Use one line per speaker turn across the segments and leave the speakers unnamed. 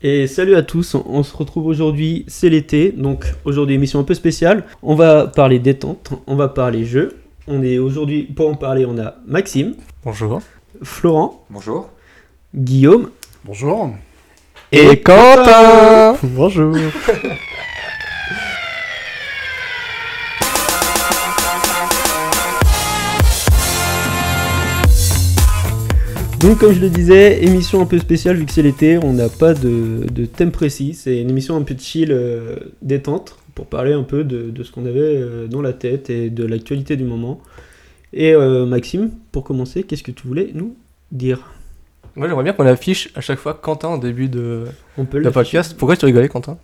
Et salut à tous, on, on se retrouve aujourd'hui, c'est l'été, donc aujourd'hui émission un peu spéciale. On va parler détente, on va parler jeu. On est aujourd'hui, pour en parler, on a Maxime,
Bonjour.
Florent,
Bonjour.
Guillaume
Bonjour.
Et Quentin
Bonjour.
Donc comme je le disais, émission un peu spéciale vu que c'est l'été, on n'a pas de, de thème précis, c'est une émission un peu chill, euh, détente, pour parler un peu de, de ce qu'on avait euh, dans la tête et de l'actualité du moment. Et euh, Maxime, pour commencer, qu'est-ce que tu voulais nous dire
Moi j'aimerais bien qu'on affiche à chaque fois Quentin au début de,
On peut
de
le...
la podcast. Pourquoi tu rigolais Quentin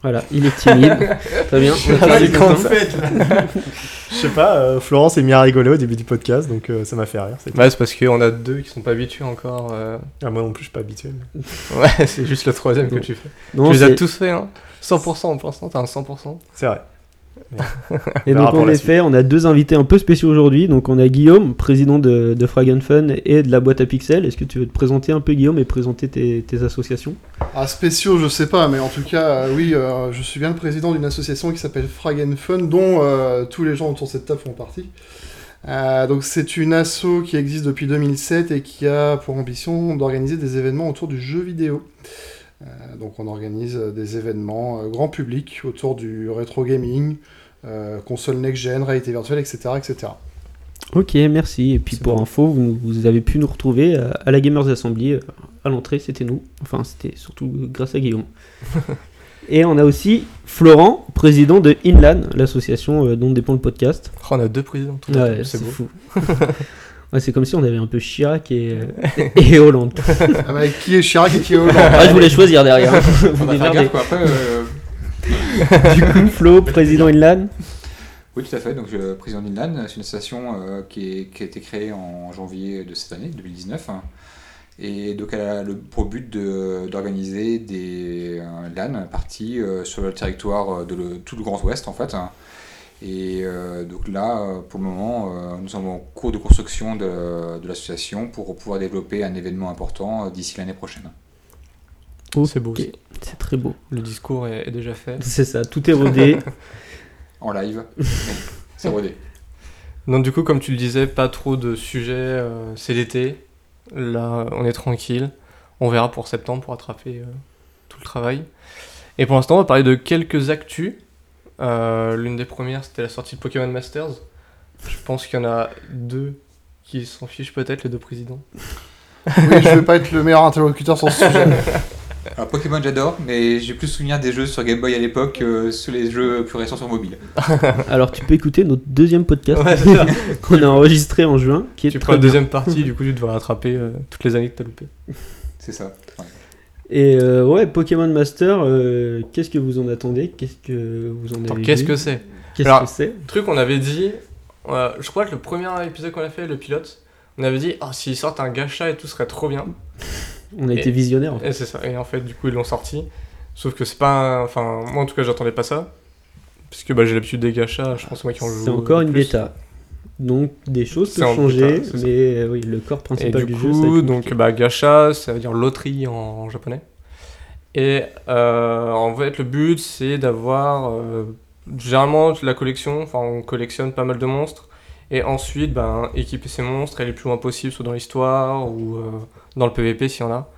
Voilà, il est timide. Très bien. on va faire du Quentin.
Je sais pas, euh, Florence est mis à rigoler au début du podcast, donc euh, ça m'a fait rire. c'est tout.
Bah c'est parce qu'on a deux qui sont pas habitués encore. euh.
Ah, moi non plus, je suis pas habitué. mais-
Ouais, c'est juste le troisième que
Non.
tu fais.
Non,
tu les
c'est-
as tous fait, hein 100% pour l'instant, t'as un 100%.
C'est vrai.
Et
On
donc
verra pour
en
la
effet, on a deux invités un peu spéciaux aujourd'hui. Donc on a Guillaume, président de, de Frag and Fun et de la boîte à pixels. Est-ce que tu veux te présenter un peu Guillaume et présenter tes, tes associations
Ah, spéciaux, je sais pas, mais en tout cas, euh, oui, euh, je suis bien le président d'une association qui s'appelle Frag and Fun, dont euh, tous les gens autour de cette table font partie. Euh, donc, c'est une asso qui existe depuis 2007 et qui a pour ambition d'organiser des événements autour du jeu vidéo. Euh, donc, on organise euh, des événements euh, grand public autour du rétro gaming, euh, console next-gen, réalité virtuelle, etc. etc.
Ok, merci. Et puis
C'est
pour
bon.
info, vous, vous avez pu nous retrouver à, à la Gamers Assembly. euh, À l'entrée, c'était nous. Enfin, c'était surtout grâce à Guillaume. et on a aussi Florent, président de Inlan, l'association euh, dont dépend le podcast.
Oh, on a deux présidents tout à
Ouais,
fait,
c'est
c'est beau.
fou. Ouais, c'est comme si on avait un peu Chirac et, euh, et Hollande.
Ah, bah, qui est Chirac et qui est Hollande
Ah, je voulais choisir derrière. Vous
On va faire
démerdez.
gaffe quoi. Après, euh,
Du coup, Flo, président Inlan.
oui, tout à fait. Donc, je, Prison d'Inlan, c'est une association euh, qui, est- qui a été créée en janvier de cette année, 2019. hein. Et donc, elle a le, pour but de- d'organiser des euh, LAN parties euh, sur le territoire euh, de le- tout le Grand Ouest, en fait. hein. Et euh, donc là, euh, pour le moment, euh, nous sommes en cours de construction de, de l'association pour pouvoir développer un événement important euh, d'ici l'année prochaine.
C'est beau.
Ok.
aussi.
C'est très beau.
Le discours est, est déjà fait.
C'est ça, tout est rodé.
En live, Mais c'est rodé.
Donc du coup, comme tu le disais, pas trop de sujets, euh, c'est l'été. Là, on est tranquille. On verra pour septembre pour attraper euh, tout le travail. Et pour l'instant, on va parler de quelques actus. Euh, L'une des premières, c'était la sortie de Pokémon Masters. Je pense qu'il y en a deux qui s'en fichent peut-être, les deux présidents.
Oui, je vais pas être le meilleur interlocuteur sur ce sujet.
Alors Pokémon j'adore, mais j'ai plus souvenir des jeux sur Game Boy à l'époque que sur les jeux plus récents sur mobile.
Alors, tu peux écouter notre deuxième podcast
Ouais, c'est ça.
qu'on a enregistré en juin, qui est
tu prends
très
la
bien.
deuxième partie, du coup, tu devras rattraper euh, toutes les années que t'as loupées.
C'est ça. Ouais.
Et euh, ouais, Pokémon Master, euh, qu'est-ce que vous en attendez Qu'est-ce que vous en
Attends,
avez
Qu'est-ce
vu
que c'est
Qu'est-ce
Alors-
que c'est
Le truc, on avait dit, euh, je crois que le premier épisode qu'on a fait, le pilote, on avait dit, ah, s'ils sortent un gacha et tout, ce serait trop bien.
On a
Et-
été visionnaires.
Et c'est ça. Et en fait, du coup, ils l'ont sorti. Sauf que c'est pas. un- Enfin, moi en tout cas, j'attendais pas ça. Parce que bah, j'ai l'habitude des gachas, je pense moi qui en joue.
C'est encore
euh,
une
plus.
bêta. Donc des choses
C'est
peuvent
en
changer,
bêta, c'est ça.
mais euh, oui, le corps
Et
principal
du
jeu, ça va
coup,
être
donc bah, gacha, ça veut dire loterie en, en japonais. Et euh, en fait, le but, c'est d'avoir. euh, généralement, la collection, enfin, on collectionne pas mal de monstres. Et ensuite, ben, équiper ces monstres, aller le plus loin possible, soit dans l'histoire ou euh, dans le PvP s'il y en a.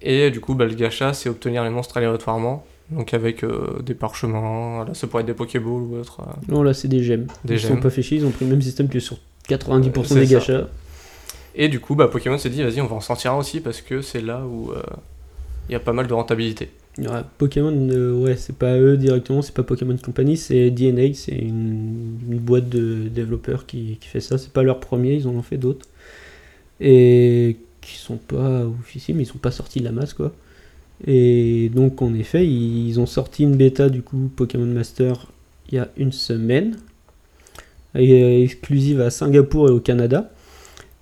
Et du coup, bah, le gacha, c'est obtenir les monstres aléatoirement. Donc avec euh, des parchemins, là ça pourrait être des Pokéballs ou autre. euh.
Non, là, c'est des gemmes.
Des
ils se sont
gemmes.
pas fait chier, ils ont pris le même système que sur 90%
Euh,
des
c'est ça.
gachas.
Et du coup, bah, Pokémon s'est dit, vas-y, on va en sortir un aussi parce que c'est là où euh, il y a pas mal de rentabilité.
Ouais, Pokémon, euh, ouais, c'est pas eux directement, c'est pas Pokémon Company, c'est DNA, c'est une, une boîte de développeurs qui, qui fait ça. C'est pas leur premier, ils en ont fait d'autres. Et qui sont pas officiels, mais ils sont pas sortis de la masse, quoi. Et donc, en effet, ils, ont sorti une bêta, du coup, Pokémon Master, il y a une semaine. Et, euh, exclusive à Singapour et au Canada.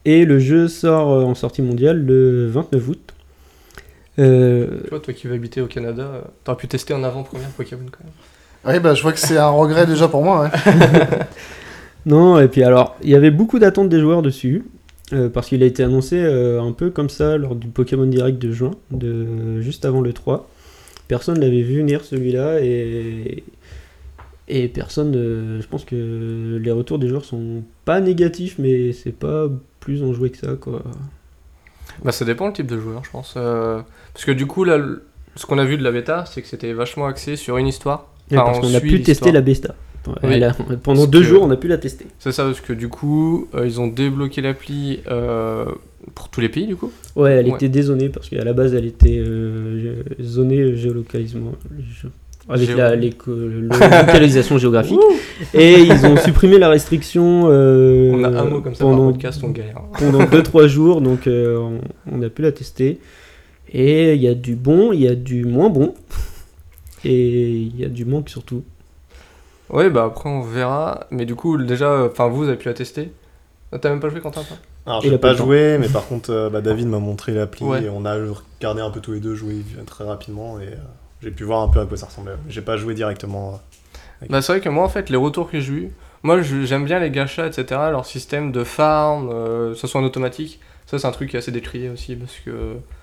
Et le jeu sort euh, en sortie mondiale le 29 août. Euh,
Tu vois, toi qui veux habiter au Canada, euh, t'aurais pu tester en avant-première Pokémon quand même.
Oui, bah, je vois que c'est un regret déjà pour moi. ouais.
Non, et puis alors, il y avait beaucoup d'attentes des joueurs dessus. Euh, parce qu'il a été annoncé euh, un peu comme ça lors du Pokémon Direct de juin, de, juste avant le 3. Personne ne l'avait vu venir celui-là et, et personne. euh, je pense que les retours des joueurs sont pas négatifs, mais c'est pas plus enjoué que ça quoi.
Bah, ça dépend le type de joueur, je pense. Euh, parce que du coup, là, le- ce qu'on a vu de la bêta, c'est que c'était vachement axé sur une histoire.
Ouais,
Enfin,
parce
Bah, on
qu'on a
suit
pu tester
l'histoire.
la Besta.
Oui.
Elle a- pendant
Parce
deux
que-
jours, on a pu la tester.
C'est ça, parce que du coup, euh, ils ont débloqué l'appli euh, pour tous les pays, du coup.
Ouais, elle
Ouais.
était dézonée parce qu'à la base, elle était euh, gé- zonée géolocalisement. je- Avec
Géo-
la l'éco- le- localisation géographique. Et ils ont supprimé la restriction. euh,
on a un mot comme ça par
pendant,
podcast, on galère.
pendant 2-3 jours, donc euh, on, on a pu la tester. Et il y a du bon, il y a du moins bon. Et il y a du manque surtout.
Ouais, bah après, on verra. Mais du coup, déjà, euh, enfin, vous avez pu la tester. Ah, T'as même pas joué, Quentin toi
Alors,
Et
je
la
l'ai pas
pétanque.
joué, mais par contre, euh, bah, David m'a montré l'appli
Ouais.
et on a regardé un peu tous les deux jouer très rapidement et euh, j'ai pu voir un peu à quoi ça ressemblait. J'ai pas joué directement. euh.
Bah, c'est vrai que moi, en fait, les retours que j'ai eu, moi, je- j'aime bien les gachas, etc., leur système de farm, euh, que ce soit en automatique. Ça, c'est un truc qui est assez décrié aussi, parce que.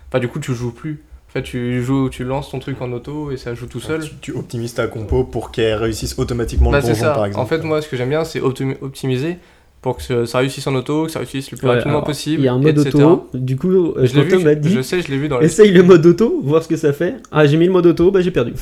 Enfin, du coup, tu joues plus. En fait, tu, joues, tu lances ton truc en auto et ça joue tout seul.
Tu, tu optimises ta compo pour qu'elle réussisse automatiquement
Bah,
le
c'est
donjon,
ça.
par exemple.
En fait, moi, ce que j'aime bien, c'est optimi- optimiser pour que ce- ça réussisse en auto, que ça réussisse le plus
Ouais,
rapidement
alors,
possible.
Il y a un mode
etc.
auto. Du coup, euh,
Je l'ai
Quentin m'a
vu,
dit
je sais, je l'ai vu dans les.
Essaye le mode auto, voir ce que ça fait. Ah, j'ai mis le mode auto, bah j'ai perdu.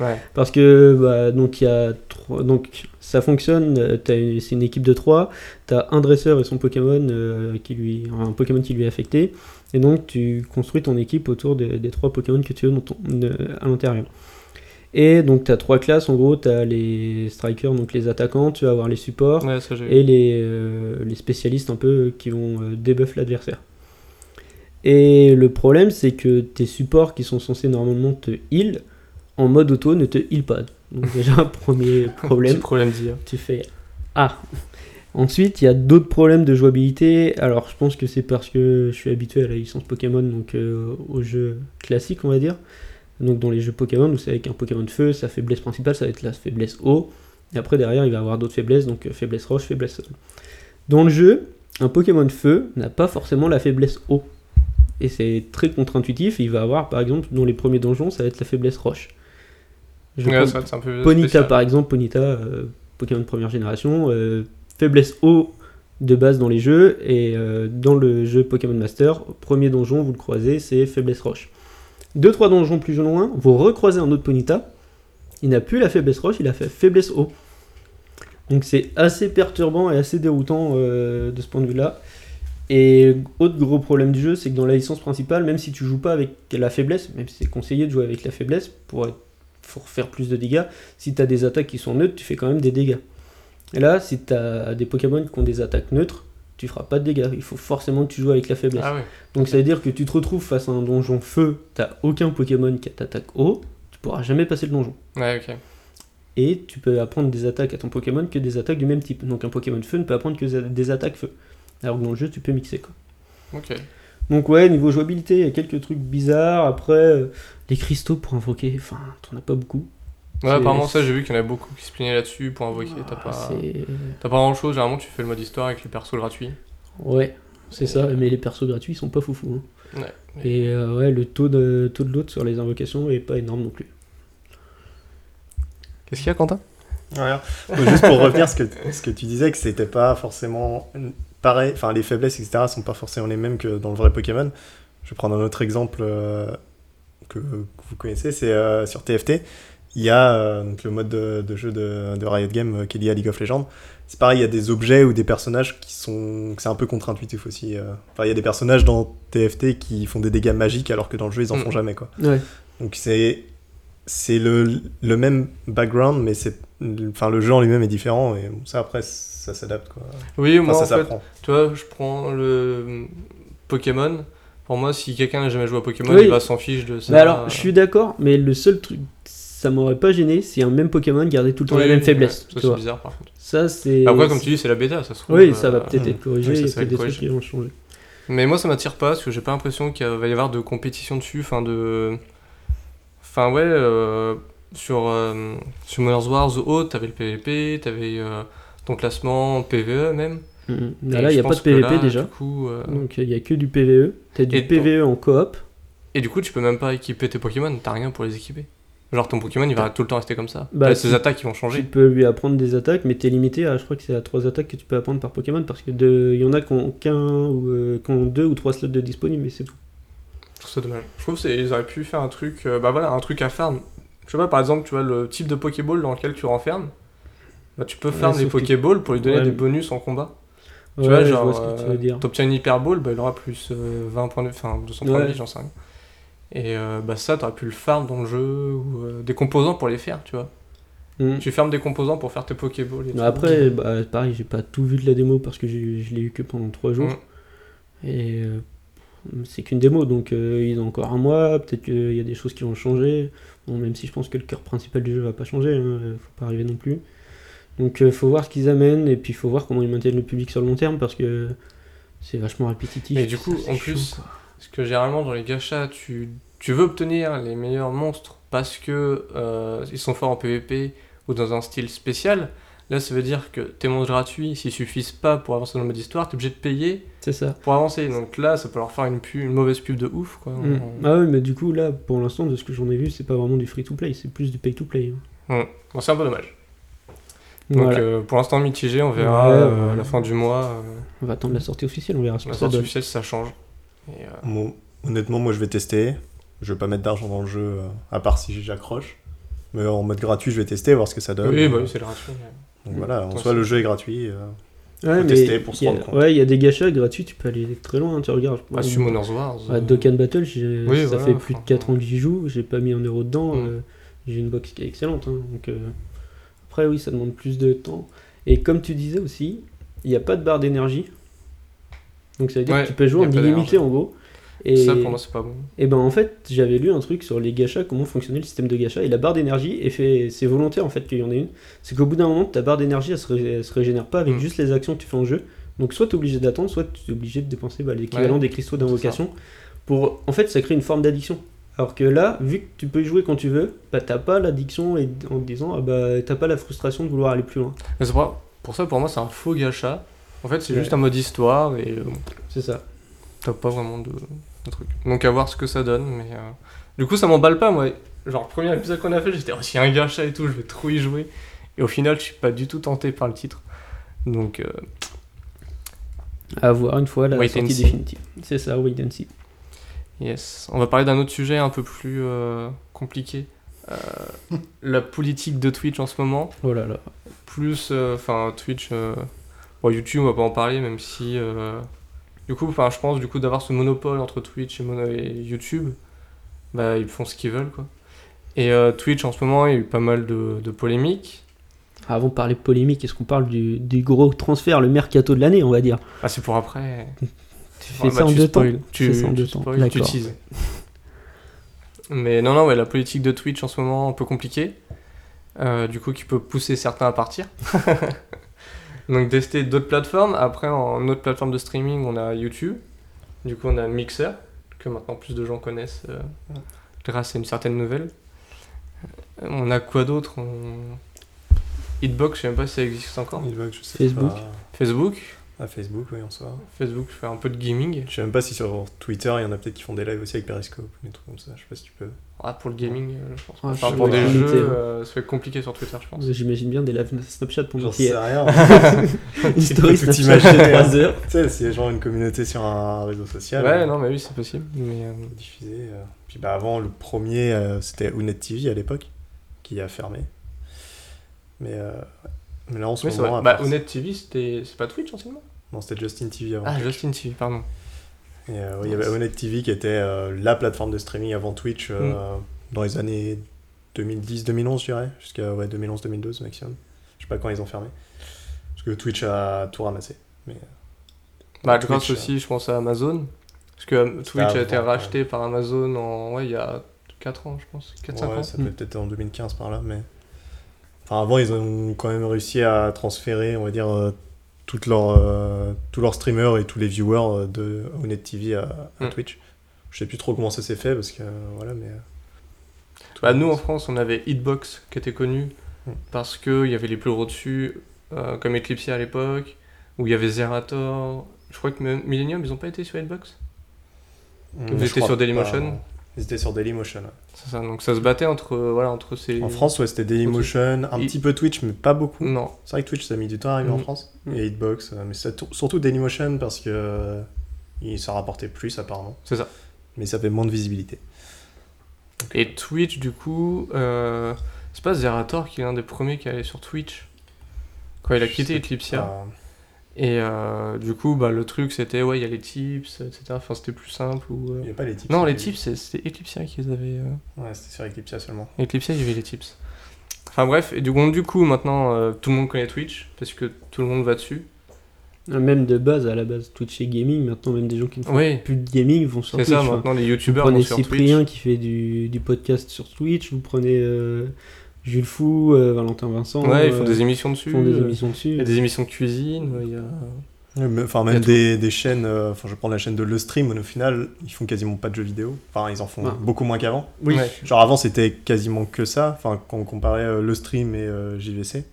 Ouais.
Parce que bah, donc il y a trois, donc ça fonctionne. euh, t'as une- c'est une équipe de trois. T'as un dresseur et son Pokémon euh, qui lui, un Pokémon qui lui est affecté. Et donc tu construis ton équipe autour de- des trois Pokémon que tu as dans ton- de- à l'intérieur. Et donc t'as trois classes. En gros, t'as les strikers, donc les attaquants. Tu vas avoir les supports
Ouais, ça, j'ai vu.
et les, euh, les spécialistes un peu qui vont euh, débuff l'adversaire. Et le problème, c'est que tes supports qui sont censés normalement te heal, en mode auto ne te heal pas. Donc déjà, premier
Petit
problème,
problème d'IA.
tu fais Ah Ensuite, il y a d'autres problèmes de jouabilité. Alors, je pense que c'est parce que je suis habitué à la licence Pokémon, donc euh, aux jeux classiques, on va dire. Donc, dans les jeux Pokémon, vous savez qu'un Pokémon de feu, sa faiblesse principale, ça va être la faiblesse eau. Et après, derrière, il va avoir d'autres faiblesses, donc euh, faiblesse roche, faiblesse sol. Dans le jeu, un Pokémon de feu n'a pas forcément la faiblesse eau. Et c'est très contre-intuitif. Il va avoir, par exemple, dans les premiers donjons, ça va être la faiblesse roche. Je
Ouais,
pense-
ça, c'est un peu
Ponita
spécial.
par exemple, Ponita, euh, Pokémon de première génération, euh, faiblesse haut de base dans les jeux, et euh, dans le jeu Pokémon Master, premier donjon, vous le croisez, c'est faiblesse roche. Deux, trois donjons plus loin, vous recroisez un autre Ponita, il n'a plus la faiblesse roche, il a fait faiblesse eau. Donc c'est assez perturbant et assez déroutant euh, de ce point de vue-là. Et autre gros problème du jeu, c'est que dans la licence principale, même si tu joues pas avec la faiblesse, même si c'est conseillé de jouer avec la faiblesse pour, être- pour faire plus de dégâts, si tu as des attaques qui sont neutres, tu fais quand même des dégâts. Et là, si tu as des Pokémon qui ont des attaques neutres, tu feras pas de dégâts. Il faut forcément que tu joues avec la faiblesse.
Ah oui.
Donc ça veut dire que tu te retrouves face à un donjon feu, t'as aucun Pokémon qui t'attaque haut, tu pourras jamais passer le donjon.
Ouais, ok.
Et tu peux apprendre des attaques à ton Pokémon que des attaques du même type. Donc un Pokémon feu ne peut apprendre que des attaques feu. Alors que dans le jeu, tu peux mixer quoi.
Ok.
Donc ouais, niveau jouabilité, il y a quelques trucs bizarres. Après, euh, les cristaux pour invoquer, enfin, t'en as pas beaucoup.
Ouais,
C'est-
apparemment, ça, j'ai vu qu'il y en a beaucoup qui se plaignaient là-dessus pour invoquer. T'as
Ah,
pas...
c'est-
t'as pas grand chose, généralement, tu fais le mode histoire avec les persos gratuits.
Ouais, c'est ça. Mais les persos gratuits, ils sont pas foufous. hein.
Ouais.
Et euh, ouais, le taux de, taux de loot sur les invocations est pas énorme non plus.
Qu'est-ce qu'il y a, Quentin
Voilà. Mais Juste pour revenir ce que, ce que tu disais, que c'était pas forcément pareil, enfin les faiblesses, etc., sont pas forcément les mêmes que dans le vrai Pokémon. Je vais prendre un autre exemple euh, que, que vous connaissez, c'est euh, sur TFT. Il y a euh, donc le mode de, de jeu de, de Riot Games euh, qui est lié à League of Legends. C'est pareil, il y a des objets ou des personnages qui sont. que C'est un peu contre-intuitif aussi. euh. Enfin, il y a des personnages dans TFT qui font des dégâts magiques alors que dans le jeu, ils en
Mm.
font jamais, quoi.
Ouais.
Donc c'est c'est le, le même background, mais c'est enfin le jeu en lui-même est différent et bon, ça après ça s'adapte quoi. Enfin,
Oui, moi,
ça
en fait,
s'apprend.
tu vois, je prends le mm, Pokémon. Pour moi, si quelqu'un n'a jamais joué à Pokémon,
Oui.
il va s'en fiche de ça.
Mais alors, je suis d'accord, mais le seul truc, ça m'aurait pas gêné si un même Pokémon gardait tout le temps
Oui,
les mêmes
ouais,
faiblesses.
ça,
tu
c'est
vois.
bizarre, par contre.
Ça, c'est.
Après, comme tu dis, c'est la bêta, ça se trouve.
Oui, ça va
euh,
peut-être
hmm.
être corrigé,
Oui, ça,
il y
ça
a
va
peut-être
être
des trucs qui
corrigé.
vont changer.
Mais moi, ça m'attire pas parce que j'ai pas l'impression qu'il va y avoir de compétition dessus. Enfin, de. Enfin, ouais, euh, sur, euh, sur Mother's Wars ou autre, t'avais le PvP, t'avais euh, ton classement en PvE même.
Mhm.
Et
Là, il
je
n'y a pas
pense
de
que
PVP
là,
déjà.
du coup, euh,
Donc il n'y a que du PVE. T'as du
Et donc-
PVE en coop.
Et du coup, tu peux même pas équiper tes Pokémon, t'as rien pour les équiper. Genre ton Pokémon, il va tout le temps rester comme ça.
Bah,
T'as
si.
ses attaques qui vont
Tu
changer.
peux lui apprendre des attaques, mais t'es limité à, je crois que c'est à trois attaques que tu peux apprendre par Pokémon, parce que de- il y en a qui ont qu'un ou euh, qui ont deux ou trois slots de disponibles, mais c'est tout.
Je trouve ça dommage. Je trouve qu'ils auraient pu faire un truc, euh, bah voilà, un truc à farm. Je sais pas, par exemple, tu vois le type de Pokéball dans lequel tu renfermes. Bah, tu peux
Ouais,
farm les
sauf que-
Pokéballs pour lui donner
Ouais,
des
mais-
bonus en combat. Tu
Ouais,
vois,
je
genre,
vois ce que tu
euh,
veux dire.
t'obtiens une hyperball, bah, il aura plus euh, 20 points de... Enfin, 200 points de
Ouais.
vie, j'en sais rien. Et euh, bah ça, t'aurais pu le farm dans le jeu, ou euh, des composants pour les faire, tu vois.
Mhm.
Tu fermes des composants pour faire tes Pokéballs et
Mais
tout.
après, bah, pareil, j'ai pas tout vu de la démo parce que j'ai- je l'ai eu que pendant 3 jours. Et euh, c'est qu'une démo, donc euh, ils ont encore un mois, peut-être qu'il y a des choses qui vont changer. Bon, même si je pense que le cœur principal du jeu va pas changer, hein, euh, faut pas arriver non plus. Donc euh, faut voir ce qu'ils amènent et puis faut voir comment ils maintiennent le public sur le long terme parce que c'est vachement répétitif.
Mais du coup,
Ça, c'est
en
chiant,
plus,
quoi.
Parce que généralement dans les gachas, tu, tu veux obtenir les meilleurs monstres parce que euh, ils sont forts en PvP ou dans un style spécial. Là, ça veut dire que tes monstres gratuits, s'ils suffisent pas pour avancer dans le mode histoire, t'es obligé de payer
c'est ça.
pour avancer. Donc là, ça peut leur faire une, pu- une mauvaise pub de ouf. Quoi.
Mm. Ah oui, mais du coup, là, pour l'instant, de ce que j'en ai vu, c'est pas vraiment du free to play, c'est plus du pay to play. hein.
Bon, c'est un peu dommage. Donc euh, pour l'instant mitigé, on verra
Ouais,
euh,
ouais.
à la fin du mois. euh,
On va attendre la sortie officielle, on verra ce
la
que ça
sortie
donne.
officielle, si ça change. Et, euh,
Bon, honnêtement, moi je vais tester. Je vais pas mettre d'argent dans le jeu, euh, à part si j'accroche. Mais en mode gratuit, je vais tester, voir ce que ça donne.
oui, bah oui, c'est le ratio.
Donc voilà, en
Toi,
soi,
c'est-
le jeu est gratuit. euh,
Ouais,
Faut
mais
tester pour se
y a-
rendre compte. Ah,
Ouais, il y a des gachas gratuits, tu peux aller très loin, hein, tu regardes.
Bah, Summoners Wars.
Ouais,
euh,
Dokkan Battle, j'ai-
Oui,
ça
voilà,
fait plus de
franchement.
4 ans que j'y joue, j'ai pas mis un euro dedans,
Mm.
euh, j'ai une box qui est excellente. hein, donc, euh, Après, oui, ça demande plus de temps. Et comme tu disais aussi, il n'y a pas de barre d'énergie. Donc ça veut dire
Ouais,
que tu peux jouer
y
en
a pas
illimité en gros. Et,
Ça pour moi, c'est pas bon.
et ben en fait, j'avais lu un truc sur les gachas, comment fonctionnait le système de gacha. Et la barre d'énergie, est fait... c'est volontaire en fait qu'il y en ait une. C'est qu'au bout d'un moment, ta barre d'énergie, elle, se ré- elle se régénère pas avec
Mm.
juste les actions que tu fais en jeu. Donc soit tu es obligé d'attendre, soit tu es obligé de dépenser bah, l'équivalent
Ouais,
des cristaux d'invocation. Pour... En fait, ça crée une forme d'addiction. Alors que là, vu que tu peux y jouer quand tu veux, bah t'as pas l'addiction et en te disant ah bah t'as pas la frustration de vouloir aller plus loin.
Mais c'est pas- Pour ça, pour moi, c'est un faux gacha. En fait, c'est
Ouais.
juste un mode histoire et euh, bon,
C'est ça.
t'as pas vraiment de, de truc. Donc, à voir ce que ça donne. Mais euh, du coup, ça m'emballe pas, moi. Genre, le premier épisode qu'on a fait, j'étais aussi un gacha et tout, je vais trop y jouer. Et au final, je suis pas du tout tenté par le titre. Donc, euh,
À voir une fois la
Wait and
sortie
see.
définitive. C'est ça, wait and see.
yes. On va parler d'un autre sujet un peu plus euh, compliqué. Euh, la politique de Twitch en ce moment.
Oh là là.
plus euh, enfin Twitch euh, bon, YouTube on va pas en parler même si euh, du coup enfin je pense du coup d'avoir ce monopole entre Twitch et, mono- et YouTube bah ils font ce qu'ils veulent quoi et euh, Twitch en ce moment il y a eu pas mal de, de polémiques
Avant de parler polémique, est-ce qu'on parle du, du gros transfert, le mercato de l'année, on va dire
ah c'est pour après
Tu fais
Ouais,
ça
bah,
en
tu
deux
spoil.
temps.
Tu-
Tu fais ça en
tu
deux temps.
spoil, tu
D'accord.
teases. mais non non ouais la politique de Twitch en ce moment un peu compliquée Euh, du coup qui peut pousser certains à partir donc tester d'autres plateformes après en autre plateforme de streaming on a YouTube Du coup, on a Mixer, que maintenant plus de gens connaissent euh, grâce à une certaine nouvelle. Euh, On a quoi d'autre On- Hitbox, je sais même pas si ça existe encore.
il va que je sais
Facebook.
pas.
Facebook,
À Facebook, oui, en soi.
Facebook fait un peu de gaming.
Je sais même pas si sur Twitter, il y en a peut-être qui font des lives aussi avec Periscope, des trucs comme ça. Je sais pas si tu peux.
Ah, pour le gaming, euh, je pense.
Ah,
Enfin,
je
pour
sais
des
pas.
jeux,
Limité, hein.
euh, ça va être compliqué sur Twitter, je pense.
J'imagine bien des lives Snapchat pour
J'en
moitié.
sais rien. tu
Une story
peux tout
Snapchat de
imaginer,
3 heures.
sais, c'est genre une communauté sur un réseau social.
Ouais,
euh,
non, mais oui, c'est possible. Mais, euh,
diffusé. euh. Puis bah avant, le premier, euh, c'était Unet TV à l'époque, qui a fermé. Mais, euh, ouais. mais là, en ce
oui, c'est vrai.
moment, à
Bah,
part-
Honnête TV, c'était... c'est pas Twitch anciennement
non, c'était Justin TV avant.
Ah, Justin TV, pardon.
Et, euh, ouais, il y avait Honnête TV qui était euh, la plateforme de streaming avant Twitch euh,
Mm.
dans les années 2010-2011, je dirais, jusqu'à ouais, 2011-2012 maximum. Je sais pas quand ils ont fermé. Parce que Twitch a tout ramassé. euh,
Bah,
Twitch,
grâce
euh.
aussi, je pense à Amazon. Parce que euh, Twitch a été
avant,
racheté par Amazon en, ouais, il y a 4 ans, je pense. 4-5
Ouais,
ans. Hmm.
ça peut être peut-être en 2015 par là, mais. Enfin, avant, ils ont quand même réussi à transférer, on va dire, euh, toutes leurs, euh, tous leurs streamers et tous les viewers euh, de Honnête TV à, à
Mm.
Twitch. Je sais plus trop comment ça s'est fait parce que. euh, voilà, mais. euh, tout
Bah,
le
nous, en
monde-
France, on avait Hitbox qui était connu
Mm.
parce qu'il y avait les plus gros dessus, euh, comme Eclipse à l'époque. où il y avait Zerator. Je crois que même Millennium, ils ont pas été sur Xbox.
Hum,
Vous
je
étiez
crois
sur
pas. hein.
Dailymotion
Ils étaient sur Dailymotion. ouais.
C'est ça, donc ça se battait entre, euh, voilà, entre ces.
En France, ouais, c'était Dailymotion, un
Et-
petit peu Twitch, mais pas beaucoup.
Non.
C'est vrai que Twitch, ça a mis du temps à arriver en
Mhm.
France.
Mhm.
Et Hitbox, euh, mais ça tour- surtout Dailymotion parce que euh, il- ça rapportait plus apparemment.
C'est ça.
Mais ça avait moins de visibilité.
Et Twitch, du coup, euh, c'est pas Zerator qui est l'un des premiers qui est allé sur Twitch quand il a
Je
quitté
sais
Eclipsia.
Euh,
Et euh, du coup, bah, le truc c'était, ouais, il y a les tips, etc. Enfin, c'était plus simple. Ou, euh,
il n'y avait pas les tips.
Non, les tips, c'est- c'était Eclipsia qui les avait. euh,
Ouais, c'était sur Eclipsia seulement.
Eclipsia, il y avait les tips. Enfin bref, et du, bon, du coup, maintenant, euh, tout le monde connaît Twitch parce que tout le monde va dessus.
Même de base, à la base, Twitch et gaming, maintenant même des gens qui ne font
Oui,
plus de gaming vont sur
c'est
Twitch. hein.
ça,
enfin.
maintenant les
Vous
youtubeurs vont
prenez
sur
Cyprien
Twitch.
qui fait du, du podcast sur Twitch, vous prenez euh, Jules Fou, euh, Valentin Vincent,
Ouais, ils font
euh,
des émissions dessus.
ils font des
euh,
émissions dessus.
Il y a des émissions de cuisine, il y a.
Enfin,
Il y a
même
tout.
des, des chaînes. euh, Enfin, je prends la chaîne de Le Stream, au final, ils font quasiment pas de jeux vidéo. Enfin, ils en font
Ouais.
beaucoup moins qu'avant.
Oui.
Ouais.
Genre, avant, c'était quasiment que ça. Enfin, quand on comparait euh, Le Stream et euh, JVC.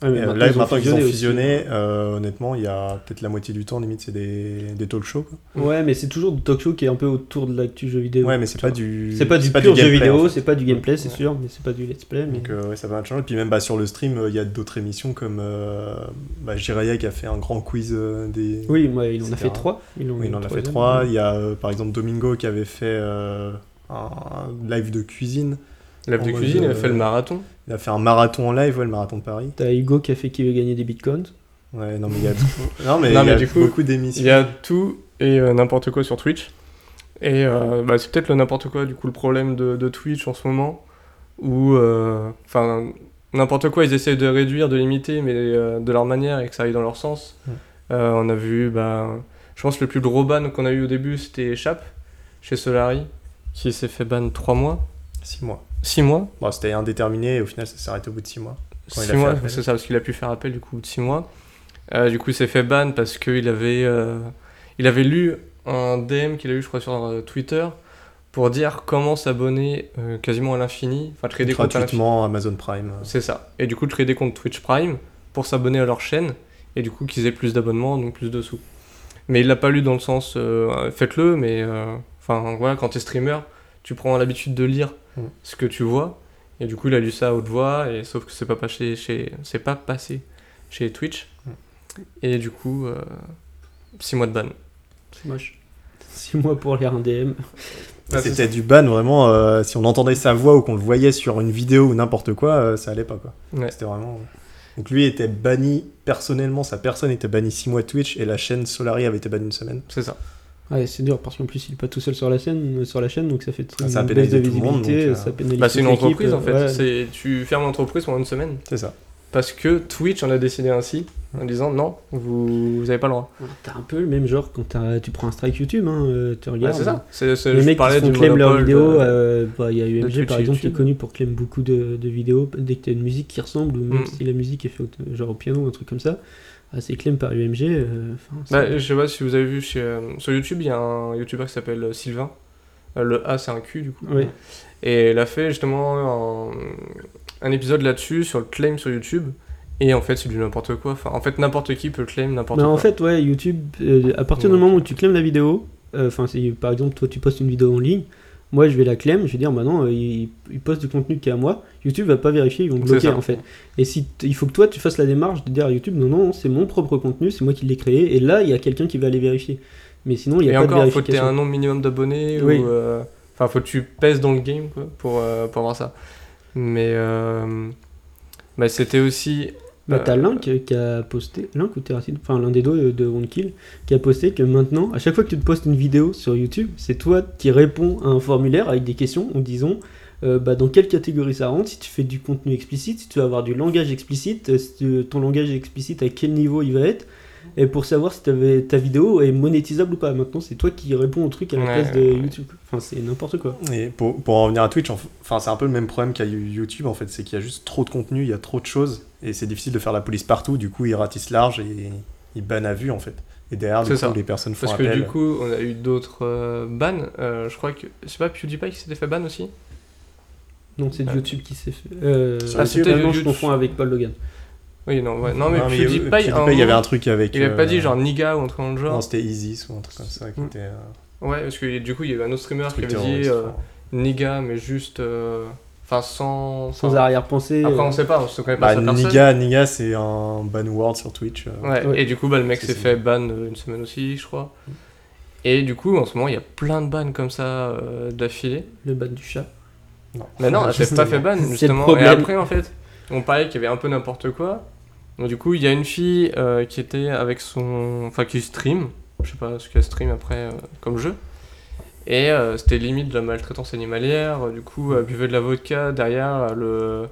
Ouais, mais
Et, euh, là,
ils ont
maintenant qu'ils ont
fusionné aussi. hein.
fusionné, euh, honnêtement, il y a peut-être la moitié du temps, limite, c'est des, des talk shows. quoi.
Ouais, mais c'est toujours du talk show qui est un peu autour de l'actu jeu vidéo.
Ouais, mais c'est pas du.
C'est pas du pur jeu
gameplay, en
vidéo,
fait.
c'est pas du gameplay, c'est
Ouais.
sûr, mais c'est pas du let's play. Mais...
Donc euh, ouais, ça va être changeant. Et puis même bah, sur le stream, euh, il y a d'autres émissions comme euh, bah, Jiraya qui a fait un grand quiz euh, des...
Oui, moi, il en a
Etc.
fait trois.
Oui, il en a
troisième.
fait trois. Il y a euh, par exemple Domingo qui avait fait euh, un live de cuisine.
Lab
En
de
mode,
cuisine, il a
euh,
fait le marathon.
Il a fait un marathon en live, ouais, le marathon de Paris.
T'as Hugo qui a fait qui veut gagner des bitcoins.
Ouais, non mais il y a, non, mais
Non,
il y
mais
a
du coup,
beaucoup
Il
d'émissions.
y a tout et euh, n'importe quoi sur Twitch. Et euh, bah, c'est peut-être le n'importe quoi, du coup, le problème de, de Twitch en ce moment. Où, euh, enfin, n'importe quoi, ils essayent de réduire, de limiter, mais euh, de leur manière et que ça aille dans leur sens.
Mm.
Euh, on a vu, bah, je pense, que le plus gros ban qu'on a eu au début, c'était Chap, chez Solari, qui s'est fait ban 3 mois,
Six mois.
6 mois.
Bon, c'était indéterminé et au final ça s'est arrêté au bout de six mois. Quand il a
Six
fait
mois,
appel.
c'est ça, parce qu'il a pu faire appel du coup au bout de 6 mois. Euh, du coup, il s'est fait ban parce qu'il avait, euh, il avait lu un DM qu'il a eu, je crois, sur euh, Twitter pour dire comment s'abonner euh, quasiment à l'infini, enfin trader compte à l'infini.
Gratuitement Amazon Prime. euh,
C'est ça. Et du coup, trader compte Twitch Prime pour s'abonner à leur chaîne et du coup qu'ils aient plus d'abonnements, donc plus de sous. Mais il l'a pas lu dans le sens euh, faites-le, mais euh, enfin voilà, quand t'es streamer, tu prends l'habitude de lire
Mm.
ce que tu vois. Et du coup, il a lu ça à haute voix, et sauf que c'est pas passé chez, c'est pas passé chez Twitch.
Mm.
Et du coup, 6 mois de ban.
C'est moche. Six mois pour lire un DM.
Ah, c'est
c'était du ban vraiment. euh, si on entendait sa voix ou qu'on le voyait sur une vidéo ou n'importe quoi, euh, ça allait pas quoi.
Ouais.
C'était vraiment. euh, Donc lui était banni personnellement, sa personne était bannie 6 mois de Twitch et la chaîne Solari avait été bannie une semaine.
C'est ça.
Ouais, c'est dur parce qu'en plus il est pas tout seul sur la scène, sur la chaîne, donc ça fait très-
Ah, ça
une baisse
pénalise
de
tout le monde,
visibilité,
donc, euh,
ça pénalise.
Bah, c'est
toute
une
l'équipe,
entreprise en fait.
ouais.
C'est, tu fermes l'entreprise pendant une semaine.
C'est ça.
Parce que Twitch en a décidé ainsi, en disant non, vous n'avez pas le droit.
T'as un peu le même genre quand t'as- tu prends un strike YouTube, hein, euh, tu
Ah,
regardes.
c'est ça. C'est, c'est-
les
je
mecs qui
parlais
font
du
claim leurs
monopole de-
vidéos, euh, bah, il y a UMG
Twitch
par exemple qui est
YouTube.
connu pour claim beaucoup de, de vidéos dès que t'as une musique qui ressemble ou même
Mm.
si la musique est faite au- genre au piano ou un truc comme ça, ah, c'est claim par UMG. euh, enfin, c'est-
Bah, je sais pas si vous avez vu chez, euh, sur YouTube, il y a un youtubeur qui s'appelle euh, Sylvain. Euh, Le A c'est un Q du coup.
Ouais.
Et il a fait justement un, un épisode là-dessus sur le claim sur YouTube. Et en fait, c'est du n'importe quoi. Enfin, en fait, n'importe qui peut claim n'importe
Bah,
quoi.
en fait, ouais, YouTube, euh, à partir du
Ouais.
moment où tu claims la vidéo, euh, enfin, par exemple, toi, tu postes une vidéo en ligne, moi, je vais la claim, je vais dire, bah non, euh, il, il poste du contenu qui est à moi, YouTube va pas vérifier, ils vont te
C'est
bloquer,
ça.
en fait. Et si t- il faut que toi, tu fasses la démarche de dire à YouTube, non, non, c'est mon propre contenu, c'est moi qui l'ai créé, et là, il y a quelqu'un qui va aller vérifier. Mais sinon, il n'y a
Et
pas de
encore, faut que tu
vérification.
un nombre minimum d'abonnés.
Oui.
Ou, euh, enfin, faut que tu pèses dans le game quoi, pour, euh, pour avoir ça. Mais euh, bah, c'était aussi.
Bah, t'as
Euh,
Link euh, qui a posté, Link ou Terracid, enfin l'un des deux euh, de Wonkill, qui a posté que maintenant, à chaque fois que tu te postes une vidéo sur YouTube, c'est toi qui réponds à un formulaire avec des questions en disant euh, bah, dans quelle catégorie ça rentre, si tu fais du contenu explicite, si tu vas avoir du langage explicite, euh, si tu- ton langage explicite à quel niveau il va être, et pour savoir si t'avais- ta vidéo est monétisable ou pas. Maintenant, c'est toi qui réponds au truc à la
Ouais,
place de
ouais.
YouTube. quoi. Enfin, c'est n'importe quoi.
Et pour, pour en revenir à Twitch, en- enfin c'est un peu le même problème qu'à You- YouTube en fait, c'est qu'il y a juste trop de contenu, il y a trop de choses et c'est difficile de faire la police partout. Du coup, ils ratissent large et ils bannent à vue en fait. Et derrière, du
C'est ça.
coup, les personnes font
Parce que
appel.
du coup, on a eu d'autres euh, bans. Euh, je crois que. C'est pas PewDiePie qui s'était fait ban aussi
Non, c'est
Ouais.
YouTube qui s'est fait. Euh,
Sur Ah,
ah,
YouTube,
c'était
non, je
YouTube.
confonds avec Paul Logan.
Oui, non, ouais. non mais,
Non, mais
PewDiePie,
euh, PewDiePie,
à un
il y avait
moment,
un truc avec.
il avait pas
euh,
dit genre Niga ou un truc dans le
Non,
genre.
c'était Isis ou un truc comme ça qui
Mm.
était. euh,
Ouais, parce que du coup, il y avait un autre streamer qui
truc
avait dit
terroriste,
euh,
enfin.
Niga, mais juste. euh, Enfin, sans.
Sans arrière-pensée.
Après,
euh,
on sait pas, on se connaît pas
Bah,
sa personne.
Niga, Niga c'est un ban word sur Twitch. euh,
Ouais,
Ouais.
et du coup, bah, le mec
C'est
s'est
ça.
fait ban euh, une semaine aussi, je crois. Et du coup, en ce moment, il y a plein de bans comme ça euh, d'affilée.
le ban du chat.
Mais Bah non, elle s'est pas fait ban,
C'est le
justement. Et
problème.
après, en fait, on parlait qu'il y avait un peu n'importe quoi. Donc, du coup, il y a une fille euh, qui était avec son. Enfin, qui stream. Je sais pas ce qu'elle stream après euh, comme jeu. Et euh, c'était limite de la maltraitance animalière. Euh, Du coup, elle buvait de la vodka. Derrière, elle, euh,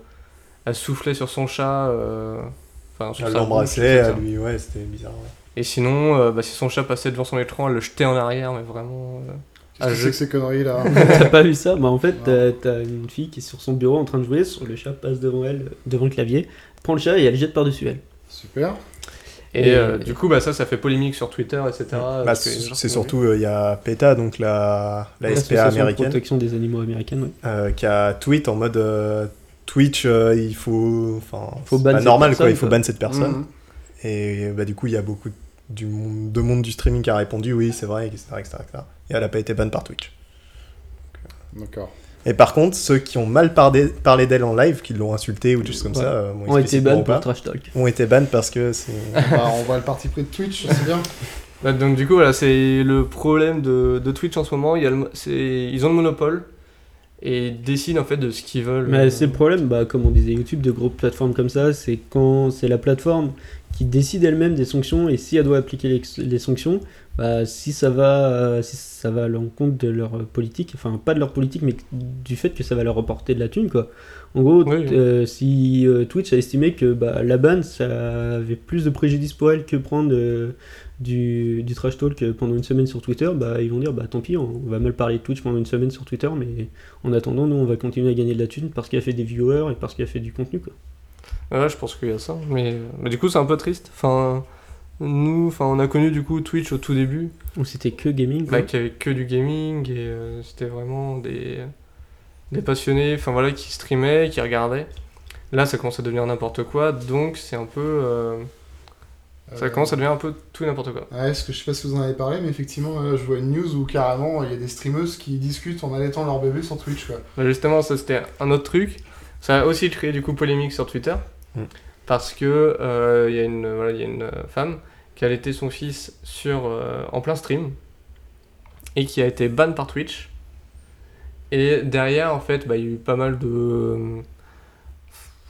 elle soufflait sur son chat. euh, Enfin, sur
Elle
sa bouche,
l'embrassait,
etc.
à lui, ouais, c'était bizarre. ouais.
Et sinon, euh, bah, si son chat passait devant son écran, elle le jetait en arrière, mais vraiment. euh,
Qu'est-ce
Ah,
que
je-
c'est que ces conneries là
T'as pas vu ça Bah en fait,
Non.
t'as t'as une fille qui est sur son bureau en train de jouer, sur- le chat passe devant elle, euh, devant le clavier, prend le chat et elle le jette par-dessus elle.
Super.
Et,
Et-
euh, du coup, bah, ça, ça fait polémique sur Twitter, etc.
Bah,
Ah, parce que les gens
c'est c'est
sont-
surtout, euh, il y a PETA, donc la, la SPA
L'association de
américaine.
protection des animaux américaine, ouais.
euh, qui a tweet en mode euh, Twitch, euh, il faut. Enfin,
Faut
c'est
ban
pas
cette
normal quoi,
personne,
il faut
quoi. Mm.
ban cette personne.
Mhm.
Et bah, du coup, il y a beaucoup du monde, de monde du streaming qui a répondu oui, c'est vrai, etc., etc., etc. Et elle n'a pas été ban par Twitch.
Hmm, D'accord.
Et par contre, ceux qui ont mal parlé, parlé d'elle en live, qui l'ont insultée ou des choses comme
Ouais.
ça, euh, bon,
On a été
explicitement
ban
ou pas,
pour trash talk.
ont été ban parce que c'est.
Bah, on voit le parti pris de Twitch, c'est bien.
Bah, donc, du coup, voilà, c'est le problème de, de Twitch en ce moment. Il y a le mo- c'est- ils ont le monopole et ils décident en fait de ce qu'ils veulent.
Mais c'est le problème, bah, comme on disait YouTube, de grosses plateformes comme ça, c'est quand c'est la plateforme qui décide elle-même des sanctions et si elle doit appliquer les, les sanctions, bah, si ça va, euh, si ça va à l'encontre de leur euh, politique, enfin pas de leur politique, mais du fait que ça va leur reporter de la thune, quoi. En gros,
Oui, oui.
euh, si euh, Twitch a estimé que bah, la ban, ça avait plus de préjudice pour elle que prendre euh, du, du trash talk euh, pendant une semaine sur Twitter, bah, ils vont dire, bah tant pis, on va mal parler de Twitch pendant une semaine sur Twitter, mais en attendant, nous, on va continuer à gagner de la thune parce qu'il a fait des viewers et parce qu'il a fait du contenu. Quoi.
Ouais, je pense qu'il y a ça. Mais, mais du coup, c'est un peu triste. Enfin, nous, enfin, on a connu du coup Twitch au tout début,
Donc c'était que gaming. quoi.
bah, qui avait que du gaming et euh, c'était vraiment des, des passionnés, enfin voilà, qui streamaient, qui regardaient. Là, ça commence à devenir n'importe quoi, donc c'est un peu. euh, Ça
Euh,
commence à devenir un peu tout et n'importe quoi.
Ouais, parce que je sais pas si vous en avez parlé, mais effectivement, euh, je vois une news où carrément il y a des streameuses qui discutent en allaitant leur bébé sur Twitch. Quoi.
Bah, justement, ça c'était un autre truc. Ça a aussi créé du coup polémique sur Twitter.
Mm.
Parce que euh, il y a une, voilà, il y a une euh, femme qui a allaité son fils sur, euh, en plein stream et qui a été ban par Twitch. Et derrière, en fait, bah, il y a eu pas mal de. euh,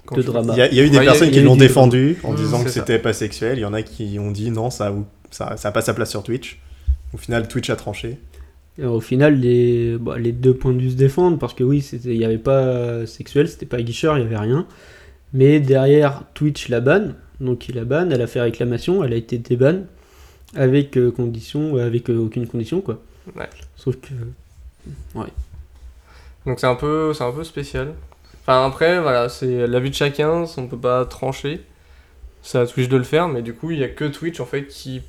comment
De
je-
drama.
Il y, a- il y a eu des
Ouais, il y a-
personnes
il y
qui
a eu
l'ont
du-
défendu en
Mm,
disant
c'est
que
ça.
c'était pas sexuel. Il y en a qui ont dit non, ça a- ça, ça a pas sa place sur Twitch. Au final, Twitch a tranché.
Et au final, les, bah, les deux points de vue se défendent parce que oui, c'était- il n'y avait pas euh, sexuel, c'était pas guicheur, il n'y avait rien. Mais derrière, Twitch la banne. Donc il la banne, elle a fait réclamation, elle a été débanne avec euh, condition, avec euh, aucune condition quoi.
Ouais.
Sauf que
Donc c'est un peu, c'est un peu spécial. Enfin après, voilà, c'est la vie de chacun, on peut pas trancher. C'est à Twitch de le faire, mais du coup, il y a que Twitch en fait qui,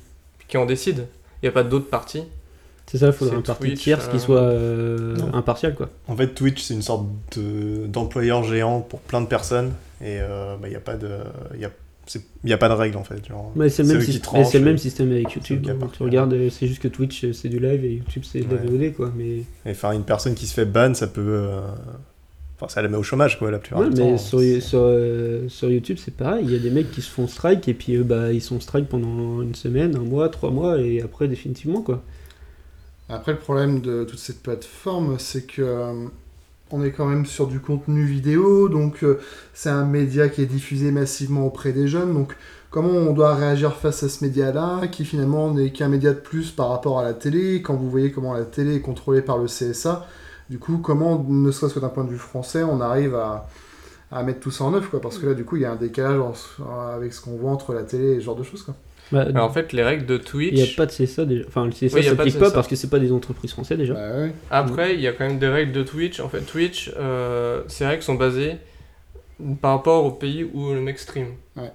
qui en décide. Il n'y a pas d'autres parties.
c'est ça, il faudrait
C'est
un parti
Twitch,
tierce
euh,
qui soit euh,
non.
impartial quoi.
En fait, Twitch, c'est une sorte de- d'employeur géant pour plein de personnes. Et il n'y a pas de. Il n'y a, pas de règles, en fait. genre.
Mais c'est le,
C'est
même
eux qui
syst-
tranchent,
mais c'est le
et-
même système avec YouTube.
cas
hein.
par
Tu
cas.
regardes, euh, c'est juste que Twitch euh, c'est du live et YouTube c'est de la
Ouais.
VOD quoi. Mais,
Et Enfin, une personne qui se fait ban, ça peut. euh, Enfin, ça la met au chômage, quoi, la plupart
Ouais,
du
mais
temps.
sur,
C'est-
sur, euh, sur YouTube c'est pareil. Il y a des mecs qui se font strike et puis euh, bah, ils sont strike pendant une semaine, un mois, trois mois et après définitivement quoi.
Après, le problème de toute cette plateforme, c'est que euh, on est quand même sur du contenu vidéo, donc euh, c'est un média qui est diffusé massivement auprès des jeunes. Donc, comment on doit réagir face à ce média-là, qui finalement n'est qu'un média de plus par rapport à la télé, quand vous voyez comment la télé est contrôlée par le CSA, du coup, comment, ne serait-ce que d'un point de vue français, on arrive à, à mettre tout ça en œuvre, quoi, parce que là, du coup, il y a un décalage en- euh, avec ce qu'on voit entre la télé et ce genre de choses, quoi.
Bah,
Alors, en fait, les règles de
il n'y a
Twitch.
pas de CSA déjà. Enfin le CSA
Oui, il y a pas de
s'applique pas,
CSA.
parce que c'est pas des entreprises françaises déjà.
Bah, ouais.
Après, il y a quand même des règles de Twitch. En fait, Twitch, euh, ces règles sont basées par rapport au pays où le mec stream.
Ouais.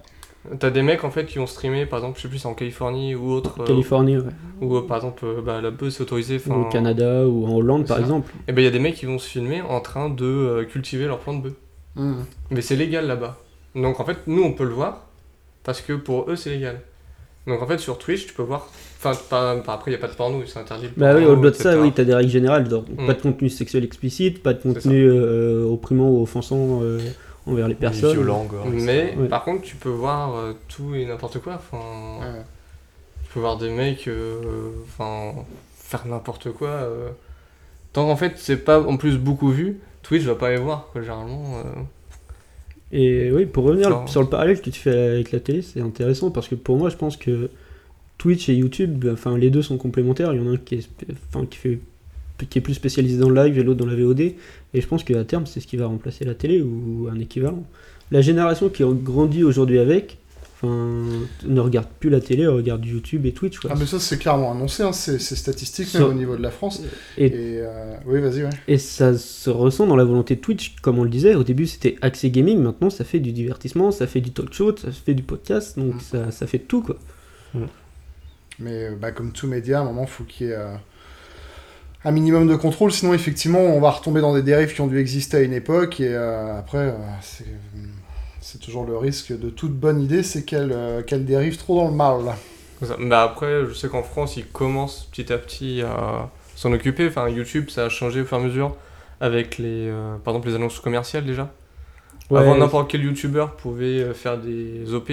T'as des mecs en fait qui ont streamé, par exemple, je sais plus, c'est en Californie ou autre. euh,
Californie, ouais.
ou euh, par exemple, euh, bah, la buzz c'est autorisé.
ou au
enfin,
Canada ou en Hollande
c'est
par
ça.
exemple.
Et ben il y a des mecs qui vont se filmer en train de euh, cultiver leur plan de bœuf.
Mhm.
Mais c'est légal là-bas. Donc en fait, nous on peut le voir, parce que pour eux, c'est légal. Donc en fait, sur Twitch, tu peux voir. Enfin, pas- pas- après, il n'y a pas de porno, c'est interdit. le
Bah oui,
porno,
au-delà de ça,
etc.
oui, t'as des règles générales. genre,
Mm.
Pas de contenu sexuel explicite, pas de
ça.
contenu euh, opprimant ou offensant euh, envers les personnes.
Violent, gore, etc.
Mais
Ouais.
par contre, tu peux voir euh, tout et n'importe quoi. Enfin,
Ouais.
tu peux voir des mecs, euh, enfin, faire n'importe quoi. euh. Tant qu'en fait, c'est pas en plus beaucoup vu, Twitch va pas les voir, quoi, généralement. euh.
Et oui, pour revenir
Non.
sur le parallèle que tu fais avec la télé, c'est intéressant parce que pour moi, je pense que Twitch et YouTube, ben, enfin, les deux sont complémentaires. Il y en a un qui est, spé- enfin, qui fait, qui est plus spécialisé dans le live et l'autre dans la VOD. Et je pense qu'à terme, c'est ce qui va remplacer la télé ou un équivalent. La génération qui grandit aujourd'hui avec, enfin, ne regarde plus la télé, elle regarde YouTube et Twitch. quoi.
Ah, mais ça, c'est clairement annoncé, hein, c'est c'est statistique
Ça-
même au niveau de la France.
Et-
Et, euh, oui, vas-y, ouais.
Et ça se ressent dans la volonté de Twitch, comme on le disait, au début c'était axé gaming, maintenant ça fait du divertissement, ça fait du talk show, ça fait du podcast,
Mm.
donc ça, ça fait tout quoi.
Mais euh, bah, comme tout média, à un moment, faut qu'il y ait euh, un minimum de contrôle, sinon, effectivement, on va retomber dans des dérives qui ont dû exister à une époque. Et euh, après, euh, c'est- c'est toujours le risque de toute bonne idée, c'est qu'elle euh, qu'elle dérive trop dans le mal.
Comme ça. Bah après, je sais qu'en France, ils commencent petit à petit à s'en occuper. Enfin, YouTube, ça a changé au fur et à mesure avec les, euh, par exemple, les annonces commerciales déjà. Avant, n'importe quel YouTuber pouvait euh, faire des OP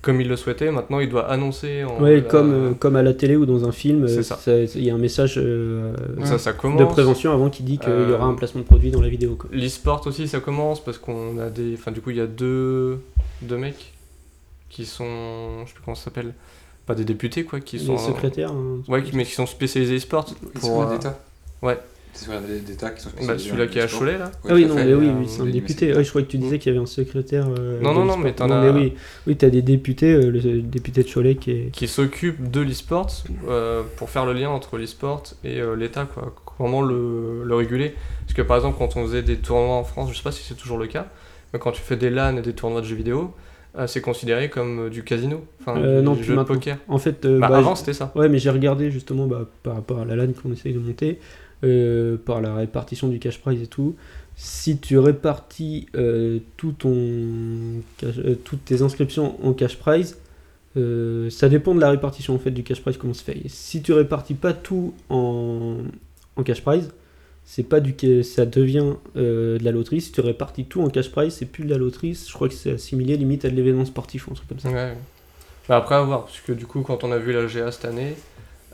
comme il le souhaitait. Maintenant, il doit annoncer. En
Ouais,
la-
comme, euh, comme à la télé ou dans un film, euh,
C'est ça.
ça- il y a un message euh,
Donc ça, ça commence.
de prévention avant qui dit qu'il y aura
Euh,
un placement de produit dans la vidéo. Quoi.
L'e-sport aussi, ça commence parce qu'on a des. Enfin, du coup, il y a deux, deux mecs qui sont. Je sais plus comment ça s'appelle. Pas des députés, quoi. Qui sont. euh,
Les secrétaires. hein.
Ouais, qui- mais qui sont spécialisés e-sport.
Ils
Pour,
sont
euh,
d'État
ouais.
C'est sur d'État qui sont
Bah, celui-là qui est à Cholet, là.
Ah oui,
tout à
non,
fait.
mais oui,
euh,
oui, c'est un
oui, mais
député.
c'est-
Ouais, je croyais que tu disais qu'il y avait un secrétaire. euh,
Non, non,
dans
non,
le
mais
sport.
t'en
Non,
as-
mais oui, oui t'as des députés, euh, le, le député de Cholet qui est.
qui s'occupe de l'e-sport euh, pour faire le lien entre l'e-sport et euh, l'État, quoi. Comment le, le réguler Parce que par exemple, quand on faisait des tournois en France, je sais pas si c'est toujours le cas, mais quand tu fais des LAN et des tournois de jeux vidéo, euh, c'est considéré comme euh, du casino, enfin,
Euh,
du
non,
jeu
plus
de
maintenant.
poker.
En fait, euh,
Bah,
bah,
avant, c'était ça.
Ouais, mais j'ai regardé justement bah, par rapport à la LAN qu'on essaye de monter, euh, par la répartition du cash prize et tout. Si tu répartis euh, tout ton cash- euh, toutes tes inscriptions en cash prize, euh, ça dépend de la répartition en fait du cash prize comment c'est fait. Si tu répartis pas tout en, en cash prize, c'est pas du ca- ça devient euh, de la loterie. Si tu répartis tout en cash prize, c'est plus de la loterie. Je crois que c'est assimilé limite à de l'événement sportif ou un truc comme ça.
Ouais. Bah, après, à voir, parce que du coup, quand on a vu la GA cette année,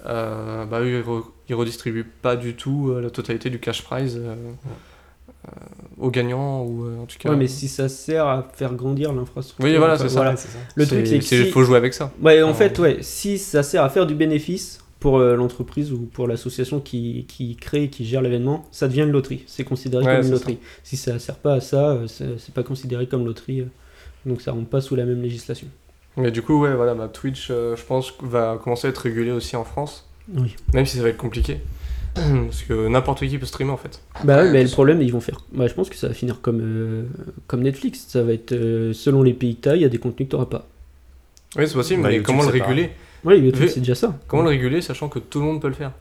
euh, bah, eux, ils, re- ils redistribuent pas du tout euh, la totalité du cash prize euh, euh, aux gagnants, ou euh, en tout cas.
Ouais, mais si ça sert à faire grandir l'infrastructure.
Oui, voilà,
enfin,
c'est ça.
Ouais, c'est ça.
Le truc, c'est que
Il
si-
faut jouer avec ça.
Ouais, en
Euh,
fait, ouais, si ça sert à faire du bénéfice pour euh, l'entreprise ou pour l'association qui, qui crée, qui gère l'événement, ça devient une loterie. C'est considéré
Ouais,
comme
c'est
une loterie. Si ça sert pas à ça, euh, c'est c'est pas considéré comme loterie. euh, Donc ça rentre pas sous la même législation.
Mais du coup, ouais, voilà, bah, Twitch, euh, je pense, que va commencer à être régulé aussi en France,
Oui.
même si ça va être compliqué. Parce que n'importe qui peut streamer en fait.
Bah ouais,
Ouais,
mais
tout
le
ça.
problème, ils vont faire. Bah, je pense que ça va finir comme, euh, comme Netflix. Ça va être euh, selon les pays que t'as, il y a des contenus que t'auras pas.
Oui, c'est possible,
Bah,
mais
YouTube,
comment le
c'est
réguler
Ouais, YouTube,
Mais-
c'est déjà ça.
Comment le réguler, sachant que tout le monde peut le faire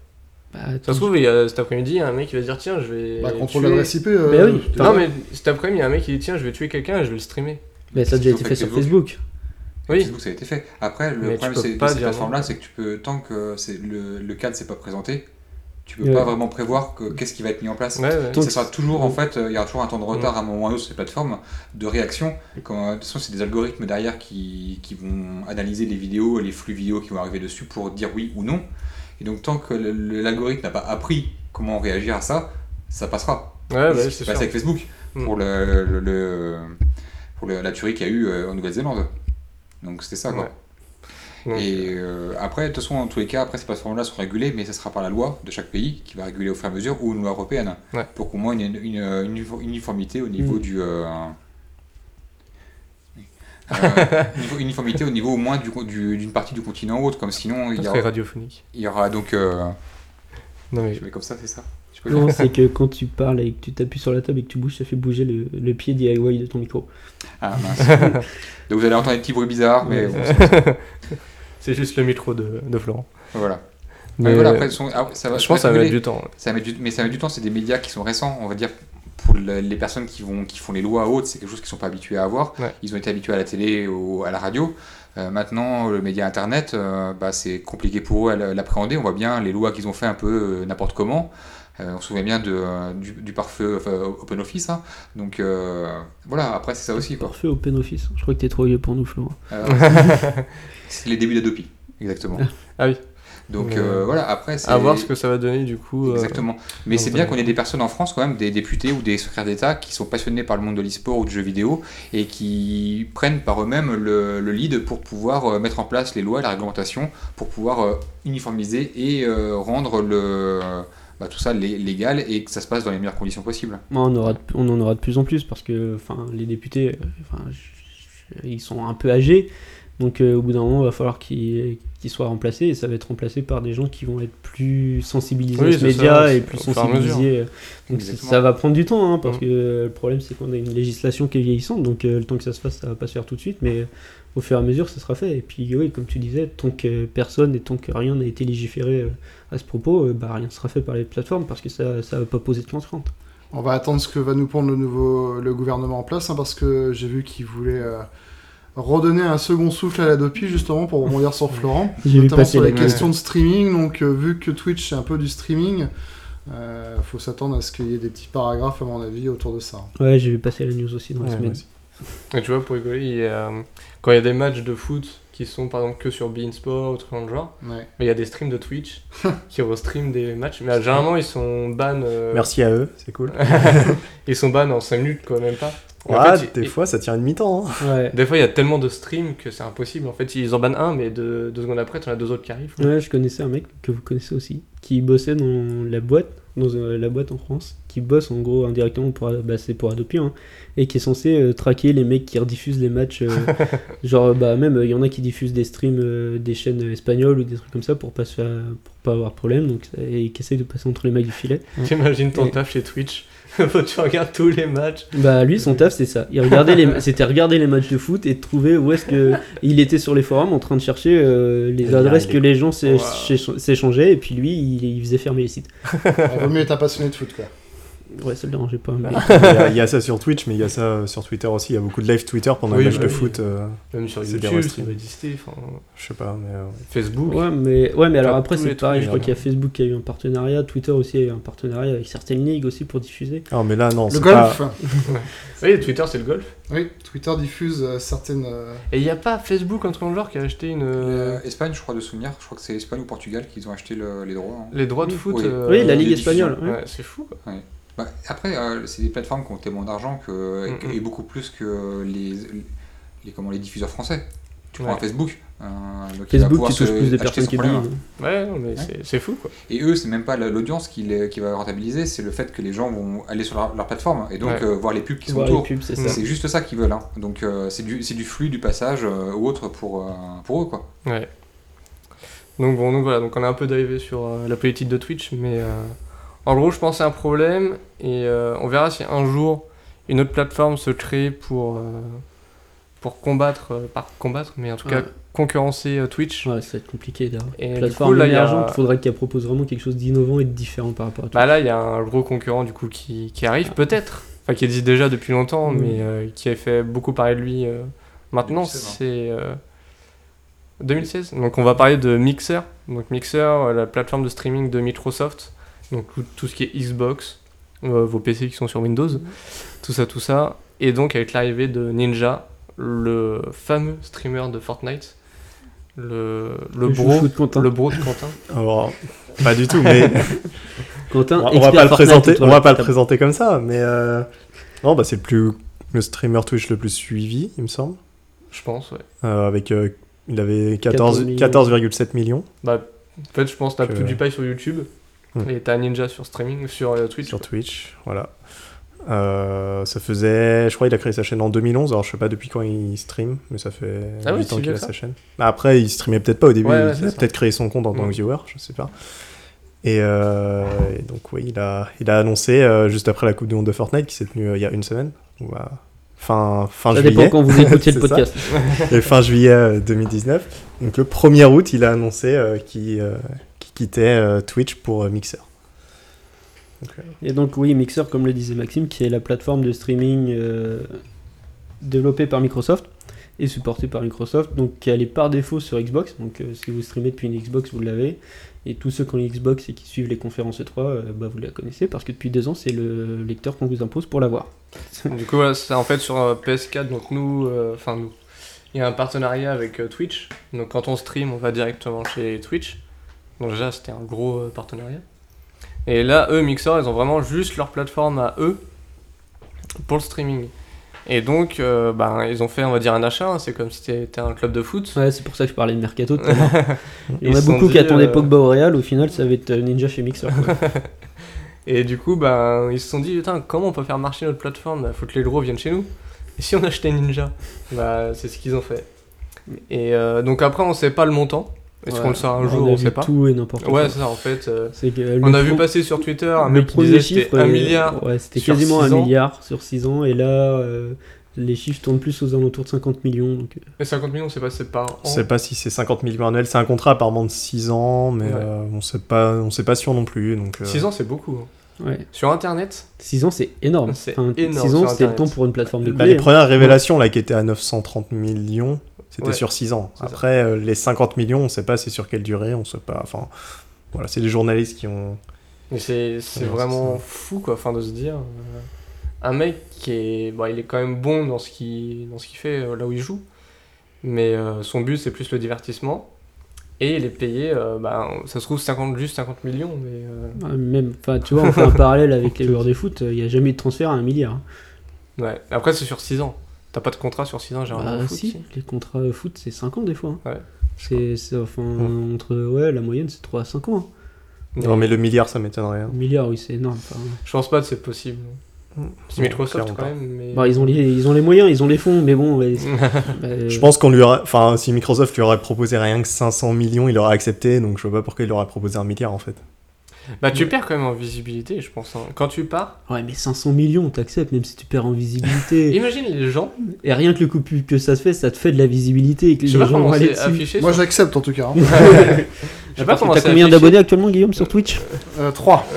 Bah,
Ça se trouve, il y a- cet après-midi, il y a un mec qui va se dire Tiens, je vais.
Bah, contrôle
tuer-
l'adresse IP. euh,
Mais oui.
t'es-
Non, mais cet après-midi, il y a un mec qui dit Tiens, je vais tuer quelqu'un et je vais le streamer.
mais Bah, ça a déjà été fait sur Facebook.
Oui.
Facebook, ça a été fait. Après, le
Mais tu
problème
peux
c'est- de
pas
ces
dire non.
plateformes-là, c'est que tu peux, tant que c'est le, le cadre s'est pas présenté, tu peux
Ouais.
pas vraiment prévoir que- qu'est-ce qui va être mis en place.
Ouais, ouais.
Donc-
ça sera toujours en fait, euh, il y aura toujours un temps de retard à un moment ou à un autre sur ces plateformes de réaction. Comme, euh, de toute façon, c'est des algorithmes derrière qui, qui vont analyser les vidéos, les flux vidéo qui vont arriver dessus pour dire oui ou non. Et donc, tant que le- le- l'algorithme n'a pas appris comment réagir à ça, ça passera.
Ouais,
Bah, c'est
ouais,
ce qui
c'est
s'est
sûr.
passé avec Facebook
Mm.
pour, le, le- le- pour le- la tuerie qu'il y a eu euh, en Nouvelle-Zélande. Donc, c'était ça quoi.
Ouais. Donc,
Et euh, après, de toute façon, dans tous les cas, après ces plateformes-là sont régulées, mais ça sera par la loi de chaque pays qui va réguler au fur et à mesure ou une loi européenne
Ouais.
pour qu'au moins il y ait une, une- une unifor- uniformité au niveau
Mm.
du. euh, euh, une uniformité au niveau au moins du con- du- d'une partie du continent ou autre, comme sinon il y
Très
aura,
radiophonique.
il y aura donc. euh,
Non, mais.
je mets comme ça, c'est ça Je peux le
Non,
faire
c'est que quand tu parles et que tu t'appuies sur la table et que tu bouges, ça fait bouger le, le pied DIY de ton micro.
Ah mince. donc vous allez entendre des petits bruits bizarres, mais bon,
c'est juste le micro de, de Florent.
voilà. Mais
Mais euh,
voilà, après, ils sont- ah, ça va,
je pense que ça va mettre
réguler.
du temps.
Ça met du, mais ça met du temps, c'est des médias qui sont récents, on va dire pour le- les personnes qui, vont, qui font les lois hautes, c'est quelque chose qu'ils sont pas habitués à avoir.
Ouais.
Ils ont été habitués à la télé ou à la radio. Euh, maintenant, le média Internet, euh, bah, c'est compliqué pour eux à l- l'appréhender. On voit bien les lois qu'ils ont fait un peu euh, n'importe comment. Euh, on se souvient bien de, euh, du, du pare-feu enfin, Open Office. hein. Donc euh, voilà, après c'est ça aussi. Quoi.
Parfait, open office. Je crois que t'es trop vieux pour nous, Flo.
Euh, c'est les débuts d'Adopi, exactement.
Ah oui.
Donc
Mais,
euh, voilà, après c'est...
À voir ce que ça va donner du coup. euh,
Exactement. Mais
dans
c'est
le
bien
domaine.
qu'on ait des personnes en France, quand même, des députés ou des secrétaires d'État qui sont passionnés par le monde de l'e-sport ou du jeu vidéo et qui prennent par eux-mêmes le, le lead pour pouvoir euh, mettre en place les lois, la réglementation, pour pouvoir euh, uniformiser et euh, rendre le, bah, tout ça lé- légal et que ça se passe dans les meilleures conditions possibles.
Moi, on, aura de- on en aura de plus en plus parce que enfin, les députés, euh, enfin, je- je- ils sont un peu âgés. Donc euh, au bout d'un moment, il va falloir qu'ils qu'ils soient remplacés et ça va être remplacé par des gens qui vont être plus sensibilisés
Oui,
aux
c'est ça,
médias
c'est
et plus
au fur et à mesure.
sensibilisés. euh, Donc c'est-
Exactement.
ça va prendre du temps hein, parce
Mhm.
que euh, le problème c'est qu'on a une législation qui est vieillissante. Donc euh, le temps que ça se fasse, ça va pas se faire tout de suite. Mais euh, au fur et à mesure, ça sera fait. Et puis oui, comme tu disais, tant que euh, personne et tant que rien n'a été légiféré euh, à ce propos, euh, bah, rien ne sera fait par les plateformes parce que ça ça va pas poser de contraintes.
On va attendre ce que va nous prendre le nouveau le gouvernement en place, hein, parce que j'ai vu qu'il voulait euh, redonner un second souffle à la Dopi, justement, pour rebondir sur Florent,
J'ai vu
notamment
passer
sur
la
les
euh,
questions de streaming. Donc, euh, vu que Twitch, c'est un peu du streaming, euh, faut s'attendre à ce qu'il y ait des petits paragraphes, à mon avis, autour de ça.
Ouais, j'ai vu passer la news aussi dans la
Ouais,
semaine.
moi aussi.
Et tu vois, pour rigoler, il y a, euh, quand il y a des matchs de foot qui sont par exemple que sur Bein Sport ou truc dans le genre,
Ouais.
mais il y a des streams de Twitch qui restream des matchs. Mais euh, généralement, ils sont ban. euh,
Merci à eux, c'est cool.
ils sont ban en 5 minutes, quoi, même pas. En
Ah,
fait,
des
il-
fois, ça tient une mi-temps. hein.
Ouais.
Des fois, il y a tellement de streams que c'est impossible. En fait, ils en bannent un, mais deux, deux secondes après, tu en as deux autres qui arrivent. quoi.
Ouais, je connaissais un mec que vous connaissez aussi, qui bossait dans la boîte, dans euh, la boîte en France, qui bosse en gros indirectement pour, bah, c'est pour Adopi, hein, et qui est censé euh, traquer les mecs qui rediffusent les matchs. euh, genre, bah même, euh, il y en a qui diffusent des streams euh, des chaînes euh, espagnoles ou des trucs comme ça pour pas, se faire- pour pas avoir de problème, donc, et qui essaye de passer entre les mailles du filet.
T'imagines ton
Et-
taf chez Twitch, faut que tu regardes tous les matchs.
Bah lui son taf c'est ça. Il regardait les c'était regarder les matchs de foot et de trouver où est-ce que il était sur les forums en train de chercher euh, les
liens,
adresses
il
que les gens s'é-
Wow.
s'é- s'échangeaient et puis lui il, il faisait fermer les sites.
Il vaut mieux être un passionné de foot, quoi.
Ouais, ça le dérangeait pas. mais-
Il y a- il y, a ça sur Twitch, mais il y a ça euh, sur Twitter aussi. Il y a beaucoup de live Twitter pendant
Oui,
les matchs
bah
de
oui.
foot. euh,
Même sur
C'est des
YouTube, sur
restreams.
Mediaté, enfin,
je sais pas, mais. euh,
Facebook.
Ouais, mais ouais, mais alors
T'as
après
tous
c'est
les trucs,
pareil, je crois
merde.
qu'il y a Facebook qui a eu un partenariat, Twitter aussi a eu un partenariat avec certaines ligues aussi pour diffuser.
Non, mais là, non.
le
c'est
golf
pas-
Oui, Twitter, c'est le golf.
Oui, Twitter diffuse euh, certaines. euh,
Et il n'y a pas Facebook, un truc dans le genre, qui a acheté une,
Euh, Espagne, je crois, de souvenir, je crois que c'est Espagne ou Portugal qui ont acheté le- les droits. hein.
les droits de
Oui.
foot.
Oui.
euh,
oui, la
les
Ligue
diffusions,
espagnole. ouais.
Ouais, c'est fou. quoi.
Bah, après, euh, c'est des plateformes qui ont tellement d'argent que, et que-
Mhm.
et beaucoup plus que les, les, comment, les diffuseurs français. Tu prends
Ouais.
Facebook. euh, donc il va
Facebook
pouvoir
qui touche
se-
plus de
acheter
personnes
sans
qui
problème.
billent.
Ouais, non, mais
Hein
c'est- c'est fou, quoi.
Et eux, c'est même pas la- l'audience qui, les- qui va rentabiliser, c'est le fait que les gens vont aller sur leur, leur plateforme et donc
Ouais.
euh, voir les pubs qui sont
Voir les
autour.
pubs, c'est
Mm.
ça.
C'est juste ça qu'ils veulent. hein. Donc euh, c'est du, c'est du flux, du passage euh, ou autre pour, euh, pour eux. Quoi.
Ouais. Donc bon, donc voilà, donc on a un peu dérivé sur euh, la politique de Twitch, mais euh, en gros, je pense que c'est un problème et euh, on verra si un jour une autre plateforme se crée pour euh, pour combattre, euh, pas combattre, mais en tout cas
Ouais.
concurrencer euh, Twitch.
Ouais, ça va être compliqué d'ailleurs.
Et
Plateforme
du coup, là, il y a-
émergente, faudrait qu'elle propose vraiment quelque chose d'innovant et de différent par rapport à tout.
bah là, il y a un gros concurrent du coup qui, qui arrive peut-être, enfin qui existe déjà depuis longtemps,
Mm.
mais euh, qui a fait beaucoup parler de lui. euh, maintenant,
2016, hein.
c'est euh, 2016. Donc on va parler de Mixer. Donc Mixer, euh, la plateforme de streaming de Microsoft. Donc tout, tout ce qui est Xbox, euh, vos PC qui sont sur Windows, tout ça, tout ça. Et donc avec l'arrivée de Ninja, le fameux streamer de Fortnite, le, le bro,
chouchou de Quentin.
le bro de Quentin.
Alors, pas du tout, mais.
Quentin,
on, on va
expert
pas le
Fortnite,
présenter,
toi,
on
là,
va pas le
t'as-
présenter comme ça, mais euh, non, bah c'est le plus le streamer Twitch le plus suivi, il me semble,
Je pense, ouais.
Euh, avec euh, il avait
14
14
millions.
14,7 millions
Bah, en fait, je pense que t'as
Que-
PewDiePie sur YouTube
Hmm.
et t'as Ninja sur streaming, sur euh, Twitch.
sur Twitch, voilà. Euh, ça faisait, je crois, il a créé sa chaîne en 2011. Alors je sais pas depuis quand il stream, mais ça fait
Ah ouais,
8
si
ans qu'il
vieux
a
que ça
sa chaîne. Bah, Après, il streamait peut-être pas au début.
Ouais, ouais,
il
c'est
a
ça.
peut-être créé son compte en tant
Mm.
que viewer, je sais pas. Et, euh, et donc oui, il a, il a annoncé euh, juste après la Coupe du Monde de Fortnite qui s'est tenue euh, il y a une semaine, ou à- fin fin
Ça
juillet.
dépend quand vous écoutez le
C'est
podcast.
et fin juillet euh, 2019. Donc le 1er août, il a annoncé euh, qu'il euh, qu'il quittait euh, Twitch pour euh, Mixer. Donc, euh,
Et donc oui, Mixer, comme le disait Maxime, qui est la plateforme de streaming euh, développée par Microsoft et supportée par Microsoft, donc qui elle est par défaut sur Xbox. Donc euh, si vous streamez depuis une Xbox, vous l'avez. Et tous ceux qui ont une Xbox et qui suivent les conférences E3, euh, bah, vous la connaissez parce que depuis deux ans, c'est le lecteur qu'on vous impose pour l'avoir.
Du coup, voilà, c'est en fait sur euh, PS4, donc nous, euh, enfin nous, il y a un partenariat avec euh, Twitch. Donc quand on stream, on va directement chez Twitch. Donc déjà, c'était un gros euh, partenariat. Et là, eux, Mixer, ils ont vraiment juste leur plateforme à eux pour le streaming. Et donc, euh, ben, ils ont fait, on va dire, un achat. hein, c'est comme si t'étais un club de foot.
Ouais, c'est pour ça que je parlais de Mercato tout à l'heure. Il y en
Ils
a
se sont
beaucoup qui
dit,
attendaient
euh,
Pogba au Real, au final, ça va être euh, Ninja chez Mixer. quoi.
Et du coup, ben, ils se sont dit, putain, comment on peut faire marcher notre plateforme Il faut que les gros viennent chez nous. Et si on achetait Ninja Bah, c'est ce qu'ils ont fait. Et euh, donc après, on sait pas le montant. Est-ce
Ouais.
qu'on le saura un
On
jour
a
On
vu
sait pas.
tout et n'importe quoi.
Ouais, c'est ça, en fait. euh,
C'est que le
on a vu
pro-
passer sur Twitter Ah, un
le
mec qui
premier
disait c'était
chiffre,
1
euh,
milliard.
ouais, c'était
sur
quasiment 1
six ans.
milliard sur 6 ans, et là, euh, les chiffres tournent plus aux alentours de 50 millions. Donc, euh,
Mais 50 millions, c'est passé par an.
on sait pas si c'est 50 millions annuels. C'est un contrat apparemment de 6 ans, mais
Ouais.
euh, on sait pas, on sait pas sûr non plus. Donc, euh,
6 ans, c'est beaucoup.
ouais.
Sur Internet
6 euh, ans, c'est énorme.
C'est
6
énorme
ans,
sur
c'était le temps
Internet.
pour une plateforme de
bah,
play,
les premières révélations là qui étaient à 930 millions, c'était
Ouais.
sur 6 ans.
C'est ça.
Après euh, les 50 millions, on sait pas c'est sur quelle durée, on sait pas. Enfin, voilà, c'est des journalistes qui ont.
Mais c'est c'est
Ouais,
vraiment
c'est
fou, quoi, enfin, de se dire. euh, un mec qui est. Bon, il est quand même bon dans ce qu'il dans ce qu'il fait, euh, là où il joue. Mais euh, son but, c'est plus le divertissement. Et il est payé, euh, bah, ça se trouve, 50, juste 50 millions. Mais, euh,
hein. Ouais, Même, enfin, tu vois, on fait un parallèle avec les joueurs de foot, il n'y a jamais eu de transfert à 1 milliard. hein.
ouais. Après, c'est sur 6 ans. T'as pas de contrat sur 6 ans, j'ai
Bah, si, les contrats euh, foot, c'est 5 ans des fois. hein.
Ouais.
C'est, c'est- enfin,
Ouais.
entre, ouais, la moyenne, c'est 3 à 5 ans. hein.
Non mais le milliard, ça m'étonnerait. hein.
Un milliard, oui, c'est énorme. enfin.
Je pense pas que c'est possible. C'est
Non,
Microsoft
clairement
quand
pas.
même, mais...
Bah, ils, ont les, ils ont les moyens, ils ont les fonds, mais bon, ouais, bah,
Je pense qu'on lui aurait, enfin, si Microsoft lui aurait proposé rien que 500 millions, il aurait accepté. Donc je vois pas pourquoi il aurait proposé un milliard en fait.
Bah, tu perds quand même en visibilité, je pense. hein. Quand tu pars,
Ouais, mais 500 millions, t'acceptes, même si tu perds en visibilité.
imagine les gens.
et rien que le coup de pub que ça se fait, ça te fait de la visibilité et que
Je
les
sais pas
gens
comment
vont aller
c'est
dessus.
affiché.
Moi
sur-
j'accepte en tout cas. hein.
Je
je sais pas comment
T'as
c'est
combien
affiché-
d'abonnés actuellement, Guillaume,
Euh,
sur Twitch
3.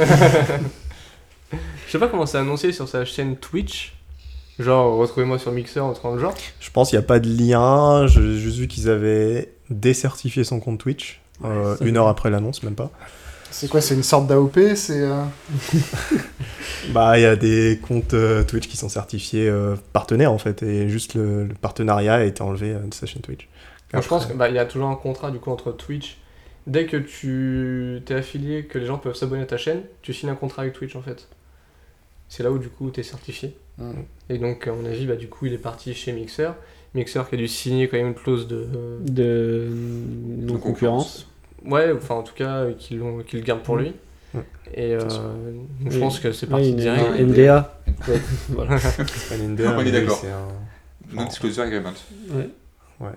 Je sais pas comment c'est annoncé sur sa chaîne Twitch. Genre, retrouvez-moi sur Mixer en train de genre.
Je pense qu'il n'y a pas de lien. je- J'ai juste vu qu'ils avaient décertifié son compte Twitch euh,
ça-
une heure après l'annonce, même pas.
C'est quoi C'est une sorte d'AOP C'est euh,
Bah, il y a des comptes euh, Twitch qui sont certifiés euh, partenaires en fait, et juste le, le partenariat a été enlevé euh, de sa chaîne Twitch.
Moi, je pense
Après,
qu'il bah, il y a toujours un contrat du coup entre Twitch. Dès que tu t'es affilié, que les gens peuvent s'abonner à ta chaîne, tu signes un contrat avec Twitch en fait. C'est là où du coup t'es certifié.
Hmm.
Mm.
Et donc à mon avis, bah, du coup il est parti chez Mixer. Mixer qui a dû signer quand même une clause de. euh,
De
non-concurrence.
non-concurrence.
Ouais, enfin en tout cas euh, qu'ils l'ont- qu'ils le gardent pour lui.
Ouais.
Et euh,
C'est sûr.
donc, je
Hmm. Oui.
pense que c'est parti
une,
direct.
une MDA.
c'est pas une NDA,
On est
mais
d'accord.
c'est un-
Non disclosure agreement.
Ouais.
Ouais,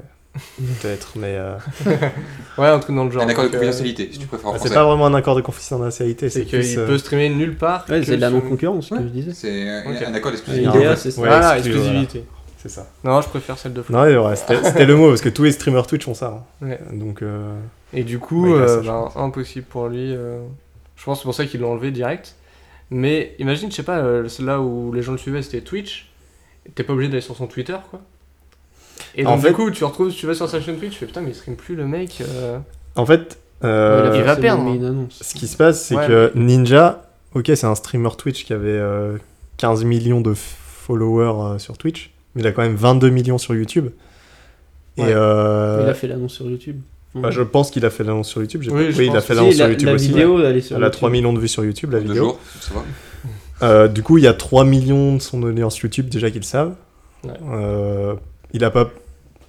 peut-être, mais euh,
Ouais, un truc dans le genre.
Un accord de
Donc, euh,
confidentialité, si tu
Ah,
préfères en
bah, c'est
français.
pas vraiment un accord de confidentialité.
C'est
C'est
qu'il
plus, euh,
peut streamer nulle part.
Ouais,
que
c'est de la
sur-
non-concurrence, comme je disais.
C'est un-
Ok.
un accord
Et
d'exclusivité.
Non,
L'idéa,
ouais.
c'est ça.
Ouais,
Voilà,
exclu, voilà.
exclusivité.
C'est ça.
Non, je préfère celle de Flo.
Non, mais ouais, c'était c'était le mot parce que tous les streamers Twitch font ça. hein.
Ouais.
Donc. euh,
Et du coup,
Ouais, il a
euh,
ça, je
ben, impossible pour lui. euh, Je pense que c'est pour ça qu'ils l'ont enlevé direct. Mais imagine, je sais pas, euh, c'est là où les gens le suivaient, c'était Twitch. T'es pas obligé d'aller sur son Twitter, quoi. Et
En
donc,
fait-
du coup, tu retrouves, tu vas sur sa chaîne Twitch, tu fais putain, mais il stream plus le mec. euh.
En fait, euh,
il a va
forcément
perdre,
mis
hein.
une annonce.
ce qui se passe, c'est
Ouais,
que Ninja, ok, c'est un streamer Twitch qui avait euh, 15 millions de followers euh, sur Twitch, mais il a quand même 22 millions sur YouTube. Et
Ouais.
euh,
Il a fait l'annonce sur YouTube.
bah, je pense qu'il a fait l'annonce sur YouTube. j'ai
Oui,
pas-
je
oui, il a
pense
fait
Si,
l'annonce sur
la,
YouTube
la
aussi.
vidéo, elle est sur
Elle a
YouTube.
3 millions de vues sur YouTube, la
Deux
vidéo.
jours, ça va.
Euh, du coup, il y a 3 millions de son audience YouTube déjà qu'ils le savent.
Ouais.
Euh, il a pas.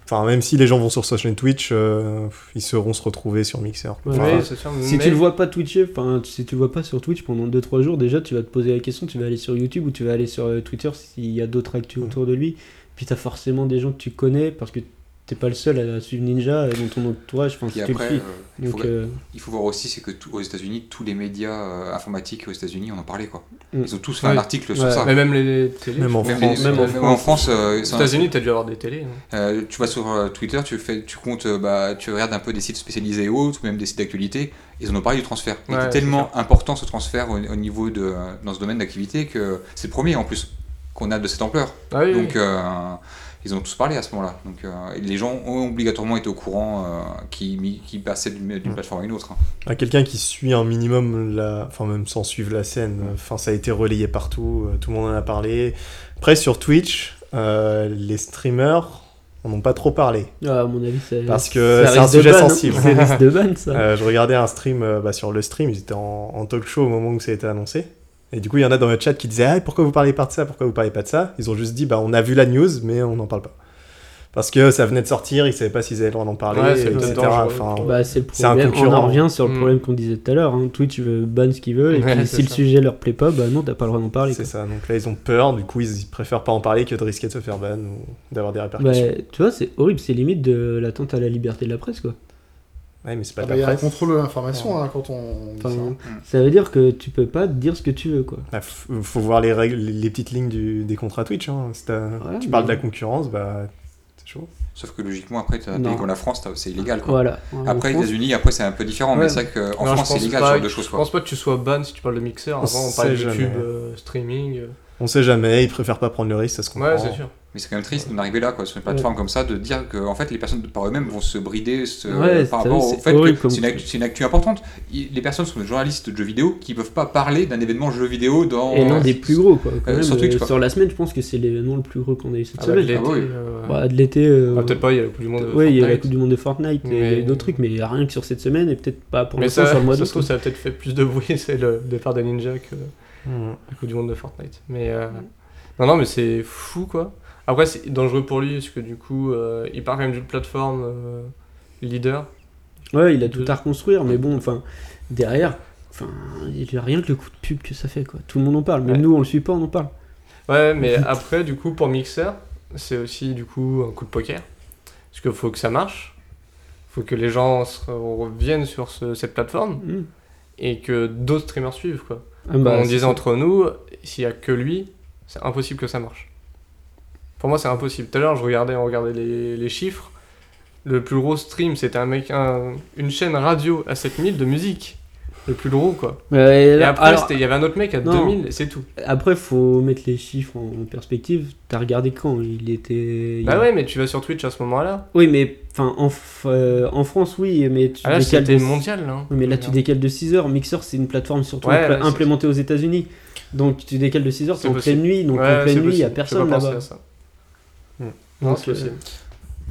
Enfin, même si les gens vont sur sa chaîne Twitch, euh, ils seront se retrouver sur Mixer.
Ouais,
Enfin,
Oui, c'est sûr,
Si
mais-
tu le vois pas twitcher, enfin si tu le vois pas sur Twitch pendant 2-3 jours, déjà tu vas te poser la question, tu vas aller sur YouTube ou tu vas aller sur euh, Twitter s'il y a d'autres actus autour de lui. Puis t'as forcément des gens que tu connais parce que t'es pas le seul à suivre Ninja dans ton entourage. Enfin,
Puis
si tu le
après,
suis.
euh, il,
Donc,
faut,
euh,
il faut voir aussi, c'est que tout- aux États-Unis, tous les médias euh, informatiques aux États-Unis, on en parlait quoi.
Mm.
Ils ont tous fait un
Ouais.
article sur
Ouais.
ça.
Mais même les télés.
Même en
Même
France.
les-
même en
même en France, euh,
Aux
c'est un-
États-Unis, t'as dû avoir des télés. hein.
Euh, tu vas sur euh, Twitter, tu, fais, tu comptes, euh, bah, tu regardes un peu des sites spécialisés et autres, ou même des sites d'actualité, ils en ont parlé du transfert. Il
Ouais,
était
c'est
tellement important ce transfert au, au niveau de, euh, dans ce domaine d'activité que c'est le premier en plus qu'on a de cette ampleur.
Ah oui,
Donc
oui.
euh, ils ont tous parlé à ce moment-là. Donc euh, et les gens ont obligatoirement été au courant euh, qui, mi- qui passaient d'une d'une
Mm.
plateforme à une autre. hein.
À quelqu'un qui suit un minimum la, enfin même sans suivre la scène, euh, enfin ça a été relayé partout, euh, tout le monde en a parlé. Après sur Twitch, euh, les streamers en ont pas trop parlé
ah, à mon avis, c'est.
parce que
ça
c'est un
risque de
sujet
ban, hein.
sensible.
C'est risque de ban, ça.
Euh, je regardais un stream euh, bah, sur le stream, ils étaient en, en talk show au moment où ça a été annoncé. Et du coup, il y en a dans le chat qui disaient Ah, pourquoi vous parlez pas de ça Pourquoi vous parlez pas de ça Ils ont juste dit Bah, on a vu la news, mais on n'en parle pas. Parce que ça venait de sortir, ils savaient pas s'ils avaient le droit d'en parler,
Ouais, c'est le
etc.
dangereux.
Enfin,
Bah, c'est le
C'est un
problème. On
concurrent.
en revient sur le
Mm.
problème qu'on disait tout à l'heure. hein. Twitch veut ban ce qu'ils veulent, et
Ouais,
puis
c'est
si le
ça.
sujet leur plaît pas, bah non, t'as pas le droit d'en parler.
c'est
quoi.
ça. Donc là, ils ont peur, du coup, ils préfèrent pas en parler que de risquer de se faire ban ou d'avoir des répercussions.
Bah, tu vois, c'est horrible, c'est limite de l'atteinte à la liberté de la presse, quoi.
Ouais, mais c'est pas
Ah
de
bah,
la
Il y a un
presse.
contrôle de l'information hein, quand on. dit
Enfin,
ça.
Mm.
Ça veut dire que tu peux pas dire ce que tu veux, quoi.
Bah, f- faut voir les, règles, les petites lignes du- des contrats Twitch. hein. Si t'as-
Ouais,
tu parles de
mais-
la concurrence, bah, c'est chaud.
Sauf que logiquement après, tu as un
Non.
pays comme la France, t'as- c'est illégal. Quoi.
Voilà.
Après
En
les
France,
États-Unis, après c'est un peu différent, mais
Ouais.
c'est vrai qu'en
Non, je
France c'est
pense
illégal
pas
ce genre
que-
de choses.
Je
quoi.
pense pas que tu sois ban si tu parles de mixeur.
On
Avant, on parlait de
sait
YouTube,
jamais.
euh, streaming. euh.
On sait jamais, ils préfèrent pas prendre le risque, ça se comprend.
Ouais, c'est sûr.
Mais c'est quand même triste d'en arriver là, quoi, sur une plateforme comme ça, de dire que en fait, les personnes par eux-mêmes vont se brider se- euh,
Ouais,
par
c'est-
rapport
c'est
au fait
horrible
que
comme
c'est une, actu, c'est une actu importante. Il- les personnes sont des journalistes de jeux vidéo qui peuvent pas parler d'un événement jeu vidéo dans.
Et l'un des plus gros, quoi. quand
Euh,
même,
sur Twitch,
euh,
quoi.
sur la semaine, je pense que c'est l'événement le plus gros qu'on a eu cette
Ah, bah,
semaine.
l'été,
Ah oui.
euh,
Bah, de l'été. euh,
bah, peut-être pas, il y a la Coupe du Monde. de
ouais, il y a la
Fortnite.
Coupe du Monde de Fortnite et
Mais-
d'autres trucs, mais rien que sur cette semaine et peut-être pas pour
Mais
l'instant
ça,
sur le mois
ça
d'août.
se trouve, ça a peut-être fait plus de bruit, c'est le départ de Ninja que
Hmm.
la Coupe du Monde de Fortnite. Mais euh, non, non, mais c'est fou quoi. Après, c'est dangereux pour lui parce que du coup, euh, il part quand même d'une plateforme euh, leader.
Ouais, il a tout à reconstruire, mais bon, enfin, derrière, enfin, il n'y a rien que le coup de pub que ça fait, quoi. Tout le monde en parle, même
Ouais.
nous, on le suit pas, on en parle.
Ouais, mais après, du coup, pour Mixer, c'est aussi du coup un coup de poker. Parce qu'il faut que ça marche. faut que les gens se reviennent sur ce- cette plateforme
Mm.
et que d'autres streamers suivent. Quoi.
Ah,
Comme
bah,
on
c'est-
disait entre nous, s'il y a que lui, c'est impossible que ça marche. Pour moi, c'est impossible. Tout à l'heure, je regardais, on regardait les, les chiffres. Le plus gros stream, c'était un mec, un- une chaîne radio à 7000 de musique. Le plus gros, quoi.
Ouais,
Et
là-
après,
alors,
c'était- il y avait un autre mec à
Non.
2000, et c'est tout.
Après, faut mettre les chiffres en perspective. T'as regardé quand Il était. il-
Bah ouais, mais tu vas sur Twitch à ce moment-là.
Oui, mais enfin, en, f- euh, en France, oui, mais tu
Ah là,
décales.
c'était
de-
mondial, là. hein.
Oui, mais là, tu décales de 6 heures. Mixer, c'est une plateforme surtout
Ouais,
implé-
ouais, c'est-
implémentée aux États-Unis. Donc, tu décales de 6 heures,
C'est
c'est en
possible.
pleine nuit. Donc,
Ouais,
en
c'est
pleine nuit, il n'y a
possible.
personne
J'ai pas pensé
là-bas.
à ça.
Hmm.
Non,
Donc,
c'est
euh,
possible.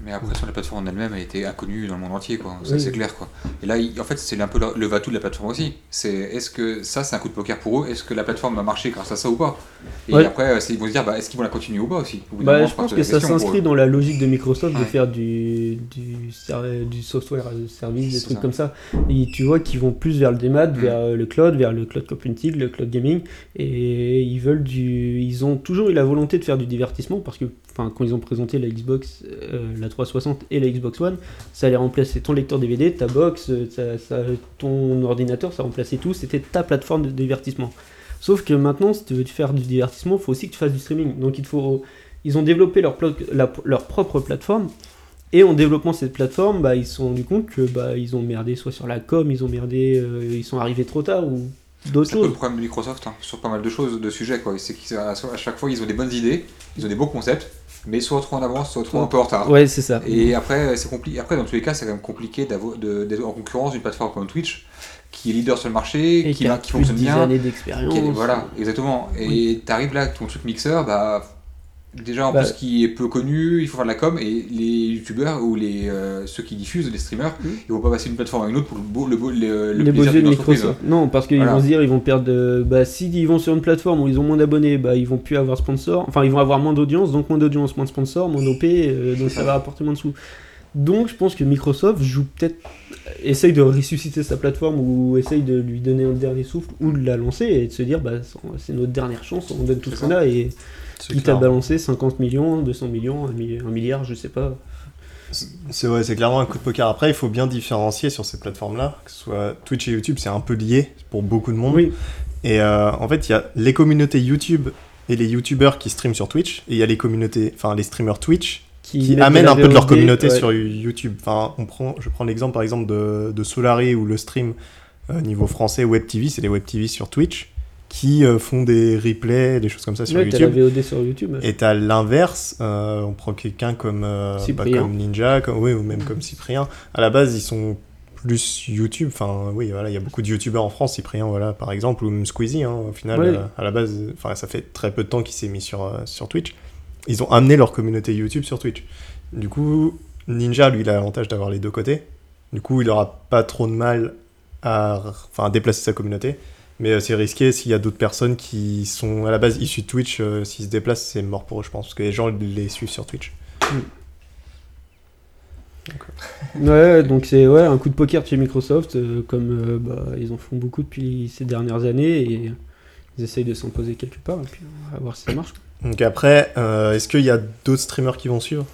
Mais après, sur la plateforme en elle-même, elle était inconnue dans le monde entier, quoi. Ça,
Oui.
c'est clair, quoi. Et là, il- en fait, c'est un peu le, le va-tout de la plateforme aussi. C'est est-ce que ça, c'est un coup de poker pour eux Est-ce que la plateforme va marcher grâce à ça ou pas Et
Ouais.
après, c'est- ils vont se dire, bah, est-ce qu'ils vont la continuer ou pas aussi Au bout d'un
Bah,
moment,
je
faut
pense
se
que
poser la
ça
question pour
s'inscrit
eux.
dans la logique de Microsoft de
Ouais.
faire du, du, ser- du software as a service, des
C'est
trucs
ça. Mm.
comme ça. Et tu vois qu'ils vont plus vers le démat, vers euh, le cloud, vers le cloud computing, le cloud gaming. Et ils veulent du. Ils ont toujours eu la volonté de faire du divertissement parce que enfin, quand ils ont présenté la Xbox, euh, la 360 et la Xbox One, ça allait remplacer ton lecteur DVD, ta box, euh, ça- ça- ton ordinateur, ça remplaçait tout. C'était ta plateforme de divertissement. Sauf que maintenant, si tu veux faire du divertissement, il faut aussi que tu fasses du streaming. Donc il te faut ils ont développé leur, pla- la- leur propre plateforme. Et en développant cette plateforme, bah, ils se sont rendus compte que bah, ils ont merdé soit sur la com, ils ont merdé, euh, ils sont arrivés trop tard ou d'autres
C'est un peu le
choses.
problème de Microsoft hein, sur pas mal de choses, de sujets. quoi. C'est qu'à à chaque fois, ils ont des bonnes idées, ils ont des beaux concepts, mais soit trop en avance, soit trop un peu en retard.
Ouais, c'est ça.
Et après, c'est compliqué. Après, dans tous les cas, c'est quand même compliqué d'avo- de- d'être en concurrence d'une plateforme comme Twitch, qui est leader sur le marché,
Et
qui,
qui a
qui
plus de
fonctionne
10
bien.
années
qui
d'expérience.
est- voilà, exactement. Et t'arrives là avec ton truc mixeur, bah. Déjà, en
Bah.
plus, qui est peu connu, il faut faire de la com, et les youtubeurs ou les, euh, ceux qui diffusent, les streamers,
Mm.
ils vont pas passer d'une plateforme à une autre pour le, beau, le, beau- le, le
les beaux
plaisir
yeux
d'une
de
entreprise.
hein.
Microsoft. Non, parce qu'ils
Voilà.
vont se dire, ils vont perdre. euh, bah, si ils vont sur une plateforme où ils ont moins d'abonnés, bah, ils vont plus avoir sponsor. Enfin, ils vont avoir moins d'audience, donc moins d'audience, moins de sponsors, moins d'OP, euh, donc ça va rapporter moins de sous. Donc, je pense que Microsoft joue peut-être, essaye de ressusciter sa plateforme ou essaye de lui donner un dernier souffle ou de la lancer et de se dire, bah, c'est notre dernière chance, on donne tout ce
C'est
qu'on
ça.
a et
C'est
quitte à
clair.
balancer 50 millions, 200 millions, un, mi- un milliard, je sais pas.
C'est ouais, c'est clairement un coup de poker. Après, il faut bien différencier sur ces plateformes-là, que ce soit Twitch et YouTube, c'est un peu lié pour beaucoup de monde.
Oui.
Et euh, en fait, il y a les communautés YouTube et les YouTubers qui streament sur Twitch, et il y a les communautés, enfin les streamers Twitch qui
mettent
amènent
la
un peu de leur
VOD,
communauté
ouais.
sur YouTube. Enfin, on prend, je prends l'exemple par exemple de, de Solary ou le stream euh, niveau français Web TV, c'est les Web TV sur Twitch qui euh, font des replays, des choses comme ça sur
Ouais, t'as la
YouTube.
VOD sur YouTube.
Et à l'inverse, euh, on prend quelqu'un comme, euh, bah,
Cyprien. Mm.
comme Ninja, comme, oui, ou même comme Cyprien. À la base, ils sont plus YouTube. Enfin, oui, voilà, il y a beaucoup de YouTubeurs en France. Cyprien, voilà, par exemple, ou même Squeezie. hein, au final,
Ouais.
euh, à la base, euh, enfin, ça fait très peu de temps qu'il s'est mis sur, euh, sur Twitch. Ils ont amené leur communauté YouTube sur Twitch. Du coup, Ninja, lui, il a l'avantage d'avoir les deux côtés. Du coup, il aura pas trop de mal à, enfin, à déplacer sa communauté. Mais euh, c'est risqué s'il y a d'autres personnes qui sont à la base issues de Twitch. euh, S'ils se déplacent, c'est mort pour eux, je pense. Parce que les gens les suivent sur Twitch.
Ouais, donc c'est ouais, un coup de poker de chez Microsoft, euh, comme euh, bah, ils en font beaucoup depuis ces dernières années et ils essayent de s'imposer quelque part et puis on va voir si ça marche.
Donc après, euh, est-ce qu'il y a d'autres streamers qui vont suivre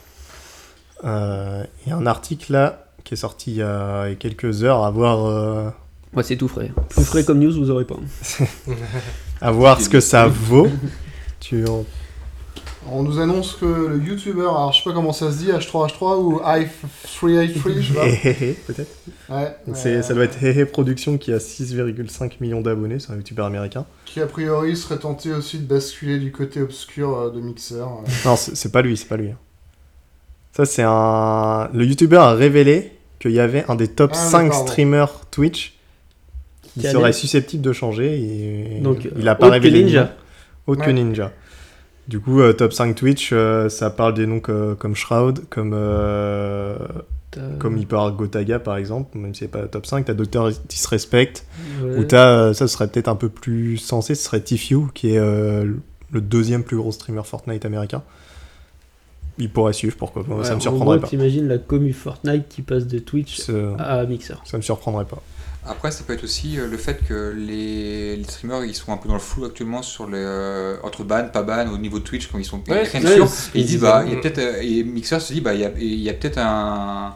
Euh, Il y a un article là qui est sorti il y a quelques heures à voir, euh,
Moi, c'est tout frais. Plus frais comme news, vous aurez pas.
à voir ce que ça vaut. tu en-
On nous annonce que le youtubeur, alors je sais pas comment ça se dit, H3H3 ou i3i3, je sais pas.
Peut-être.
Ouais,
Donc
euh,
c'est- Ça doit être Hehe Productions qui a 6,5 millions d'abonnés, c'est un youtubeur américain.
Qui a priori serait tenté aussi de basculer du côté obscur euh, de Mixer. euh.
Non, c'est c'est pas lui, c'est pas lui. hein. Ça, c'est un. Le youtubeur a révélé qu'il y avait un des top
Ah oui,
5
pardon.
streamers Twitch qui
Qui allait-
serait susceptible de changer. Et...
Donc,
il a
euh,
pas
autre que
révélé. le
Ninja.
nom. Autre que
Ouais.
Ninja. Du coup, euh, top 5 Twitch, euh, ça parle des noms que- comme Shroud, comme, euh,
T'as-
comme Hyper Gotaga par exemple, même si c'est pas top 5. T'as Docteur Disrespect,
ouais.
ou t'as, euh, ça serait peut-être un peu plus sensé, ce serait Tfue, qui est euh, le deuxième plus gros streamer Fortnite américain. Il pourrait suivre, pourquoi pas,
Ouais,
ça me
en
surprendrait
gros, Ah.
pas.
T'imagines la commu Fortnite qui passe de Twitch
Ça,
à Mixer.
ça me surprendrait pas.
Après, ça peut être aussi euh, le fait que les, les streamers ils sont un peu dans le flou actuellement sur les, euh, entre ban, pas ban, au niveau de Twitch, quand ils sont
Ouais,
rien de
ouais,
sûr.
c'est ce
Et
qu'ils
ils disent,
disent
bah,
avant.
il y a peut-être, euh, et Mixer se dit, bah, il y a, il y a peut-être un, un-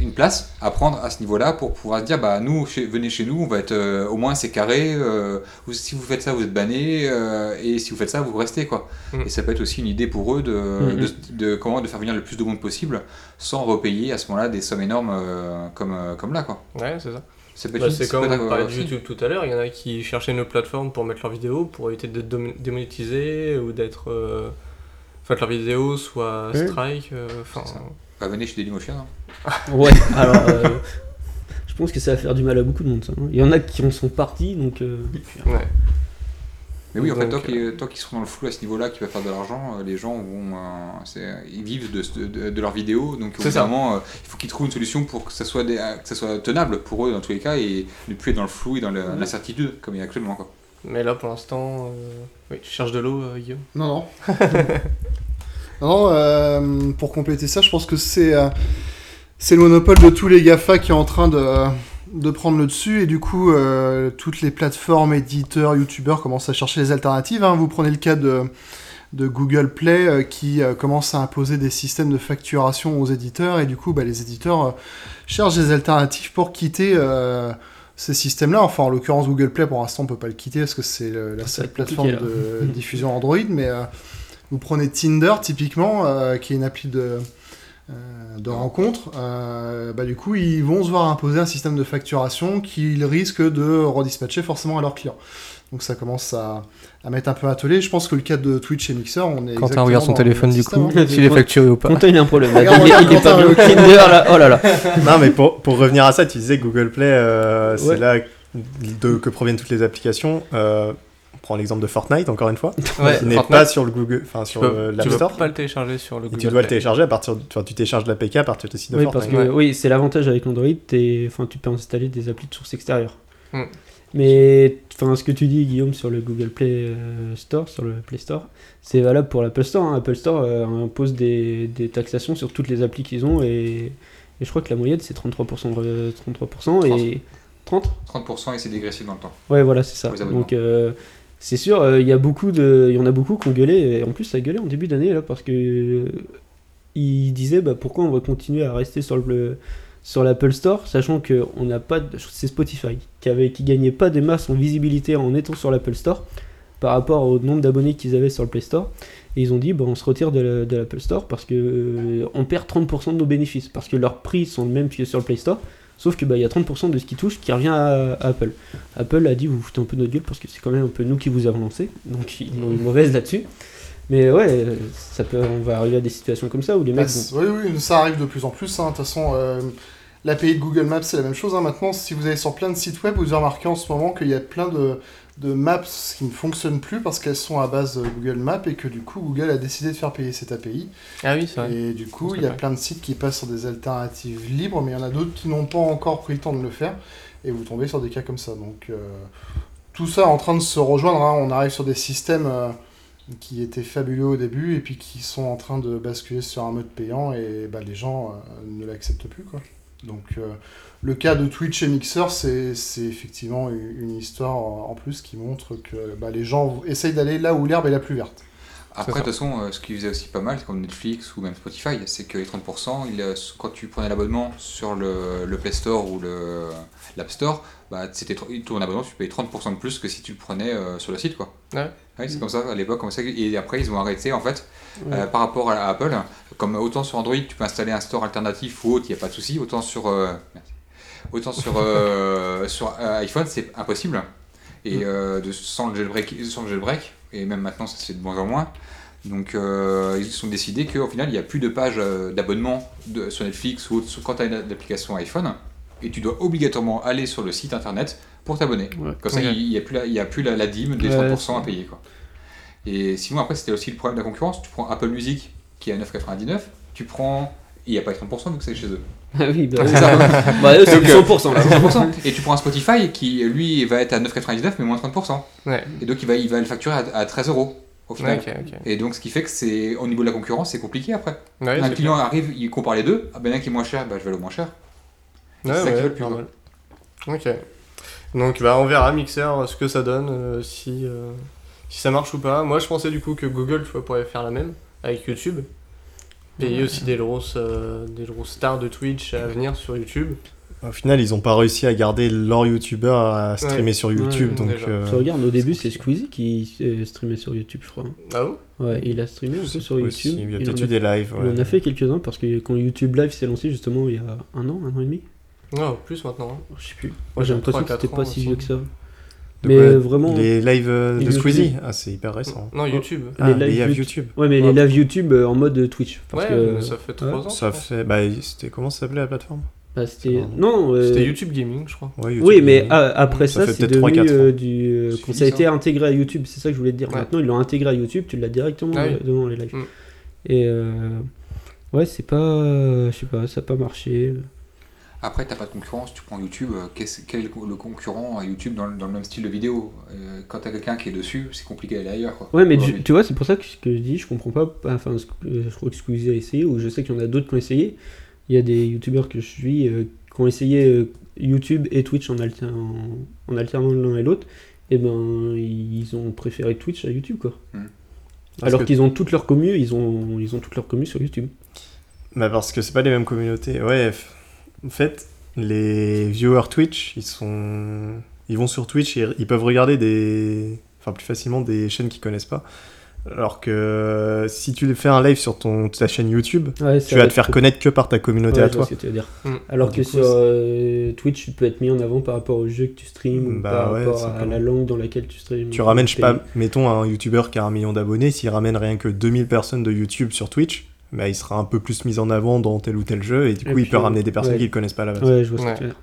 une place à prendre à ce niveau-là pour pouvoir se dire, bah, nous, chez- venez chez nous, on va être, euh, au moins c'est carré, euh, vous- si vous faites ça, vous êtes banné, euh, et si vous faites ça, vous restez, quoi.
Mm. Mm-hmm.
Et ça peut être aussi une idée pour eux de,
Mm,
de, de- comment, de faire venir le plus de monde possible sans repayer à ce moment-là des sommes énormes euh, comme, euh, comme là, quoi.
Ouais, c'est ça.
C'est euh,
Bah, c'est comme on parlait de YouTube tout à l'heure, il y en a qui cherchaient une plateforme pour mettre leurs vidéos pour éviter d'être dom- démonétisés ou d'être. euh, Enfin, que leurs vidéos soient
Oui.
strike. euh, Enfin.
C'est ça. Bah, venez chez Dailymotion. Hein.
Ouais, alors euh, je pense que ça va faire du mal à beaucoup de monde. ça, hein. Il y en a qui en sont partis, donc euh,
ouais.
Mais oui, en fait,
Donc, euh,
tant qu'ils tant qu'ils seront dans le flou à ce niveau-là, qui va faire de l'argent, euh, les gens vont. euh, c'est- ils vivent de, ce- de, de leurs vidéos, donc au
C'est
bout
ça.
d'un moment, euh, il faut qu'ils trouvent une solution pour que ça, soit des- euh, que ça soit tenable pour eux dans tous les cas et ne plus être dans le flou et dans le- l'incertitude comme il y a actuellement. Quoi.
Mais là, pour l'instant. euh, Oui, tu cherches de l'eau, euh, Guillaume
Non, non. non, non, euh, pour compléter ça, je pense que c'est euh, c'est le monopole de tous les GAFA qui est en train de, de prendre le dessus. Et du coup, euh, toutes les plateformes, éditeurs, youtubeurs commencent à chercher les alternatives. hein. Vous prenez le cas de, de Google Play euh, qui euh, commence à imposer des systèmes de facturation aux éditeurs. Et du coup, bah, les éditeurs euh, cherchent des alternatives pour quitter. euh, ces systèmes-là, enfin en l'occurrence Google Play pour l'instant on peut pas le quitter parce que c'est euh,
Ça
la
va
seule
être
plateforme
compliqué,
de diffusion Android, mais euh, vous prenez Tinder typiquement, euh, qui est une appli de, euh, de rencontre, euh, bah, du coup ils vont se voir imposer un système de facturation qu'ils risquent de redispatcher forcément à leurs clients. Donc ça commence à, à mettre un peu à toller. Je pense que le cas de Twitch et Mixer, on est. exactement dans le même système, hein.
s'il est
facturé ou
Quentin il a un problème. là.
Regarde,
il, est- il est
regarde,
pas
Quentin,
bien.
le-
Kinder là, oh là là.
non, mais pour, pour revenir à ça, tu disais que Google Play, euh, c'est
Ouais.
là de- que proviennent toutes les applications. Euh, on prend l'exemple de Fortnite, encore une fois,
Ouais,
qui n'est
Fortnite,
pas sur le Google, enfin sur
tu
euh,
peux, tu
l'App
peux
Store.
pas le télécharger sur le
Et
Google
tu dois le
Play.
télécharger à partir, de- enfin, tu télécharges l'APK à partir du site de
Oui, parce
Fortnite.
que oui, c'est l'avantage avec Android, t'es- enfin, tu peux installer des applis de source extérieure.
Hmm.
Mais enfin, ce que tu dis, Guillaume, sur le Google Play euh, Store, sur le Play Store, c'est valable pour l'Apple Store. hein. Apple Store euh, impose des, des taxations sur toutes les applis qu'ils ont et, et je crois que la moyenne c'est 33%, euh, 33% et 30
30% et c'est dégressif dans le temps.
Ouais, voilà, c'est ça.
Aux abonnements.
Donc, euh, c'est sûr, euh, il y a beaucoup de, il y en a beaucoup qui ont gueulé. Et en plus, ça a gueulé en début d'année là parce que euh, ils disaient bah, pourquoi on va continuer à rester sur le sur l'Apple Store, sachant que on n'a pas, de- c'est Spotify qui avait qui gagnait pas des masses en visibilité en étant sur l'Apple Store par rapport au nombre d'abonnés qu'ils avaient sur le Play Store. Et ils ont dit bah, on se retire de la- de l'Apple Store parce que euh, on perd 30% de nos bénéfices parce que leurs prix sont les mêmes que sur le Play Store. Sauf que bah, il y a 30% de ce qui touche qui revient à, à Apple. Apple a dit vous vous foutez un peu de notre gueule parce que c'est quand même un peu nous qui vous avons lancé, donc ils ont une mauvaise là-dessus. Mais ouais, euh, ça peut, on va arriver à des situations comme ça où les
Bah,
mecs vont-
c'est- oui, oui, ça arrive de plus en plus. hein. De toute façon, euh, l'API de Google Maps, c'est la même chose. hein. Maintenant, si vous allez sur plein de sites web, vous remarquez en ce moment qu'il y a plein de, de maps qui ne fonctionnent plus parce qu'elles sont à base de Google Maps et que du coup, Google a décidé de faire payer cette API.
Ah oui, c'est vrai.
Et du coup,
Ça
il y a
paraît.
plein de sites qui passent sur des alternatives libres, mais il y en a d'autres qui n'ont pas encore pris le temps de le faire. Et vous tombez sur des cas comme ça. Donc, euh, tout ça en train de se rejoindre. hein. On arrive sur des systèmes euh, qui étaient fabuleux au début et puis qui sont en train de basculer sur un mode payant et bah, les gens euh, ne l'acceptent plus. Quoi. Donc, euh, le cas de Twitch et Mixer, c'est c'est effectivement une une histoire en en plus qui montre que bah, les gens essayent d'aller là où l'herbe est la plus verte.
Après,
ça.
de toute façon, euh, ce qu'ils faisaient aussi pas mal, c'est comme Netflix ou même Spotify, c'est que les 30%, il, euh, quand tu prenais l'abonnement sur le, le Play Store ou le- l'App Store, bah, c'était tr- ton abonnement, tu payais 30% de plus que si tu le prenais euh, sur le site. quoi.
Ouais. Mm.
c'est comme ça, à l'époque, comme ça. Et après, ils ont arrêté, en fait,
Ouais.
euh, par rapport à, à Apple. Comme autant sur Android, tu peux installer un store alternatif ou autre, il n'y a pas de souci. Autant sur, euh, merci. autant sur, euh, sur euh, iPhone, c'est impossible. Et
Mm.
euh, de, sans, le jailbreak, sans le jailbreak, et même maintenant, ça, c'est de moins en moins. Donc euh, ils se sont décidés qu'au final il n'y a plus de pages euh, d'abonnement de- sur Netflix ou autre, sur- quand tu as une application iPhone et tu dois obligatoirement aller sur le site internet pour t'abonner.
Ouais.
Comme ça
Ouais.
il n'y a plus, la, il y a plus la, la dîme des
Ouais,
30% à payer. Quoi. Et sinon après c'était aussi le problème de la concurrence. Tu prends Apple Music qui est à 9,99, tu prends... Il n'y a pas 30% vu que c'est chez eux.
Ah oui, bah, oui.
C'est ça.
Bah, eux, c'est
Donc,
du
euh,
100% là.
Ah,
30%. Et tu prends un Spotify qui lui va être à 9,99 mais moins 30%.
Ouais.
Et donc il va, il va le facturer à, à 13 euros au final.
ok, ok.
Et donc ce qui fait que c'est au niveau de la concurrence c'est compliqué après.
Ouais,
Un
c'est
client arrive, il compare les deux. Ah ben, un qui est moins cher, bah, je vais le moins cher.
Ouais,
C'est ça qui
ouais,
va le plus,
normal. Ok. Donc bah, on verra Mixer euh, ce que ça donne, euh, si, euh, si ça marche ou pas. Moi je pensais du coup que Google tu vois, pourrait faire la même avec YouTube. Payer aussi des grosses, euh, des grosses stars de Twitch à venir sur YouTube.
Au final, ils ont pas réussi à garder leur youtubeur à streamer sur YouTube.
Ouais,
donc,
déjà.
euh,
Tu regardes, au début, c'est Squeezie qui euh, streamait sur YouTube, je crois. hein.
Ah bon
Ouais, il a streamé un peu sur
aussi,
YouTube.
Il y a
Il
peut-être
en
eu
a-
des lives.
il en
ouais.
a fait quelques-uns parce que quand YouTube Live s'est lancé justement il y a un an, un an et demi,
Non, plus maintenant. hein.
je sais plus. Moi j'ai
Ouais,
l'impression que
trois,
c'était
quatre
pas
ans,
si
il me
vieux que ça.
De
Mais
quoi
euh, vraiment, les,
Les lives euh, de
YouTube.
Squeezie Ah, c'est hyper récent.
Non, YouTube.
Ah,
lives
les lives
YouTube.
YouTube.
Ouais, mais
Ouais.
les lives YouTube euh, en mode Twitch. Parce
ouais,
que
mais ça fait 3 ans. je
Ça
pense.
fait. Bah, c'était. Comment ça s'appelait la plateforme
bah, c'était.
Pardon.
Non, euh,
C'était YouTube Gaming, je crois.
Ouais, YouTube.
Oui, mais
euh,
ah, après
Ça
ça,
fait
c'est
peut-être trois,
devenu
quatre ans.
euh, du. euh,
Suffit,
quand ça a été intégré à YouTube, c'est ça que je voulais te dire.
Ouais.
Maintenant, ils l'ont intégré à YouTube, tu l'as directement
Ah oui.
euh, devant les lives.
Mm.
Et euh, ouais, c'est pas. Je sais pas, ça a pas marché.
Après, t'as pas de concurrence, tu prends YouTube. euh, qu'est-ce- quel est le co- le concurrent à YouTube dans, le- dans le même style de vidéo Euh, Quand t'as quelqu'un qui est dessus, c'est compliqué d'aller ailleurs. Quoi.
Ouais, mais tu-
Aujourd'hui.
tu vois, c'est pour ça que, ce que je dis, je comprends pas. Enfin, ce que- euh, je crois que Squeezie a essayé, ou je sais qu'il y en a d'autres qui ont essayé. Il y a des youtubeurs que je suis euh, qui ont essayé euh, YouTube et Twitch en, alter- en, en alternant l'un et l'autre. Et ben, ils ont préféré Twitch à YouTube, quoi.
Hmm. parce
Alors
que-
qu'ils ont toutes leurs communes, ils ont, ils ont toutes leurs communes sur YouTube.
Bah parce que c'est pas les mêmes communautés. Ouais, f- en fait, les viewers Twitch, ils sont, ils vont sur Twitch et ils peuvent regarder des, enfin plus facilement des chaînes qu'ils connaissent pas. Alors que si tu fais un live sur ton ta chaîne YouTube, tu vas te faire connaître que par ta communauté
Ouais,
à
je vois
toi. Hmm.
ce que tu veux dire.
Mm.
Alors
Du
que
coup,
sur
c'est-
euh, Twitch, tu peux être mis en avant par rapport au jeu que tu streames, ou
Bah
par
ouais,
rapport à
simplement.
la langue dans laquelle tu streames.
Tu ramènes, je sais
T'es-
pas, mettons un YouTuber qui a un million d'abonnés, s'il ramène rien que 2000 personnes de YouTube sur Twitch, bah, il sera un peu plus mis en avant dans tel ou tel jeu et du
Et
coup il
puis,
peut ramener des personnes
ouais.
qu'il connaissent pas à la base.
Ouais, je vois ce
Ouais.
que tu veux dire.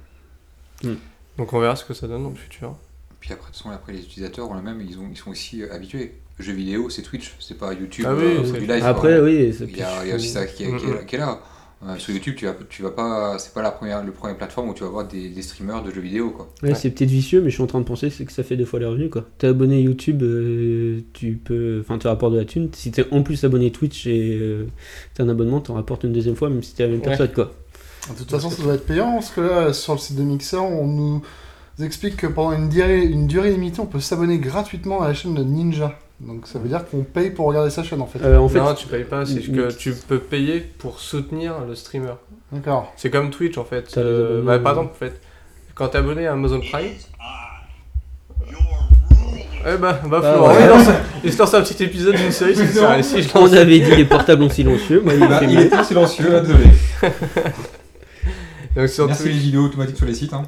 Donc on verra ce que ça donne dans le futur.
Puis après, de toute façon, après, les utilisateurs ont la même, ils, ont, ils sont aussi euh, habitués. Jeux vidéo, c'est Twitch, c'est pas YouTube,
Ah oui,
euh,
c'est-
du live.
Après,
quoi.
oui, c'est-
il y, a il y a aussi ça qui, est- qui est, qui est là. Euh, sur YouTube, tu vas, tu vas pas, c'est pas la première, le première plateforme où tu vas voir des, des streamers de jeux vidéo. Quoi.
Ouais, c'est peut-être vicieux, mais je suis en train de penser c'est que ça fait deux fois les revenus. quoi. T'es abonné YouTube, euh, tu peux, enfin, tu rapportes de la thune. Si t'es en plus abonné Twitch et euh, t'as un abonnement, t'en rapportes une deuxième fois, même si t'es la même
Ouais.
personne. Quoi.
De toute façon, ça doit être payant, parce que là, sur le site de Mixer, on nous explique que pendant une durée, une durée limitée, on peut s'abonner gratuitement à la chaîne de Ninja. Donc ça veut dire qu'on paye pour regarder sa chaîne en fait.
Euh, en fait,
non, tu payes pas, c'est
une-
que
une-
tu peux payer pour soutenir le streamer.
D'accord.
C'est comme Twitch en fait.
T'as les
Euh,
abonnés,
bah, par
ouais.
exemple, en fait, quand t'es abonné à Amazon Prime. Eh bah, bah,
Bah,
Florent,
ouais.
il lance, il se lance un petit épisode d'une série, c'est ça. Si je lance.
on avait dit les portables ont silencieux. Moi, il me
Bah,
fait
il
mal.
était silencieux, là, désolé.
Donc, sur
Merci les
Twitch,
vidéos automatiques sur les sites. Hein.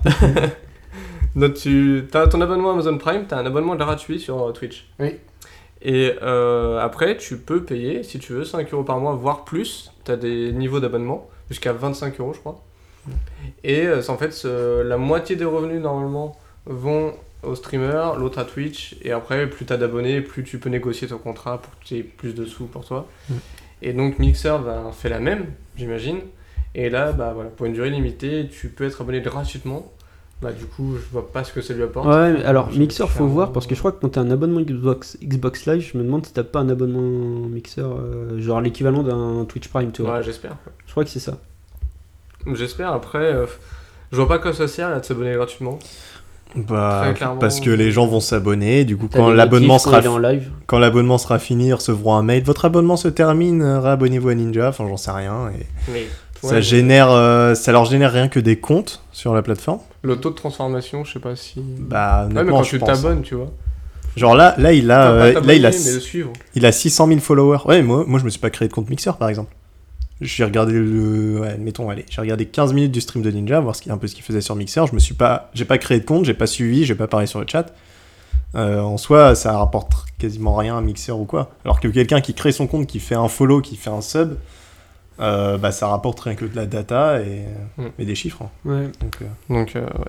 donc, tu as ton abonnement Amazon Prime, t'as un abonnement gratuit sur euh, Twitch.
Oui.
Et euh, après, tu peux payer, si tu veux, 5 euros par mois, voire plus. T'as des niveaux d'abonnement, jusqu'à 25 euros, je crois. Et euh, c'est en fait, ce- la moitié des revenus, normalement, vont au streamer, l'autre à Twitch. Et après, plus t'as d'abonnés, plus tu peux négocier ton contrat pour que tu aies plus de sous pour toi. Et donc, Mixer va, fait la même, j'imagine. Et là, bah, voilà, pour une durée limitée, tu peux être abonné gratuitement. Bah, du coup, je vois pas ce que ça lui apporte.
Ouais, mais alors
Je-
Mixer,
je suis
faut
un-
voir parce que je crois que quand t'as un abonnement Xbox, Xbox Live, je me demande si t'as pas un abonnement Mixer, euh, genre l'équivalent d'un Twitch Prime, tu vois.
Ouais, j'espère.
Je crois que c'est ça.
J'espère, après, euh, je vois pas à quoi ça sert là, de s'abonner gratuitement.
Bah,
Très clairement.
parce que les gens vont s'abonner, du coup
T'as
quand
des
l'abonnement
notifs
sera
il est en live.
quand l'abonnement sera fini, ils recevront un mail. Votre abonnement se termine, euh, réabonnez-vous à Ninja. Enfin, j'en sais rien. Et
Mais
ça
ouais,
génère, euh, ça leur génère rien que des comptes sur la plateforme.
le taux de transformation, je sais pas si.
Bah,
ouais, mais
honnêtement,
quand
je
tu
pense.
t'abonnes, tu vois.
Genre là, là il a,
Enfin, pas
euh, là
t'abonner,
il a,
mais le suivre.
il a 600 000 followers. Ouais, moi, moi je me suis pas créé de compte Mixer par exemple. J'ai regardé le, ouais, admettons, allez, j'ai regardé 15 minutes du stream de Ninja, voir ce qu'il, un peu ce qu'il faisait sur Mixer. Je me suis pas, j'ai pas créé de compte, j'ai pas suivi, j'ai pas parlé sur le chat. Euh, en soi, ça rapporte quasiment rien à Mixer ou quoi. Alors que quelqu'un qui crée son compte, qui fait un follow, qui fait un sub, euh, bah ça rapporte rien que de la data et,
Mm.
et des chiffres. hein.
Ouais.
Donc euh,
Donc, euh, ouais.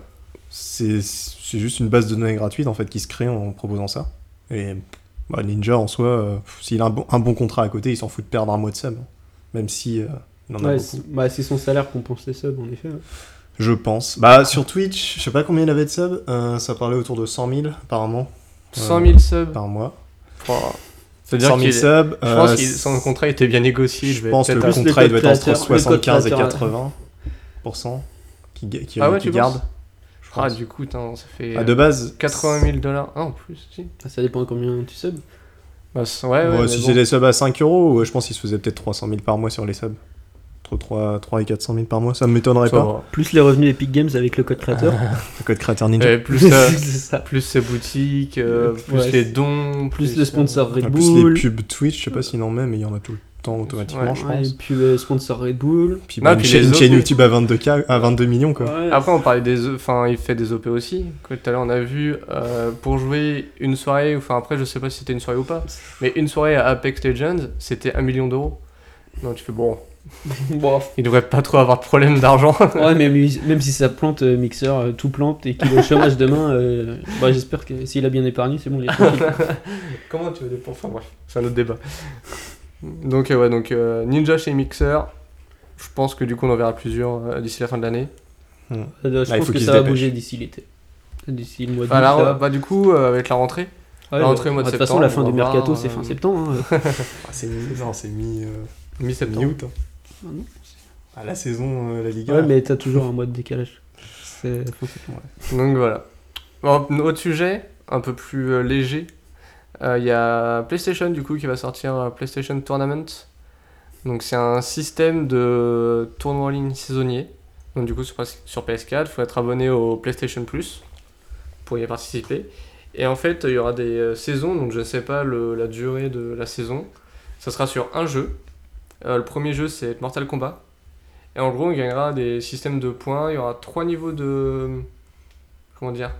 c'est c'est juste une base de données gratuite en fait qui se crée en proposant ça. Et bah, Ninja en soi, euh, pff, s'il a un bon, un bon contrat à côté, il s'en fout de perdre un mois de sub. hein. Même si euh, il en a
Ouais,
beaucoup.
c'est bah, c'est son salaire qu'on pense les subs, en effet. ouais.
Je pense. Bah sur Twitch, je sais pas combien il avait de sub. euh, ça parlait autour de 100 000 apparemment
100 000 subs.
par mois.
Enfin, C'est-à-dire
100
qu'il
000
est-
subs.
Je pense
euh,
que son contrat était bien négocié. Je
je
vais
pense que le
peut-être.
plus le
contrat il doit
code
être entre
créateur- le code
75 et
créateur.
80 qui, ga- qui,
Ah ouais,
qui
tu
garde.
penses
je
Ah,
pense.
du coup, tain, ça fait
Ah, de base.
80 000 dollars. Ah, en plus, si.
Ça dépend de combien tu subs.
Bah, c- ouais, ouais.
Ouais,
mais
si
bon.
c'est des subs à 5 euros, ouais, je pense qu'il se faisait peut-être 300 000 par mois sur les subs. Entre 3, 3 et 400 000 par mois, ça m'étonnerait
Ça
pas.
va.
Plus les revenus Epic Games avec le code créateur.
Le code créateur Ninja.
Et plus, euh,
C'est ça.
plus ses boutiques, euh, plus
Ouais,
les dons,
Plus le sponsor Red
En
Bull.
Ah, plus les pubs Twitch, je sais pas s'il en met, mais il y en a tout le temps automatiquement,
Ouais,
je
Ouais,
pense.
puis euh, sponsor Red Bull.
Puis,
Non,
bah, une,
puis
chaîne,
les
une chaîne
autres,
YouTube à 22K, à 22 millions quoi.
Ouais.
Après, on parlait des. Enfin, il fait des OP aussi. Que Tout à l'heure, on a vu euh, pour jouer une soirée. Enfin, après, je sais pas si c'était une soirée ou pas. Mais une soirée à Apex Legends, c'était un million d'euros. Non, tu fais bon.
Bon,
Il devrait pas trop avoir de problème d'argent.
Ouais, même, lui- même si ça plante euh, Mixer, euh, tout plante et qu'il est au chômage demain, euh, bah, j'espère que s'il a bien épargné, c'est bon, il est tranquille.
Comment tu veux dépenser Enfin, bref, c'est un autre débat. Donc, euh, ouais, donc euh, Ninja chez Mixer. Je pense que du coup, on en verra plusieurs euh, d'ici la fin de l'année.
Ça doit-
Là,
Je
il
pense
faut
que
qu'il
ça
se
va
dépêche.
bouger d'ici l'été. D'ici le mois
Enfin,
d'août,
la-
ça va.
bah, du coup, euh, avec la rentrée.
Ouais,
la rentrée au mois
bah,
de
toute façon, la fin
septembre,
du
on va
mercato,
voir,
c'est
euh,
fin septembre. hein.
Ah, c'est mi, non, c'est mi, euh,
Mi-septembre.
mi-août. hein.
Ah non.
Ah, la saison, euh, la Liga.
Ouais, mais t'as toujours un mois de décalage. C'est fin septembre.
Donc voilà. Bon, autre sujet, un peu plus euh, léger. Euh, Il y a PlayStation du coup qui va sortir euh, PlayStation Tournament. Donc c'est un système de tournoi en ligne saisonnier. Donc du coup sur, sur PS4, il faut être abonné au PlayStation Plus pour y participer. Et en fait, il y aura des euh, saisons, donc je ne sais pas le- la durée de la saison. Ça sera sur un jeu. Euh, le premier jeu, c'est Mortal Kombat. Et en gros, on gagnera des systèmes de points. Il y aura trois niveaux de. Comment dire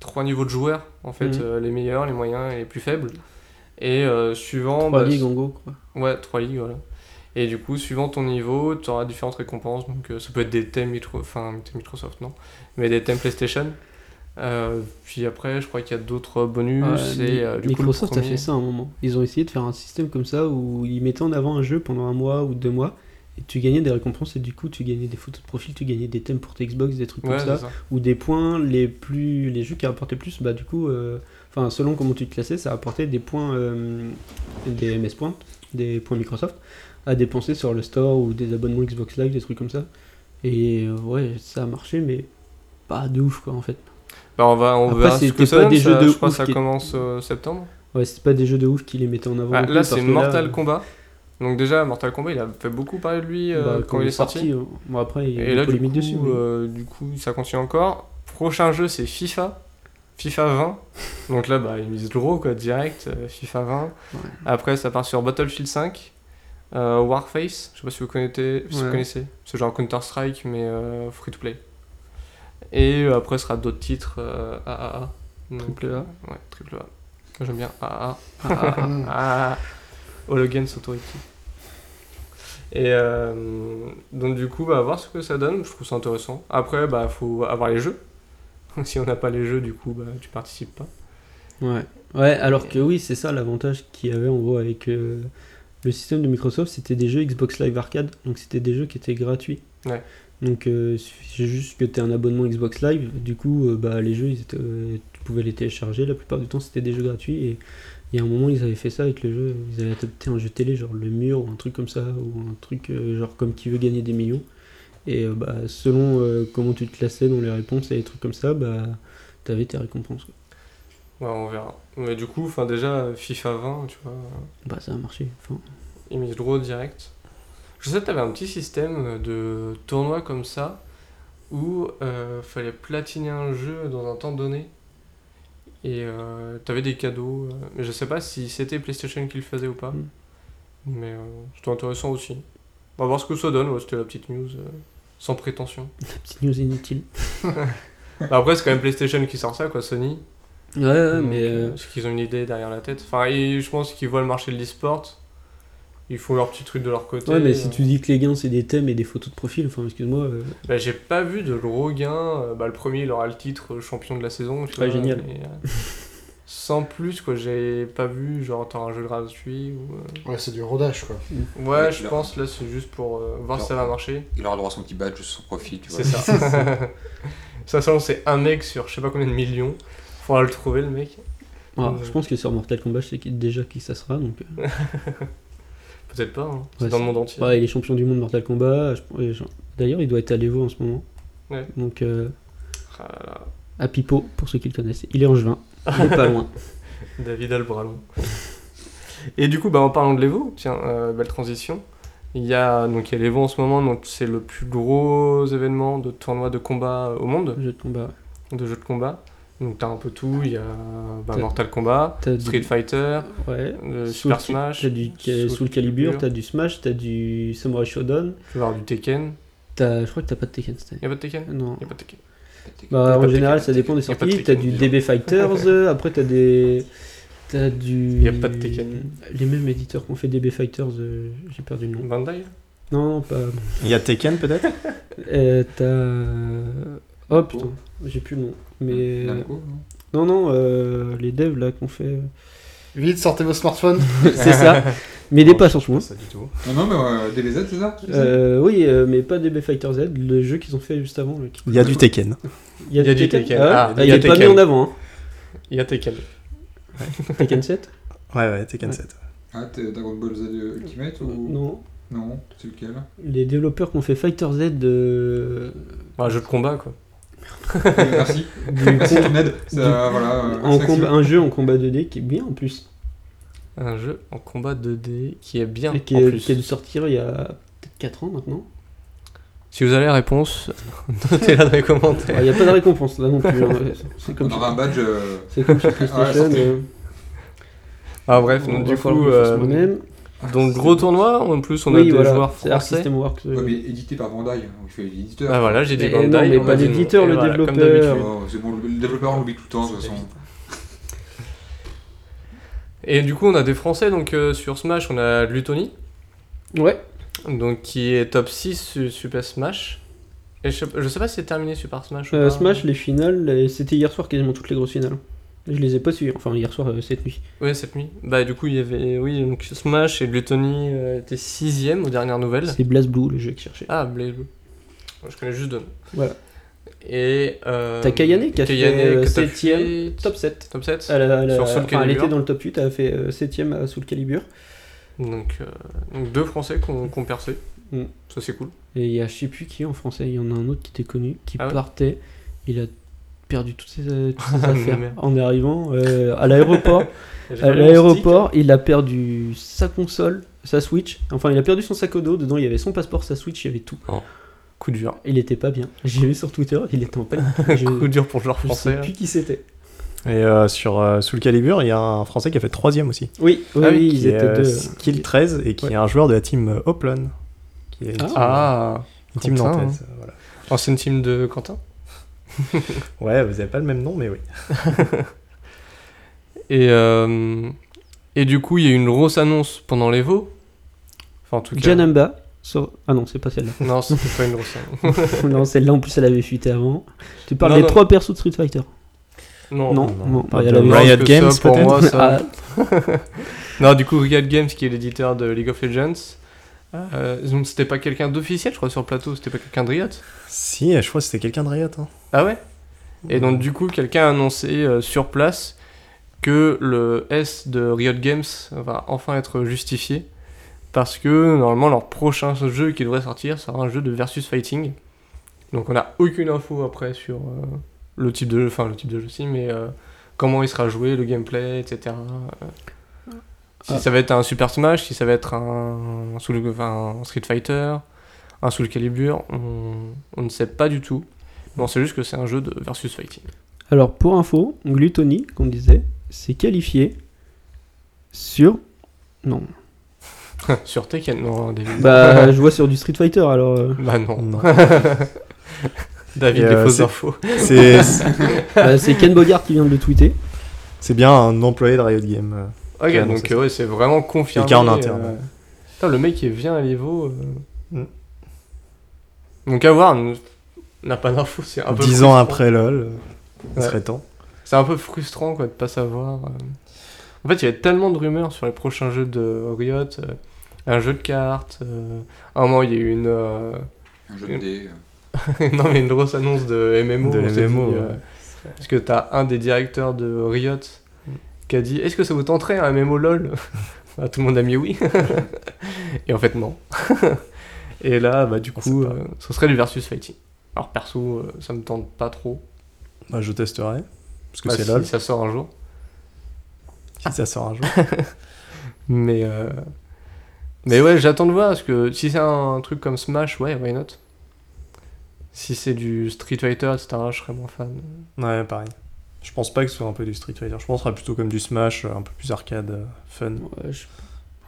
Trois niveaux de joueurs, en fait.
Mhm.
euh, les meilleurs, les moyens et les plus faibles. Et euh, suivant.
Trois
bah,
ligues, en gros, quoi.
Ouais, trois ligues, voilà. Et du coup, suivant ton niveau, tu auras différentes récompenses. Donc, euh, ça peut être des thèmes, micro... enfin, des thèmes Microsoft, non, mais des thèmes PlayStation. Euh, puis après, je crois qu'il y a d'autres bonus.
Ouais, Mi-
et, euh, du coup, le
Microsoft a
premier-
fait ça à un moment. Ils ont essayé de faire un système comme ça où ils mettaient en avant un jeu pendant un mois ou deux mois et tu gagnais des récompenses et du coup tu gagnais des photos de profil, tu gagnais des thèmes pour ta Xbox, des trucs
Ouais,
comme
c'est
ça.
ça.
ou des points les plus les jeux qui rapportaient le plus bah du coup euh, enfin selon comment tu te classais ça rapportait des points euh, des MS points des points Microsoft à dépenser sur le store ou des abonnements Xbox Live des trucs comme ça et euh, ouais ça a marché mais pas de ouf quoi en fait
Bah, on va, on
Après,
verra ce
c'était
que ça
pas
donne,
des
ça-
jeux de
Je crois que
ouf
ça
qui-
commence euh, septembre.
Ouais, c'est pas des jeux de ouf qui les mettaient en avant.
Ah,
non plus,
là,
parce
c'est
que là,
Mortal
euh,
Kombat. Donc déjà, Mortal Kombat, il a fait beaucoup parler de lui euh,
bah,
quand il est sorti.
euh, Bon, après, il y a
Et
une
là, du coup,
polémique dessus. mais-
euh, du coup, ça continue encore. Prochain jeu, c'est FIFA. FIFA 20. Donc là, bah, ils misent gros, quoi, direct. euh, FIFA 20.
Ouais.
Après, ça part sur Battlefield 5. euh, Warface, je sais pas si vous connaissez, si vous
Ouais.
connaissez. c'est genre Counter-Strike mais euh, free to play. Et euh, après, ce sera d'autres titres euh, AAA. Donc,
Triple A.
euh, Ouais, triple A. Moi, j'aime bien AAA. AAA. AAA. Ah. Hologens Authority. Et euh, donc du coup, bah, voir ce que ça donne, je trouve ça intéressant. Après, bah faut avoir les jeux. si on n'a pas les jeux, du coup, bah tu participes pas.
Ouais. ouais, alors que oui, c'est ça l'avantage qu'il y avait en gros avec euh, le système de Microsoft, c'était des jeux Xbox Live Arcade, donc c'était des jeux qui étaient gratuits.
Ouais.
Donc euh, il suffisait juste que tu aies un abonnement Xbox Live, du coup euh, bah, les jeux, ils étaient, euh, tu pouvais les télécharger, la plupart du temps c'était des jeux gratuits, et il y a un moment ils avaient fait ça avec le jeu, ils avaient adopté un jeu télé, genre le mur, ou un truc comme ça, ou un truc euh, genre comme qui veut gagner des millions. Et euh, bah, selon euh, comment tu te classais dans les réponses et les trucs comme ça, bah, t'avais tes récompenses. quoi.
Ouais, on verra. Mais du coup, enfin déjà FIFA 20, tu vois,
Bah ça a marché. Enfin,
ils misent gros direct. Je sais que t'avais un petit système de tournoi comme ça où euh, fallait platiner un jeu dans un temps donné. Et euh, t'avais des cadeaux, euh, mais je sais pas si c'était PlayStation qui le faisait ou pas.
Mm.
Mais euh, c'était intéressant aussi. On va voir ce que ça donne, ouais, c'était la petite news, euh, sans prétention.
Petite news inutile.
Bah après, c'est quand même PlayStation qui sort ça, quoi, Sony.
Ouais, ouais,
Donc,
mais
euh,
euh,
Parce qu'ils ont une idée derrière la tête. Enfin, et je pense qu'ils voient le marché de l'e-sport. Ils font leur petit truc de leur côté.
ouais, mais
euh.
si tu dis que les gains c'est des thèmes et des photos de profil, enfin excuse-moi, euh,
Bah, j'ai pas vu de gros gains. Euh, Bah, le premier, il aura le titre euh, champion de la saison. tu
Ouais, génial.
mais, euh, sans plus, quoi, j'ai pas vu, genre, t'as un jeu gratuit ou. euh,
Ouais, c'est du rodage, quoi.
Ouais,
Ouais,
je
là.
pense, là, c'est juste pour euh, voir si
Non.
ça va marcher.
Il aura droit à son petit badge, son profil, tu vois.
C'est ça. ça, façon c'est un mec sur je sais pas combien de millions. Faudra le trouver, le mec.
alors,
Ouais.
euh, je pense que sur Mortal Kombat, je sais qui- déjà qui ça sera. Donc, euh,
Peut-être pas, hein. c'est
Ouais,
dans le
c'est-
monde entier.
ouais, il est champion du monde Mortal Kombat. je- ouais, je- D'ailleurs, il doit être à l'Evo en ce moment.
Ouais.
Donc, euh,
Ah là là.
à Pipo, pour ceux qui le connaissent, il est en juin. Il est pas loin.
David Albralon. Et du coup, bah, en parlant de l'Evo, tiens, euh, belle transition. Il y a donc il y a l'Evo en ce moment, donc c'est le plus gros événement de tournoi de combat au monde,
Jeu de combat.
de jeux de combat. Donc t'as un peu tout, il y a bah,
T'as-
Mortal Kombat,
T'as du-
Street Fighter,
Ouais.
euh,
Soul-
Super Smash,
T'as du
Soul
Soul Calibur, t'as du Smash, t'as du Samurai Shodown.
tu vas avoir du Tekken.
T'as, je crois que t'as pas de Tekken cette année.
Il y a pas de Tekken
Non.
Il y a pas de Tekken.
Bah,
Pas
en
de
général,
Tekken,
ça dépend des
y a pas de
sorties. T'as
Tekken,
du
dis
DB Fighters, euh, après t'as des. T'as du.
Y a pas de Tekken.
Les mêmes éditeurs qu'on fait DB Fighters, euh, j'ai perdu le nom.
Bandai
Non, non, pas.
Il y a Tekken peut-être
Euh, t'as. Oh putain, j'ai plus le nom. Mais.
Namco,
Non,
non
non, euh, les devs là qu'on fait.
Vite, sortez vos smartphones.
c'est ça. Mais il est pas sur ce
Pas
moment.
ça du tout.
Non, non, mais euh, DBZ, c'est ça
Euh, oui, euh, mais pas DB Fighter Z, le jeu qu'ils ont fait juste avant. là, qui-
Il y a du Tekken.
Il y a,
Il y a du Tekken. Ah,
Ah, il
y a
est pas mis
Tekken.
en avant.
Il y a Tekken.
Hein. Tekken 7
Ouais, ouais, Tekken
Ouais.
7.
Ah, t'es Dragon Ball Z euh, Ultimate ou...
Euh, Non.
Non, c'est lequel
Les développeurs qui ont fait Fighter Z euh, de.
Bah, un jeu de combat quoi.
Euh, Merci. Merci de ton aide. Ça, voilà, euh,
en
c'est
combat-
excellent.
un jeu en combat 2D qui est bien en plus.
Un jeu en combat 2D qui est bien
Et qui,
en
est,
plus.
qui est dû sortir il y a peut-être 4 ans maintenant.
Si vous avez la réponse, notez-la dans les
Ah,
commentaires.
Il n'y a pas de récompense là non plus. hein. C'est comme,
On aura un
sur-
badge. euh,
c'est comme sur
Ouais,
PlayStation.
sorti.
euh,
Ah bref,
on
donc
va
du
falloir
coup,
qu'on fasse
euh,
moi-même.
donc gros tournoi, en plus on a
Oui,
des
voilà,
joueurs
c'est Arc
français.
System Works. euh.
ouais, mais édité par Bandai. hein, Donc, je fais l'éditeur.
Ah voilà, j'ai dit
Mais
Bandai.
non, mais
on
pas
a dit-
l'éditeur,
et
le
voilà, comme
développeur.
d'habitude.
Oh, c'est bon, le développeur on l'oublie tout le temps, de toute façon.
Et du coup, on a des français, donc euh, sur Smash, on a Lutoni,
Ouais,
donc qui est top 6 su- Super Smash. Et je, sais- je sais pas si c'est terminé Super Smash ou
Ah.
euh,
pas.
Smash, les finales, euh, c'était hier soir quasiment toutes les grosses finales. Je les ai pas suivies, enfin hier soir, euh, cette nuit.
Ouais, cette nuit. Bah du coup, il y avait oui, donc Smash et Lutoni euh, étaient 6 aux dernières nouvelles.
C'est Blaze Blue le jeu que je cherchais.
Ah, Blaze Blue. Moi, Je connais juste deux. noms.
Voilà.
Et. Euh,
T'as Kayane qui a fait, euh,
que t'as
septième,
fait
Top 7.
Top 7.
Elle, a- elle a-
Sur Soul
enfin, elle
Calibur.
était dans le top 8, elle a fait 7ème à Soul Calibur.
Donc, euh, donc deux Français qu'on qu'on percé.
Mm.
Ça, c'est cool.
Et il y a je sais plus qui en français, il y en a un autre qui était connu, qui
Ah ouais
partait. Il a perdu toutes ces, euh, toutes ces
Ah,
affaires
merde.
en arrivant euh, à l'aéroport.
J'ai
à
perdu mon
l'aéroport, il a perdu sa console, sa Switch. Enfin, il a perdu son sac au dos. Dedans, il y avait son passeport, sa Switch, il y avait tout.
stick. Coup dur.
Il était pas bien. J'ai vu sur Twitter, il était en panique. Je,
Coup dur pour le joueur
je sais
français. hein.
plus qui c'était.
Et euh, sur euh, Soul Calibur, il y a un Français qui a fait troisième aussi.
Oui, oui,
Ah oui,
oui,
qui
ils
est,
étaient
euh,
deux. hein.
Skill 13 et qui est un joueur de la team euh, Oplan. Qui est une
Ah.
team,
Ah,
une team
Quentin,
nantaise, euh, voilà.
ancienne team de Quentin.
Ouais, vous avez pas le même nom, mais oui.
Et, euh, et du coup, il y a eu une grosse annonce pendant les Vaux. Enfin, en tout cas.
Janamba. sur- Ah non, c'est pas celle-là.
Non, c'était pas une grosse annonce.
non, celle-là en plus elle avait fuité avant. Tu parles
Non,
des
non.
trois persos de Street Fighter
Non.
Non,
non,
non,
pas
bah,
de
elle avait-
Parce
Riot
que
Games,
ça, pour
peut-être
moi, Oh, ça-
Ah,
Non, du coup, Riot Games, qui est l'éditeur de League of Legends, euh, donc c'était pas quelqu'un d'officiel, je crois, sur le plateau, c'était pas quelqu'un de Riot.
Si, je crois que c'était quelqu'un de Riot. hein.
Ah ouais Et donc, du coup, quelqu'un a annoncé euh, sur place que le S de Riot Games va enfin être justifié. Parce que normalement, leur prochain jeu qui devrait sortir sera un jeu de versus fighting. Donc, on n'a aucune info après sur euh, le type de jeu, enfin, le type de jeu aussi, mais euh, comment il sera joué, le gameplay, etc. euh, si
Ah.
ça va être un Super Smash, si ça va être un, Soul- enfin, un Street Fighter, un Soul Calibur, on, on ne sait pas du tout. Bon, c'est juste que c'est un jeu de versus fighting.
Alors pour info, Gluttony, qu'on disait, s'est qualifié sur. Non.
Ah.
Sur Tekken, non, hein, David.
Bah, je vois sur du Street Fighter alors. euh,
Bah non.
Non.
David,
Et,
les
euh,
fausses
c'est-
infos.
C'est
bah, c'est Ken Bogart qui vient de le tweeter.
c'est bien un employé de Riot Games. euh.
Ok,
non,
donc
c'est
euh, ouais, c'est vraiment confirmé.
Quelqu'un en interne.
euh, Putain, le mec, il vient à l'Evo. euh.
Mm.
Donc à voir, nous- on n'a pas d'infos, c'est un peu...
10 ans
frustrant.
après LoL, euh, il
Ouais.
serait temps.
C'est un peu frustrant, quoi, de pas savoir. euh. En fait, il y avait tellement de rumeurs sur les prochains jeux de Riot. euh, un jeu de cartes. euh, à un moment, il y a eu une... euh,
Un jeu de dés. euh.
non mais une grosse annonce de MMO.
De
on s'est
MMO,
dit, euh,
ouais.
parce que t'as un des directeurs de Riot qui a dit Est-ce que ça vous tenterait un MMO LOL Bah, Tout le monde a mis oui. Et en fait non. Et là, bah du
On sait
coup,
Ah, pas.
euh, ce serait du versus fighting. Alors perso, euh, ça me tente pas trop.
Bah, je testerai. Parce que
Bah,
c'est
si
LoL,
ça sort un jour.
si ça sort un jour. Hmm.
Mais euh, mais ouais, j'attends de voir parce que si c'est un truc comme Smash, ouais, why not Si c'est du Street Fighter, etc., je serais moins fan.
Ouais, pareil. Je pense pas que ce soit un peu du Street Fighter. Je pense que ce sera plutôt comme du Smash, euh, un peu plus arcade, euh, fun,
Ouais, je-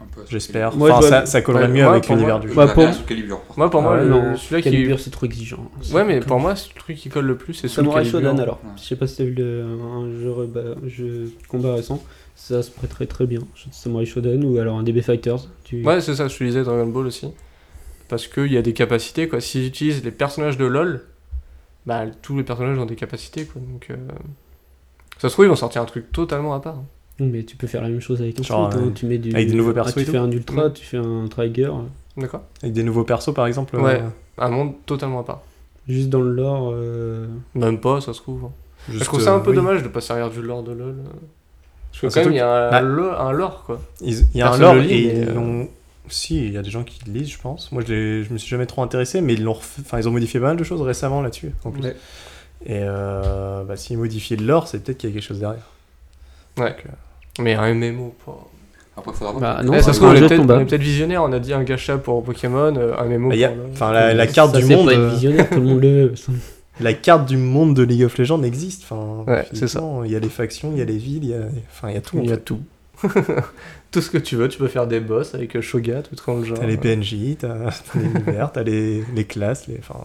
Un peu à ce
j'espère.
Moi, je
enfin,
vois-
ça, ça collerait
Ouais,
mieux
ouais,
avec
pour moi,
l'univers
calibre.
du
Je
jeu.
Bah, pour-
préfère ce calibre. par
Moi, pour
Ah
moi,
ouais,
le-
non,
celui-là qui
Calibur, c'est trop exigeant. C'est
Ouais, mais
comme-
pour moi, ce truc qui colle le plus, c'est Soul
Samurai
Calibur.
Shodan alors.
Ouais.
Je sais pas si t'as vu le, un jeu, reba- un jeu de combat récent. Ça se prêterait très bien. Samurai Shodan ou alors un DB Fighters. Tu...
Ouais, c'est ça, je te disais Dragon Ball aussi. Parce qu'il y a des capacités, quoi. S'ils utilisent les personnages de LoL, bah, tous les personnages ont des capacités, quoi. Donc, euh, ça se trouve, ils vont sortir un truc totalement à part. hein.
Mais tu peux faire la même chose avec un
Genre,
Street, hein.
euh,
tu mets du...
avec des nouveaux
Ah,
persos
tu
et tout. Mm.
fais un Ultra,
Ouais.
tu fais un Trigger.
D'accord
Avec des nouveaux persos, par exemple.
Ouais.
euh,
Un monde totalement à part.
Juste dans le lore. euh,
Même pas, ça se trouve. hein.
juste,
Je trouve ça un peu
euh, oui.
dommage de pas servir du lore de LoL. Parce que
Ah,
quand même,
surtout
il y a un,
Bah.
lore, un lore, quoi.
Ils- Il y a un
Personne
lore
le lit,
et
mais,
ils
euh,
l'ont- Si, il y a des gens qui le lisent, je pense. Moi, je, l'ai- je me suis jamais trop intéressé, mais ils l'ont refait- enfin, ils ont modifié pas mal de choses récemment là-dessus. en plus.
Ouais.
Et euh, bah, s'ils modifient le lore, c'est peut-être qu'il y a quelque chose derrière.
Ouais.
Donc, euh,
Mais un MMO, pas.
Après, faudra voir.
Bah, non,
Eh, ça se
c'est un
trouve, on
jeu
est
de
peut-être
combat.
peut visionnaire. On a dit un gacha pour Pokémon, euh, un MMO
bah, il y a-
pour LoL.
enfin, la, la carte
Ça,
du
c'est
monde,
pas
euh,
visionnaire, tout le monde le veut. ça.
la carte du monde de League of Legends existe. Enfin,
Ouais, c'est
finalement, Il y a les factions, il y a les villes, il y a, enfin, il y a tout. en
Il y a
fait.
tout. tout ce que tu veux, tu peux faire des boss avec euh, Shogat, tout hein. dans le genre.
T'as les PNJ, t'as t'as l'univers, t'as les, les classes, les, enfin,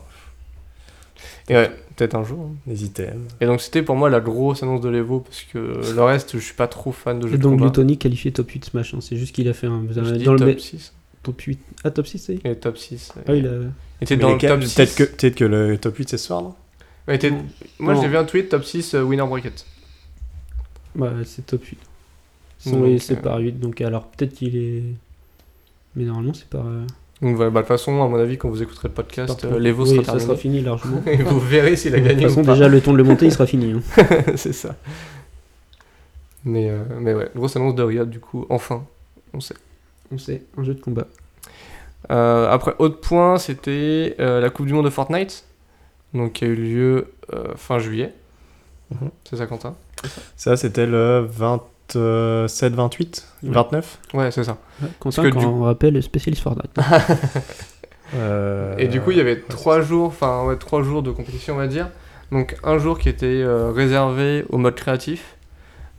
Et ouais, peut-être un jour. hein.
les items.
Et donc c'était pour moi la grosse annonce de l'Evo, parce que le reste, je suis pas trop fan de jeux
Et
de
donc
combat.
Gluttony qualifié top 8 Smash. hein. C'est juste qu'il a fait un.
Je dis
dans
top
le me-
6.
top 8. Ah, top 6, ça y est
Et top 6.
Ah, il a.
Et t'es
Mais
dans
les
le
cas-
top 6.
Peut-être que, peut-être que le top 8 c'est ce soir, non
Ouais, t'es-
Non.
Moi,
Non.
j'ai vu un tweet, top 6, euh, winner bracket.
Bah, c'est top 8. Ils
Donc,
sont c'est
euh,
par 8. Donc, alors peut-être qu'il est. Mais normalement, c'est par. euh,
Donc voilà, bah, de toute façon, à mon avis, quand vous écouterez le podcast,
par-
euh, l'Evo
Oui,
sera
ça sera
terminé.
fini largement.
Et vous verrez s'il a
De toute
gagné
façon,
ou pas.
déjà, le temps de le monter, il sera fini. hein.
C'est ça. Mais, euh, mais ouais, grosse annonce de Riot, du coup, enfin, on sait.
On sait, un jeu de combat.
Euh, après, autre point, c'était euh, la Coupe du Monde de Fortnite, donc qui a eu lieu euh, fin juillet.
Mhm.
C'est ça, Quentin
Ça, c'était le 27, 28,
Ouais.
29.
Ouais, c'est ça.
Quentin,
que
quand
du- Ah,
on rappelle spécialiste Fortnite.
Euh,
Et du coup, il y avait
c'est
trois jours, enfin ouais, trois jours de compétition, on va dire. Donc un jour qui était euh, réservé au mode créatif.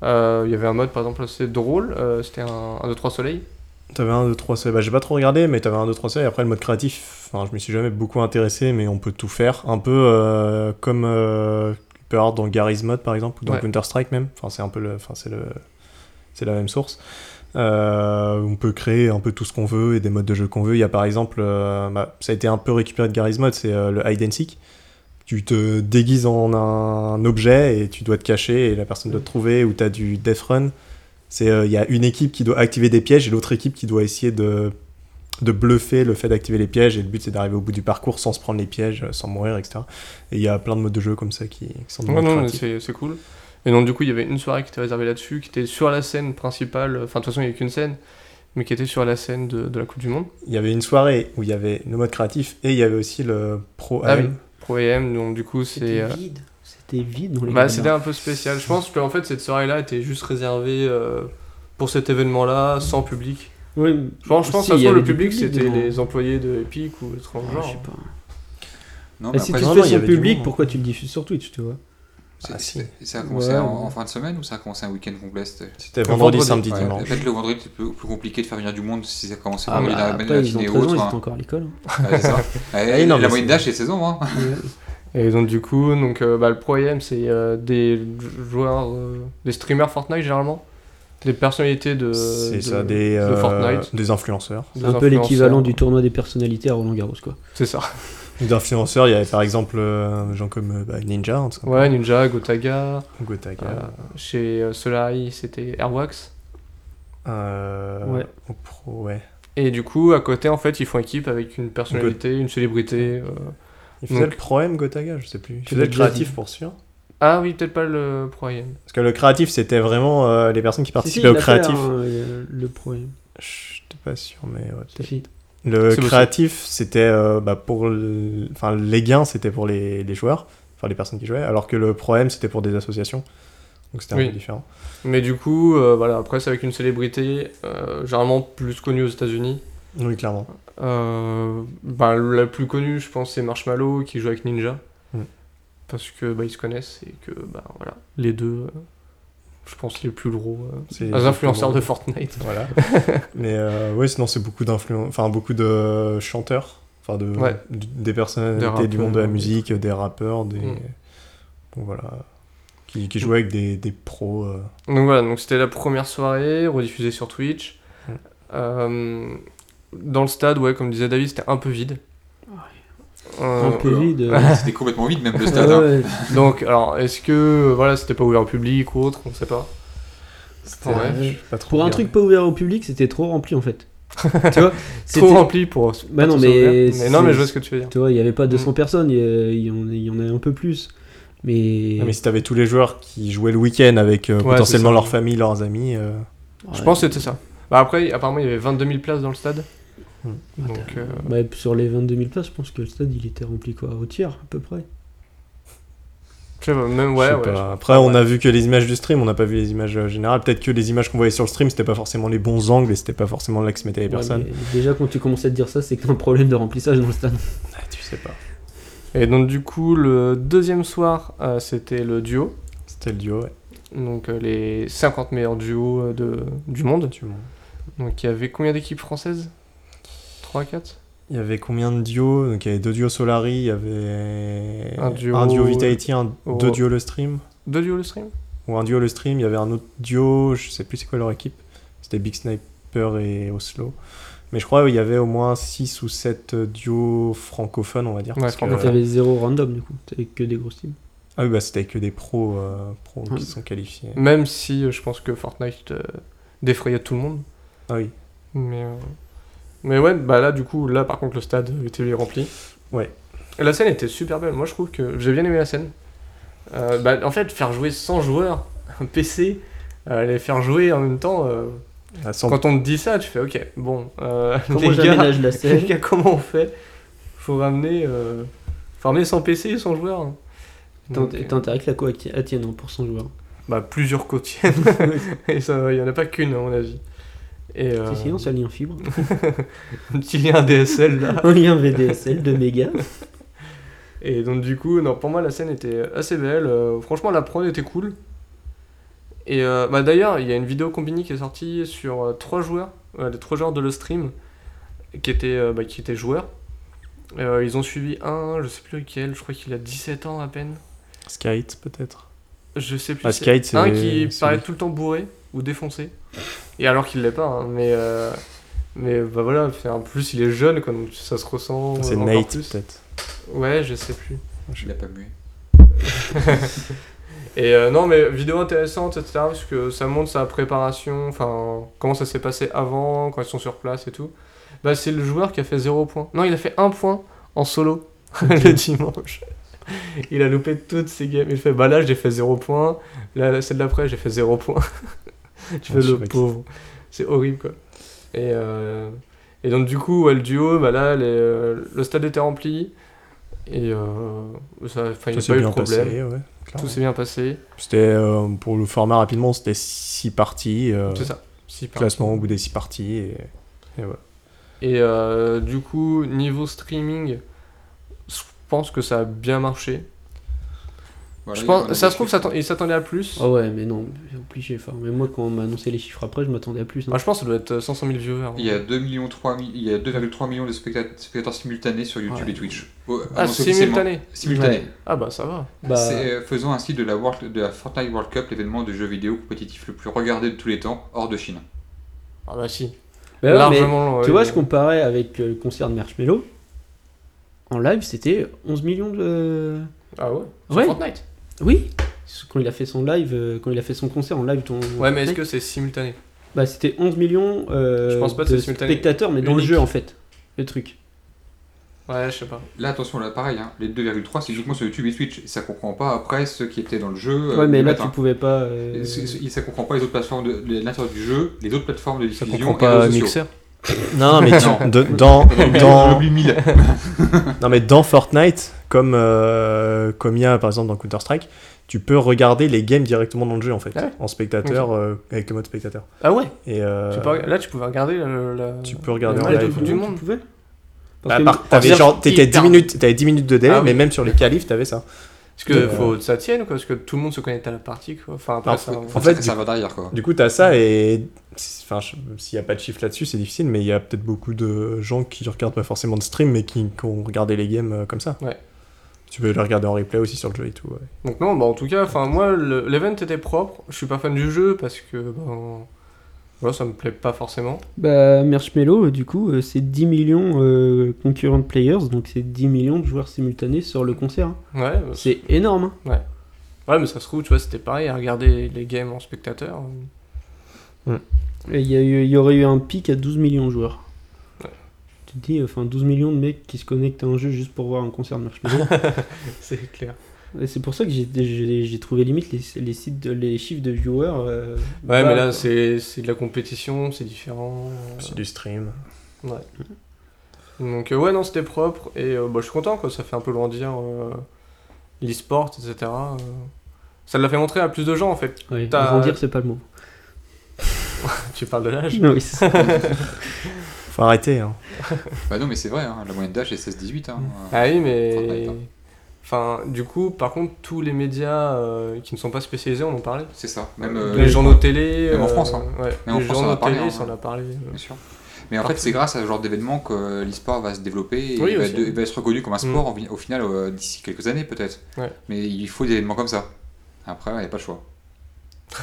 Euh, Il y avait un mode, par exemple, assez drôle. euh, C'était un, 2-3 soleil.
Euh, T'avais un, 2, 3, C. Bah, j'ai pas trop regardé, mais t'avais un, 2, 3, C. Et après, le mode créatif, enfin, je me suis jamais beaucoup intéressé, mais on peut tout faire. Un peu euh, comme euh, il peut y avoir dans Garry's Mod, par exemple, ou dans
Ouais.
Counter-Strike même. Enfin, c'est un peu le. Enfin, c'est le. C'est la même source. Euh, on peut créer un peu tout ce qu'on veut et des modes de jeu qu'on veut. Il y a par exemple, euh, bah, ça a été un peu récupéré de Garry's Mod, c'est euh, le hide and seek. Tu te déguises en un objet et tu dois te cacher et la personne doit te trouver ou tu as du death run. C'est, euh, Il y a une équipe qui doit activer des pièges et l'autre équipe qui doit essayer de, de bluffer le fait d'activer les pièges. Et le but c'est d'arriver au bout du parcours sans se prendre les pièges, euh, sans mourir, etc. Et il y a plein de modes de jeu comme ça qui, qui sont
Ouais,
devenus
non, mais
créatifs.
c'est c'est cool. Et donc du coup, il y avait une soirée qui était réservée là-dessus, qui était sur la scène principale. Enfin, de toute façon, il n'y avait qu'une scène, mais qui était sur la scène de, de la Coupe du Monde.
Il y avait une soirée où il y avait le mode créatif et il y avait aussi le pro euh,
Ah
AM.
oui. Pro AM, donc du coup, c'est... euh,
vide. C'était vide dans les
Bah,
caméras.
c'était un peu spécial. Je pense que en fait, cette soirée-là était juste réservée euh, pour cet événement-là, sans public.
Ouais,
Je pense, je pense
si,
que
il y
le
avait du
public, c'était
dedans.
les employés de Epic ou autre
Ah,
genre.
je sais pas.
Non,
Bah,
mais
si
après,
tu
non,
fais
non, il y
sur
avait
le
du
public,
monde.
pourquoi tu le diffuses sur Twitch, tu vois
c'est-
Ah, si.
c'est- ça a commencé
Ouais.
en, en fin de semaine ou ça a commencé un week-end complet c'était-
C'était
Le
vendredi,
vendredi,
samedi,
Ouais,
dimanche.
Peut-être le vendredi, c'est plus, plus compliqué de faire venir du monde si ça a commencé
Ah,
vendredi
bah,
la
Après, ils ont
matinée
13
ou
ans,
autre.
ils étaient
hein.
encore à l'école. hein.
Ouais, c'est ça.
oui,
Eh,
non, mais
La
c'est-
moyenne d'âge, c'est 16 ans. hein.
Et donc, du coup, donc, euh, bah, le Pro AM, c'est euh, des joueurs, euh, des streamers Fortnite généralement, des personnalités de,
C'est
de-
ça, des, euh,
Fortnite.
des influenceurs.
des
C'est un peu l'équivalent
influenceurs.
du tournoi des personnalités à Roland Garros, quoi.
C'est ça.
Des influenceurs, il y avait par exemple euh, des gens comme euh, bah, Ninja, en tout cas,
Ouais, Ninja, Gotaga.
Gotaga.
euh, chez euh, Solari, c'était Airwax. Ah.
euh,
Ouais.
au pro, ouais.
Et du coup, à côté, en fait, ils font équipe avec une personnalité, une célébrité. euh,
Il faisait
Donc-
le pro M, Gotaga, je sais plus. Il
Tu
faisait
l'as
le
déjà
créatif
dit.
pour sûr.
Ah oui, peut-être pas le Pro AM.
Parce que le créatif, c'était vraiment euh, les personnes qui
Si, si,
participaient
il
au
l'a fait,
créatif.
hein, euh, le problème.
Je suis pas sûr, mais ouais, peut-être.
Si.
Le
C'est possible.
créatif, c'était euh, bah, pour. le- Enfin, les gains, c'était pour les, les joueurs, enfin les personnes qui jouaient, alors que le pro M, c'était pour des associations. Donc c'était un
Oui.
peu différent.
Mais du coup, euh, voilà, après, c'est avec une célébrité, euh, généralement plus connue aux États-Unis.
Oui, clairement.
Euh, bah, la plus connue, je pense, c'est Marshmallow qui joue avec Ninja.
Mm.
Parce que bah, ils se connaissent et que bah, voilà, les deux, euh, je pense, les plus gros euh,
C'est-
les influenceurs
c'est-
de Fortnite.
Voilà. Mais euh, ouais, sinon c'est beaucoup d'influence, enfin beaucoup de euh, chanteurs, enfin de
Ouais.
d- des
Des
personnalités
rappeurs,
du monde de la
des
musique, des rappeurs, des
Mm.
bon voilà, qui, qui jouaient avec des, des pros. euh.
Donc voilà, donc c'était la première soirée, rediffusée sur Twitch.
Mm.
Euh, dans le stade, ouais, comme disait David, c'était un peu vide. Euh,
Un peu vide. euh,
C'était complètement vide, même le
ouais,
stade. hein.
ouais.
Donc, alors, est-ce que euh, voilà, c'était pas ouvert au public ou autre, on sait pas.
C'était-
Ouais.
je sais pas trop
Pour un
regardé.
truc pas ouvert au public, c'était trop rempli en fait. tu vois c'était-
Trop rempli pour.
Bah
pas
non,
trop
mais
ouvert.
c'est-
non, mais je vois ce que tu veux dire.
Tu vois, il n'y avait pas 200
Mm.
personnes, il y, a- il y en- il y en a un peu plus. Ah, Mais.
Non, mais si t'avais tous les joueurs qui jouaient le week-end avec euh,
Ouais,
potentiellement
c'est ça.
leur famille, leurs amis, euh,
Je pense que c'était ça. Bah après, apparemment, il y avait 22 000 places dans le stade.
Mm.
Donc, euh,
Bah, sur les 22 000 places, je pense que le stade il était rempli quoi, au tiers à peu près.
je sais pas, même, ouais,
je sais
ouais.
pas.
je-
Après, on a vu que les images du stream, on n'a pas vu les images euh, générales. Peut-être que les images qu'on voyait sur le stream, c'était pas forcément les bons angles et c'était pas forcément là que se mettaient les
Ouais,
personnes.
mais déjà, quand tu commences à te dire ça, c'est que t'as un problème de remplissage dans le stade.
Ah, tu sais pas.
Et donc, du coup, le deuxième soir, euh, c'était le duo.
C'était le duo, ouais.
Donc, euh, les 50 meilleurs duos euh, de, du monde.
Tu m'en-
Donc il y avait combien d'équipes françaises 3, 4
Il y avait combien de duos Donc il y avait deux duos Solari, il y avait
Un duo-
Vitality, un...
Oh.
deux duos le stream,
Deux duos le stream
ou un duo le stream. Il y avait un autre duo, je sais plus c'est quoi leur équipe. C'était Big Sniper et Oslo. Mais je crois qu'il y avait au moins 6 ou 7 duos francophones, on va dire.
Ouais,
parce que-
Donc, t'avais zéro random du coup, t'avais que des grosses teams.
Ah oui, bah c'était que des pros, euh, pros
Hmm.
Ouais.
qui sont qualifiés.
Même si euh, je pense que Fortnite euh, défrayait tout le monde.
Ah oui.
Mais, euh, mais ouais, bah là du coup, là par contre le stade euh, était rempli.
Ouais.
Et la scène était super belle, moi je trouve que j'ai bien aimé la scène. Euh, bah, en fait, faire jouer 100 joueurs, un PC, euh, les faire jouer en même temps, euh,
À 100
quand on te dit ça, tu fais ok, bon, euh,
Comment
les gars,
j'aménage la
Les
scène
gars, comment on fait Faut ramener, euh, faut ramener 100 PC et 100 joueurs.
T'as
Donc, euh,
t'as intérêt que la co atti- attienne hein, pour son joueur.
bah, plusieurs quotidiennes. et ça, il n'y en a pas qu'une, à mon avis. Et euh,
Sinon, c'est un lien fibre.
un petit lien DSL là.
un lien VDSL de méga.
Et donc, du coup, non, pour moi, la scène était assez belle. Euh, franchement, la prod était cool. Et euh, bah, d'ailleurs, il y a une vidéo combinée qui est sortie sur euh, trois joueurs, euh, les trois joueurs de le stream, qui étaient, euh, bah, qui étaient joueurs. Euh, ils ont suivi un, je sais plus lequel, je crois qu'il a 17 ans à peine.
Skate, peut-être.
Je sais plus.
Ah,
c'est-
Skate, c'est-
Un qui
c'est-
paraît tout le temps bourré ou défoncé. Et alors qu'il l'est pas, hein, mais. euh, Mais bah voilà, enfin, en plus il est jeune, quoi, donc ça se ressent.
Ah, C'est
encore
Nate,
plus.
peut-être.
Ouais, je sais plus.
hein. Il a pas mué.
Et euh, non, mais vidéo intéressante, etc. Parce que ça montre sa préparation, enfin, comment ça s'est passé avant, quand ils sont sur place et tout. Bah, c'est le joueur qui a fait 0 point. Non, il a fait 1 point en solo le dimanche. Il a loupé toutes ses games. Il fait, bah là, j'ai fait 0 point. Là, celle d'après, j'ai fait 0 point. tu fais
Ouais, Ah, je
le
sais pas qui
pauvre. C'est horrible, quoi. Et, euh, et donc, du coup, ouais, le duo, bah là, les, euh, le stade était rempli. Et euh, ça, enfin, il n'y a
Tout s'est
pas eu de
bien
problème.
passé, ouais.
Tout
clairement.
s'est bien passé.
C'était, euh, pour le format rapidement, c'était 6 parties. euh,
C'est ça. Super.
classement au bout des 6 parties. Et...
Et euh, du coup, niveau streaming, je pense que ça a bien marché.
Voilà,
je
il y a
pense,
pas
ça
mal
se trouve,
de
s'atten- ils s'attendaient à plus.
Ah ouais, mais non, c'est obligé. Enfin, mais moi, quand on m'a annoncé les chiffres après, je m'attendais à plus. hein.
Ah, je pense que ça doit être 500 000 viewers. hein.
Il y a 2 millions 3 mi- il y a 2,3 millions de spectat- spectateurs simultanés sur YouTube
Ouais.
et Twitch. Oh,
Ah,
annoncé officiellement.
simultané.
Simultané.
Ouais.
Ah bah ça va.
Bah,
C'est, euh, faisant ainsi de la, World- de la Fortnite World Cup l'événement de jeux vidéo compétitif le plus regardé de tous les temps hors de Chine.
Ah bah si.
bah ouais,
Largement.
mais
ouais.
tu vois, je comparais avec euh, le concert de Marshmello. En live, c'était 11 millions de.
Ah ouais. Sur
Ouais.
Fortnite.
Oui Quand il a fait son live, euh, quand il a fait son concert en live, ton.
Ouais, mais est-ce que c'est simultané
Bah, c'était 11 millions euh,
Je pense pas que
de
c'est simultané.
spectateurs, mais dans le
Unique.
jeu, en fait. Le truc.
Ouais, je sais pas.
Là, attention, là, pareil, hein, les 2,3 c'est uniquement sur YouTube et Twitch. Et ça comprend pas après ceux qui étaient dans le jeu. euh,
ouais, mais
du
là,
matin.
tu pouvais pas. euh,
Et c'est- c'est- Ça comprend pas les autres plateformes de de l'intérieur du jeu, les autres plateformes de
Ça
diffusion.
comprend
et les
pas
réseaux
Mixer Non, non, mais tu-
Non.
de- dans,
sociaux.
dans,
J'oublie mille.
Non mais dans Fortnite, comme euh, comme il y a par exemple dans Counter Strike, tu peux regarder les games directement dans le jeu en fait,
Ah ouais
en spectateur euh, avec le mode spectateur.
Ah ouais.
Et euh,
Tu peux- Là, tu pouvais regarder la. la-
tu peux regarder
la
en
Coupe
live.
du
ouais.
Monde, tu pouvais
Bah,
Parce que-
par- t'avais
Par
genre t'étais
hyper-
10 minutes, t'avais 10 minutes de DM,
Ah oui.
mais même sur les qualifs t'avais ça.
Parce que faut que ça tienne, quoi. Parce que tout le monde se connecte à la partie, quoi. Enfin, après,
Non,
ça.
faut-
En
En fait,
fait, ça va derrière quoi.
Du coup t'as ça et enfin je- s'il n'y a pas de chiffre là-dessus c'est difficile, mais il y a peut-être beaucoup de gens qui regardent pas forcément de stream mais qui, qui ont regardé les games euh, comme ça.
Ouais.
Tu peux les regarder en replay aussi sur le jeu et tout. ouais.
Donc non, bah en tout cas, enfin moi le- l'event était propre. Je suis pas fan du jeu parce que ben voilà, ça me plaît pas forcément.
Bah, Marshmello, euh, du coup, euh, c'est 10 millions euh, concurrent players, donc c'est 10 millions de joueurs simultanés sur le concert. hein.
Ouais, bah,
C'est énorme. hein.
ouais, mais ça se trouve, tu vois, c'était pareil à regarder les games en spectateur.
Et Il y, a eu- il y aurait eu un pic à 12 millions de joueurs. Tu te dis, enfin, 12 millions de mecs qui se connectent à un jeu juste pour voir un concert de Marshmello.
C'est clair.
Et c'est pour ça que j'ai- j'ai j'ai trouvé limite les, les sites, de- les chiffres de viewers. euh,
Ouais,
bas,
mais
quoi.
là c'est c'est de la compétition, c'est différent.
C'est du stream.
Donc euh, ouais, non, c'était propre et euh, bah, je suis content quoi. Ça fait un peu grandir euh, l'e-sport, etc. euh. Ça l'a fait montrer à plus de gens en fait.
Ouais,
t'as-
grandir, c'est pas le mot.
Tu parles de l'âge.
Non, oui, c'est ça.
Faut arrêter. Hein.
Bah non, mais c'est vrai, hein, la moyenne d'âge est 16-18. Hein, euh,
Ah oui, mais.
Fortnite, hein.
Enfin, du coup, par contre, tous les médias euh, qui ne sont pas spécialisés, on en parlait.
C'est ça. Même, euh,
les journaux télé.
même en
euh,
France, hein.
ouais,
Même en
les
France, on en
journaux
a parlé,
télé,
hein.
ça, on en a parlé.
Bien sûr. Mais en fait, c'est grâce à ce genre d'événement que euh, l'e-sport va se développer et
Oui,
il, va
aussi.
de- il va être reconnu comme un sport
Mm.
en vi- au final euh, d'ici quelques années peut-être.
Ouais.
Mais il faut des événements comme ça. Après, il n'y a pas le choix.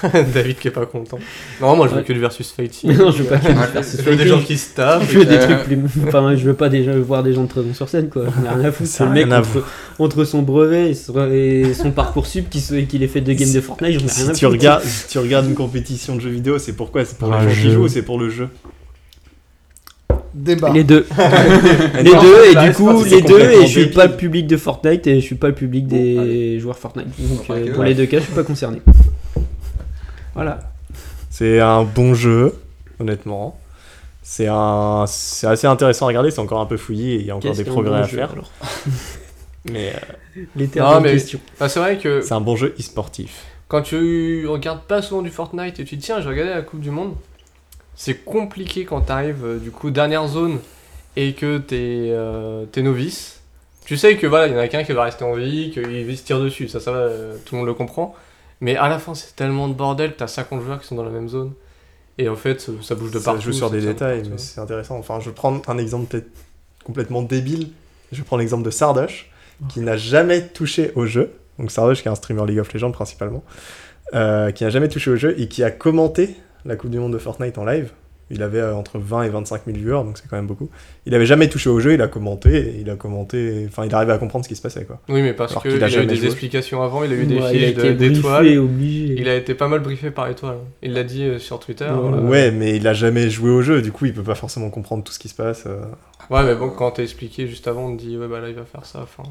euh, David qui est pas content. Non, moi, je veux
Ouais.
que le versus fighting.
Mais non, je veux pas.
Ouais,
Je veux des gens qui se tapent.
Je veux des
Euh,
trucs, plus- enfin, je veux pas déjà voir des gens très bons sur scène, quoi. J'en ai rien à foutre.
Ça
C'est le
a
mec
rien à
entre, entre son brevet et son, et son parcours sup qui, se- qui les fait de games de Fortnite, j'en ai rien
Si
à
tu,
foutre.
regardes, si tu regardes une compétition de jeux vidéo, c'est pourquoi C'est pour Pour les le gens qui jeu. jouent ou c'est pour le jeu
Débat.
Bah. Les deux.
Les
les deux, et du
reste pas,
coup,
c'est
les deux, et je
complètement
suis
débile.
pas le public de Fortnite et je suis pas le public des
Bon,
joueurs Fortnite. Donc,
bah,
On va
euh,
pas
pour
que-
les deux cas, je suis pas concerné. Voilà.
C'est un bon jeu, honnêtement. C'est un... c'est assez intéressant à regarder, c'est encore un peu fouillis et il y a encore
Qu'est-ce
des
qu'un
progrès
bon
à
jeu,
faire.
alors
Mais euh,
Les termes
Non,
en
mais-
question.
Bah, c'est vrai que
c'est un bon jeu e-sportif.
quand tu regardes pas souvent du Fortnite et tu te dis tiens, je regardais la Coupe du Monde, c'est compliqué quand t'arrives euh, du coup dernière zone et que t'es euh, t'es novice. Tu sais que voilà, il y en a qu'un qui va rester en vie, qu'il se tire dessus, ça, ça va, euh, tout le monde le comprend. Mais à la fin, c'est tellement de bordel, t'as 50 joueurs qui sont dans la même zone. Et en fait, ça- ça bouge de
ça
partout.
joue sur
ça
des
tire de
détails,
partout.
mais c'est intéressant. Enfin, je vais prendre un exemple peut-être complètement débile. Je prends l'exemple de Sardoche, qui n'a jamais touché au jeu. Donc Sardoche, qui est un streamer League of Legends principalement, euh, qui n'a jamais touché au jeu et qui a commenté la Coupe du Monde de Fortnite en live. Il avait euh, entre 20 et 25 000 viewers, donc c'est quand même beaucoup. Il n'avait jamais touché au jeu, il a commenté, et il a commenté, enfin il arrivait à comprendre ce qui se passait quoi.
Oui, mais parce
Alors
qu'il
qu'il a
a, eu
jamais
des
joué.
explications avant, il a eu des
Ouais, il a
fiches de-
été briefé,
d'étoiles.
obligé.
Il a été pas mal briefé par étoile. Il l'a dit euh, sur Twitter.
Ouais.
euh,
Ouais, mais il a jamais joué au jeu, du coup il peut pas forcément comprendre tout ce qui se passe. euh.
Ouais, mais bon, quand t'es expliqué juste avant, on te dit, ouais, bah là, il va faire ça. Enfin,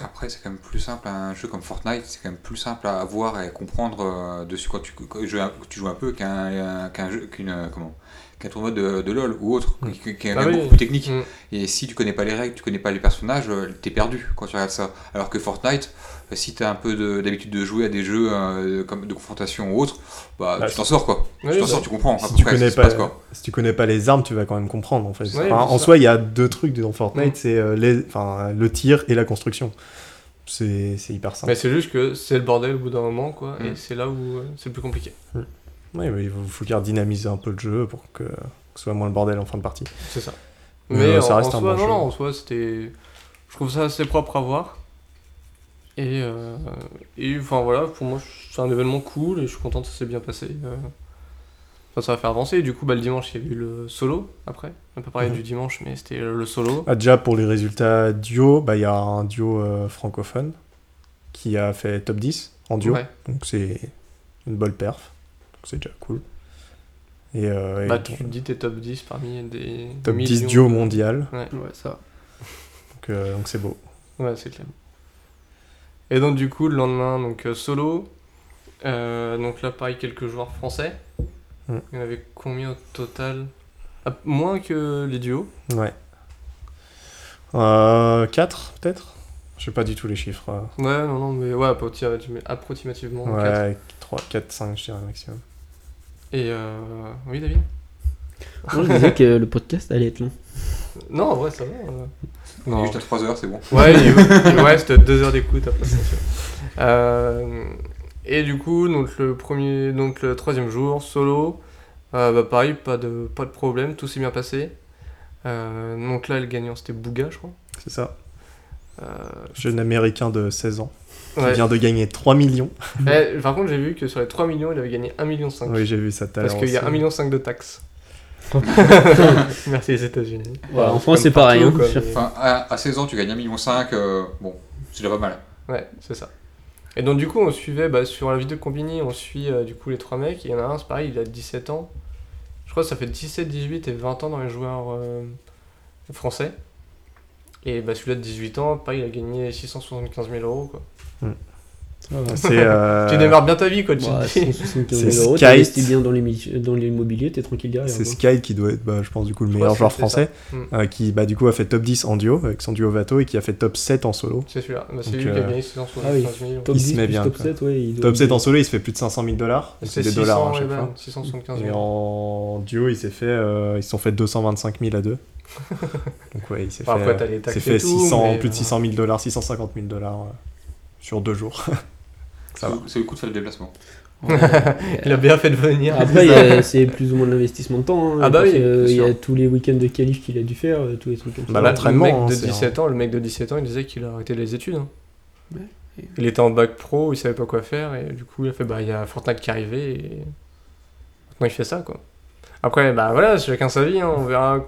Après, c'est quand même plus simple, un jeu comme Fortnite, c'est quand même plus simple à voir et à comprendre euh, dessus quand tu, quand tu joues, un- tu joues un peu qu'un qu'un jeu, qu'une, euh, comment, qu'un tournoi de, de LoL ou autre,
Mm.
qui, qui est
Ah
quand même
oui.
beaucoup plus technique.
Mm.
Et si tu connais pas les règles, tu connais pas les personnages, euh, t'es perdu quand tu regardes ça. Alors que Fortnite, euh, si t'as un peu de- d'habitude de jouer à des jeux euh, comme de confrontation ou autre, bah,
Ah,
tu t'en sors quoi.
ouais,
tu t'en
bah,
sors, tu comprends. à
si
peu
tu
près ce
connais
qui se
pas-
passe, quoi.
si tu connais pas les armes, tu vas quand même comprendre en fait.
Ouais,
Enfin,
c'est
en
ça.
soi, il y a deux trucs dans Fortnite,
Mm.
c'est euh, les- enfin, le tir et la construction. C'est c'est hyper simple.
Mais c'est juste que c'est le bordel au bout d'un moment, quoi.
Mm.
Et c'est là où euh, c'est le plus compliqué.
Ouais, mais il faut- faut qu'il dynamiser un peu le jeu pour que, que ce soit moins le bordel en fin de partie.
C'est ça.
Mais,
Mais,
euh,
en,
ça reste
en
un
soi,
bon
non,
jeu.
non, en soi, c'était. Je trouve ça assez propre à voir. Et, euh, et enfin voilà, pour moi, c'est un événement cool et je suis content que ça s'est bien passé. euh. Enfin, ça va faire avancer. Et du coup, bah, le dimanche, il y a eu le solo après. On n'a pas parlé
Mhm.
du dimanche, mais c'était le solo.
Ah, déjà pour les résultats duo, bah, il y a un duo euh, francophone qui a fait top 10 en duo.
Ouais.
Donc c'est une bonne perf. Donc c'est déjà cool. Et, euh, et
Bah,
ton-
tu te dis t'es top 10 parmi des.
top 10
millions.
duo mondial.
Ouais, ça.
Donc euh, donc c'est beau.
Ouais, c'est clair. Et donc, du coup, le lendemain, donc euh, solo. Euh, donc là, pareil, quelques joueurs français.
Mm.
Il y en avait combien au total Ah, Moins que les duos.
Ouais. Euh, 4 peut-être Je sais pas du tout les chiffres. euh.
Ouais, non, non, mais ouais, approximativement- approximativement. quatre.
Ouais, 3, 4, 5 je dirais maximum.
Et euh... oui, David
Non, je disais que le podcast allait être long.
Non, en vrai, ça va. euh.
On est juste à 3 heures, c'est bon.
Ouais, il, il reste deux heures d'écoute après ça. tu vois. Euh, et du coup, donc le premier, donc le troisième jour, solo, euh, bah pareil, pas de, pas de problème, tout s'est bien passé. Euh, donc là, le gagnant c'était Bouga, je crois.
C'est ça.
Euh,
Jeune américain de 16 ans qui
ouais.
vient de gagner 3 millions.
Eh, par contre, j'ai vu que sur les 3 millions, il avait gagné 1,5 million.
Oui, j'ai vu ça tout à
parce
l'heure
qu'il y a
aussi.
1,5 million de taxes. Merci les États-Unis.
Ouais, en
Enfin,
France, c'est
comme
pareil,
partout,
hein.
quoi, mais-
Enfin, à, à 16 ans, tu gagnes 1,5 million. euh, bon, c'est déjà pas mal.
Ouais, c'est ça. Et donc, du coup, on suivait bah, sur la vidéo de Combini, on suit euh, du coup les trois mecs. Il y en a un, c'est pareil, il a 17 ans. Je crois que ça fait 17, 18 et 20 ans dans les joueurs euh, français. Et bah, celui-là de 18 ans, pareil, il a gagné 675 000 euros. Quoi.
C'est euh,
Tu démarres bien ta vie, quoi. Tu
Bah,
te dis.
175
C'est
000 euros,
Sky.
t'investis bien dans l'immobilier, dans l'immobilier, t'es tranquille derrière.
c'est
quoi.
Sky qui doit être, bah, je pense, du coup, le
Je
meilleur
crois
joueur
que c'était
français,
ça. Mm.
euh, qui bah, du coup a fait top 10 en duo avec son duo Vato et qui a fait top 7 en solo.
C'est celui-là. Bah, c'est
Donc,
lui qui a
euh, ah
gagné 675 000
Top
Il se
10
met
plus
bien,
top
quoi.
7, ouais. il doit-
Top 7 en solo, il se fait plus de 500 000 dollars. C'est des dollars hein, à
ouais,
chaque
bah,
fois.
675
Et
000
en duo, il s'est fait, euh, ils se sont fait 225 000 à deux. Donc ouais, il s'est
Enfin,
fait,
après, t'as les
il s'est
taxes
fait
et tout,
600,
mais,
plus de
euh,
600 000 dollars, 650 000 dollars euh, sur deux jours. Ça
C'est- C'est le coup de faire le déplacement.
Il a bien fait de venir.
Ah, bah,
Après, il y a- c'est plus ou moins de l'investissement de temps. hein,
Ah bah
parce
oui,
que
bien
Il y a
sûr.
tous les week-ends de qualif qu'il a dû faire, euh, tous les trucs comme ça.
Bah,
Bah,
l'entraînement,
Le
hein,
mec de
c'est
17 ans, le mec de 17 ans, il disait qu'il a arrêté les études. hein.
Ouais.
Il était en bac pro, il savait pas quoi faire et du coup il a fait bah il y a Fortnite qui est arrivé et maintenant il fait ça quoi. Après bah voilà, chacun sa vie, hein, on verra.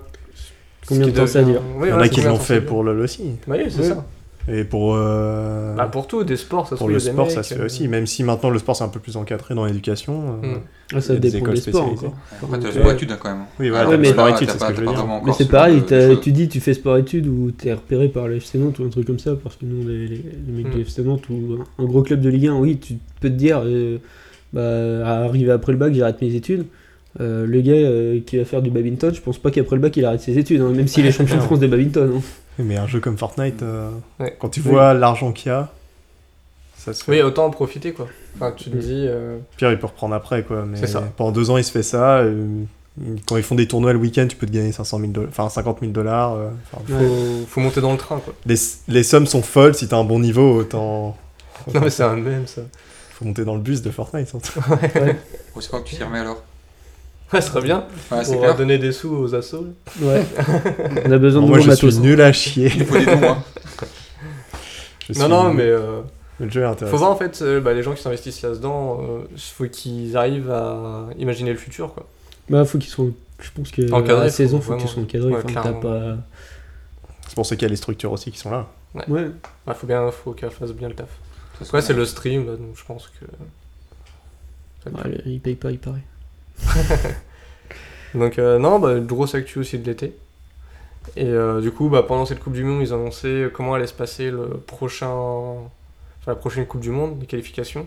ce
Combien
qui
de temps ça
devient.
dure
Oui,
Il y
voilà,
en a
c'est
qui
combien de
l'ont
temps
fait
dure.
pour LOL aussi.
Bah oui, c'est
Oui.
ça.
Et pour, euh,
Bah pour tout, des sports, ça se
pour
fait,
le
il y a des
sport, ça
mecs,
se fait
euh,
aussi. Même si maintenant le sport c'est un peu plus encadré dans l'éducation.
Hmm.
euh,
Ah,
il y
ça
a des
dépend
écoles
des sports
spécialisées.
encore.
Après, t'as le
Donc,
sport
euh,
études hein, quand même.
Oui, voilà,
Ah,
t'as le
mais-
sport
là,
études,
t'as
c'est ce
pas-
que je veux
t'as pas
dire.
vraiment
Mais
encore
c'est
ce
pareil,
genre de-
t'as-
de choses.
tu dis tu fais sport études ou t'es repéré par le FC Nantes ou un truc comme ça, parce que nous les, les- les mecs
Mm.
du FC Nantes ou un un gros club de Ligue 1, oui, tu peux te dire, euh, bah, arrivé après le bac, j'arrête mes études. Euh, le gars euh, qui va faire du badminton, je pense pas qu'après le bac il arrête ses études, hein, même s'il est champion de
Non.
France de badminton. hein.
Mais un jeu comme Fortnite, euh,
Ouais.
quand tu
Oui.
vois l'argent qu'il y a, ça se fait.
Oui, autant en profiter, quoi. Enfin,
Hmm.
tu te dis... euh,
Pire, il peut reprendre après, quoi. Mais
C'est ça.
pendant deux ans, il se fait ça. euh, quand ils font des tournois le week-end, tu peux te gagner 500 000 dollars, enfin 50 000 dollars. euh,
faut, faut monter dans le train, quoi.
les, les sommes sont folles. Si t'as un bon niveau, autant.
Non, mais c'est un même, ça.
Faut monter dans le bus de Fortnite, hein. surtout.
Au score que tu t'y remets alors.
Ouais, ce serait bien.
Ouais, c'est
Pour
clair.
donner des sous aux assos. là.
Ouais. On a besoin de
Moi,
nouveaux
je
matos.
suis nul à chier.
Il faut des dons, hein.
Je
Non,
suis
non,
nul.
mais... euh,
Le jeu est intéressant.
Faut voir en fait euh, bah, les gens qui s'investissent là-dedans, euh, faut qu'ils arrivent à imaginer le futur quoi.
Bah, faut qu'ils soient. Je pense que
Encadrés,
à la saison,
faut
faut qu'ils soient
vraiment-
encadrés.
Ouais,
enfin, t'as
clairement.
pas.
C'est pour ça qu'il y a les structures aussi qui sont là.
Ouais.
Ouais, faut bien, faut qu'elles fassent bien le taf.
Ça,
Ouais, c'est le stream là, donc je pense que.
Ouais, Ah, le- ils payent pas, il paraît.
Donc euh, non, bah, grosse actu aussi de l'été. Et euh, du coup, bah, pendant cette Coupe du Monde, ils annonçaient comment allait se passer le prochain, enfin, la prochaine Coupe du Monde, les qualifications.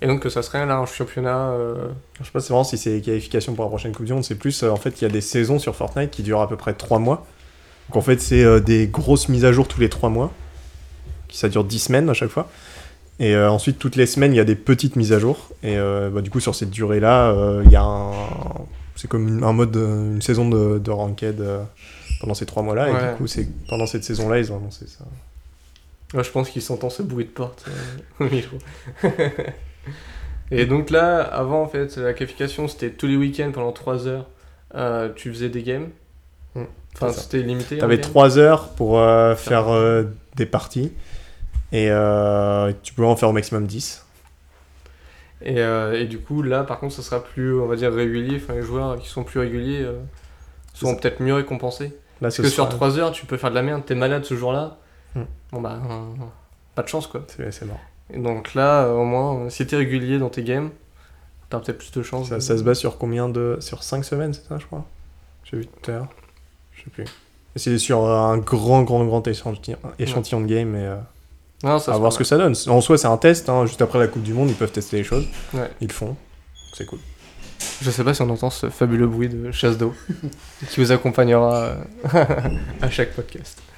Et donc que ça serait là un championnat. euh,
Je sais pas c'est vraiment si c'est les qualifications pour la prochaine Coupe du Monde, c'est plus euh, en fait qu'il y a des saisons sur Fortnite qui durent à peu près 3 mois. Donc en fait c'est euh, des grosses mises à jour tous les 3 mois, qui ça dure 10 semaines à chaque fois. Et euh, ensuite toutes les semaines il y a des petites mises à jour. Et euh, bah, du coup sur cette durée là, il y a un... C'est comme une- un mode, euh, une saison de, de ranked euh, pendant ces 3 mois là. Et
Ouais.
du coup c'est pendant cette saison là ils ont annoncé ça.
Ouais, Ah, je pense qu'il s'entend ce bruit de porte euh, au micro. Et donc là, avant en fait, la qualification c'était tous les week-ends pendant 3 heures, euh, tu faisais des games.
Mm,
Enfin,
c'est ça.
c'était limité. en
T'avais
game.
3 heures pour euh, faire euh, des parties. Et euh, tu pouvais en faire au maximum 10.
Et, euh, et du coup, là par contre, ça sera plus, on va dire, régulier. Enfin, les joueurs qui sont plus réguliers euh,
C'est
seront
ça.
peut-être mieux récompensés.
Là,
Parce
ce
que
sera-
sur 3 heures, tu peux faire de la merde, t'es malade ce jour-là.
Mm.
Bon bah, euh, pas de chance quoi.
C'est c'est marrant.
Et donc là, euh, au moins, euh, si t'es régulier dans tes games, t'as peut-être plus de chance.
Ça,
de-
ça se base sur combien de. Sur 5 semaines, c'est ça, je crois J'ai vu tout à l'heure. Je sais plus. Et C'est sur euh, un grand, grand, grand échantillon, échantillon de game et euh,
Non, ça
à
se
voir
fait
ce que ça donne. En soi, c'est un test. hein, Juste après la Coupe du Monde, ils peuvent tester les choses.
Ouais.
Ils le font. C'est cool.
Je sais pas si on entend ce fabuleux bruit de chasse d'eau qui vous accompagnera euh, à chaque podcast.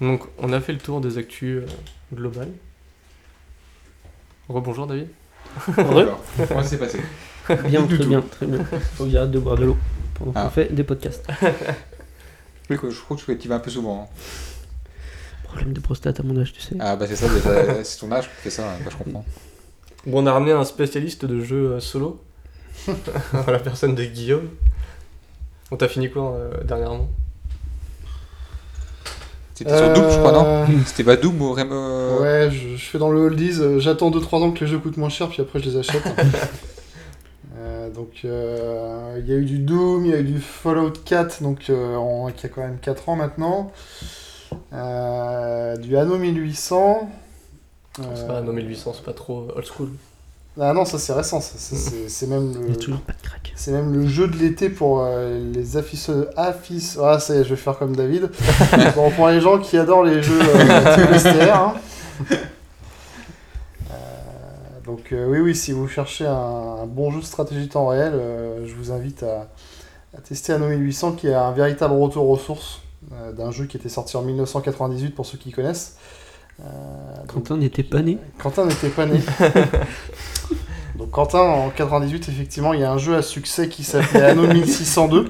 Donc, on a fait le tour des actus euh, globales. Rebonjour David.
Alors, Comment ça s'est passé
Bien,
Du
très
tout.
bien, très bien. Faut que j'arrête de boire de l'eau pendant qu'on
Ah.
fait des podcasts.
Oui, que Je crois que tu y vas un peu souvent. hein.
Problème de prostate à mon âge, tu sais.
Ah, bah c'est ça, déjà, c'est ton âge qui fait ça, hein, bah, je comprends.
Bon, on a ramené un spécialiste de jeux euh, solo, la personne de Guillaume. On t'a fini quoi euh, dernièrement
C'était sur Doom, je crois, non
Euh,
C'était pas Doom ou euh, Remo
Ouais, je, je fais dans le oldies, euh, j'attends 2-3 ans que les jeux coûtent moins cher, puis après je les achète. hein. Euh, donc euh, il y a eu du Doom, il y a eu du Fallout 4, donc euh, en- qui a quand même 4 ans maintenant. Euh, du Anno 1800.
C'est
Euh,
pas, non, 1800, c'est pas trop euh, old school.
Ah non, ça c'est récent, ça, ça, c'est c'est même
Il n'y
le...
a toujours pas de crack.
C'est même le jeu de l'été pour euh, les afficheurs. Affiche... Ah, ça y est, je vais faire comme David. bon, pour les gens qui adorent les jeux euh, de STR, hein. Euh, Donc, euh, oui, oui, si vous cherchez un, un bon jeu de stratégie temps réel, euh, je vous invite à, à tester Anno 1800 qui est un véritable retour aux sources euh, d'un jeu qui était sorti en 1998 pour ceux qui connaissent. Euh, donc,
Quentin n'était pas né.
Quentin n'était pas né. Donc Quentin, en 98, effectivement, il y a un jeu à succès qui s'appelait Anno 1602,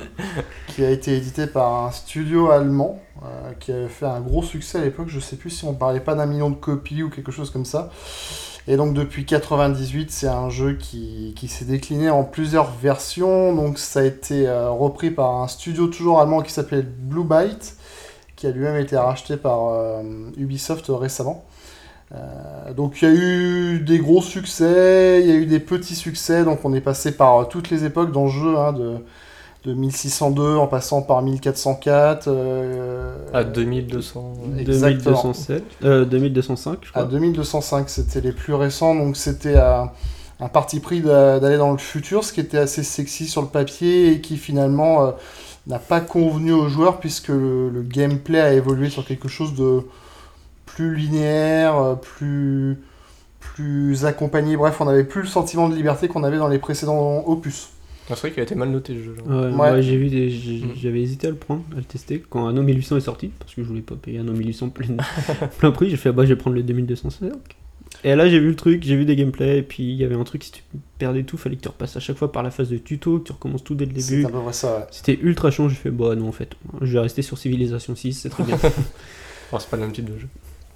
qui a été édité par un studio allemand, euh, qui avait fait un gros succès à l'époque. Je sais plus si on parlait pas d'un million de copies ou quelque chose comme ça. Et donc depuis 98, c'est un jeu qui, qui s'est décliné en plusieurs versions. Donc ça a été euh, repris par un studio toujours allemand qui s'appelait Blue Byte, qui a lui-même été racheté par euh, Ubisoft récemment. Euh, donc il y a eu des gros succès, il y a eu des petits succès, donc on est passé par euh, toutes les époques dans le jeu, hein, de, de 1602 en passant par 1404, euh,
À 2200. ouais.
Exactement. Ah,
2207, euh, 2205, je
à
crois.
2205, c'était les plus récents, donc c'était euh, un parti pris d'a- d'aller dans le futur, ce qui était assez sexy sur le papier et qui finalement euh, n'a pas convenu aux joueurs puisque le, le gameplay a évolué sur quelque chose de plus linéaire, euh, plus, plus accompagné. Bref, on n'avait plus le sentiment de liberté qu'on avait dans les précédents opus.
C'est vrai qu'il a été mal noté le jeu. genre.
Ouais,
Ouais.
ouais, j'ai vu des- j'ai-
Mm.
j'avais hésité à le prendre, à le tester quand Anno 1800 est sorti parce que je voulais pas payer Anno 1800 plein, plein prix. J'ai fait ah bah je vais prendre le 2205. Et là j'ai vu le truc, j'ai vu des gameplays et puis il y avait un truc si tu perdais tout, fallait que tu repasses à chaque fois par la phase de tuto, que tu recommences tout dès le
C'est
début.
à peu près ça. ouais.
C'était ultra chiant, j'ai fait bah non en fait, je vais rester sur Civilization 6, c'est très bien.
Enfin, c'est pas le même type de jeu.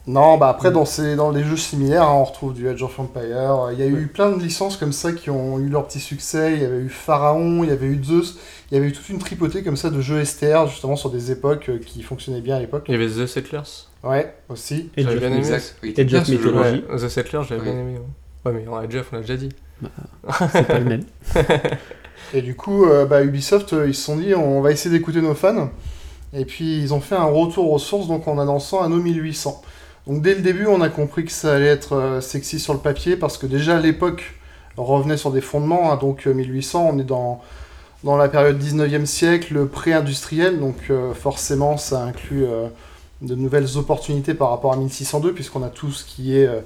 Non, bah après, dans, ces, dans les jeux similaires, hein, on retrouve du Age of Empire. Il y a eu plein de licences comme ça qui ont eu leur petit succès. Il y avait eu Pharaon, il y avait eu Zeus. Il y avait eu toute une tripotée comme ça de jeux STR, justement, sur des époques euh, qui fonctionnaient bien à l'époque.
Il y avait The Settlers.
Ouais, aussi.
Et
J'avais
Jeff
bien aimé.
Bezos.
Exact. Oui, t'es
Age
bien
of
ce jeu.
Mythology.
Ouais, The Settlers, j'avais
Ouais.
bien aimé. hein. Ouais, Ouais, mais on a déjà, on l'a déjà dit.
c'est pas le même.
Et du coup, euh, bah, Ubisoft, euh, ils se sont dit, on va essayer d'écouter nos fans. Et puis, ils ont fait un retour aux sources, donc en annonçant Anno 1800. Donc, dès le début, on a compris que ça allait être euh, sexy sur le papier, parce que déjà, à l'époque revenait sur des fondements. hein. donc, euh, 1800, on est dans, dans la période 19e siècle, pré-industrielle. Donc, euh, forcément, ça inclut euh, de nouvelles opportunités par rapport à 1602, puisqu'on a tout ce qui est... euh,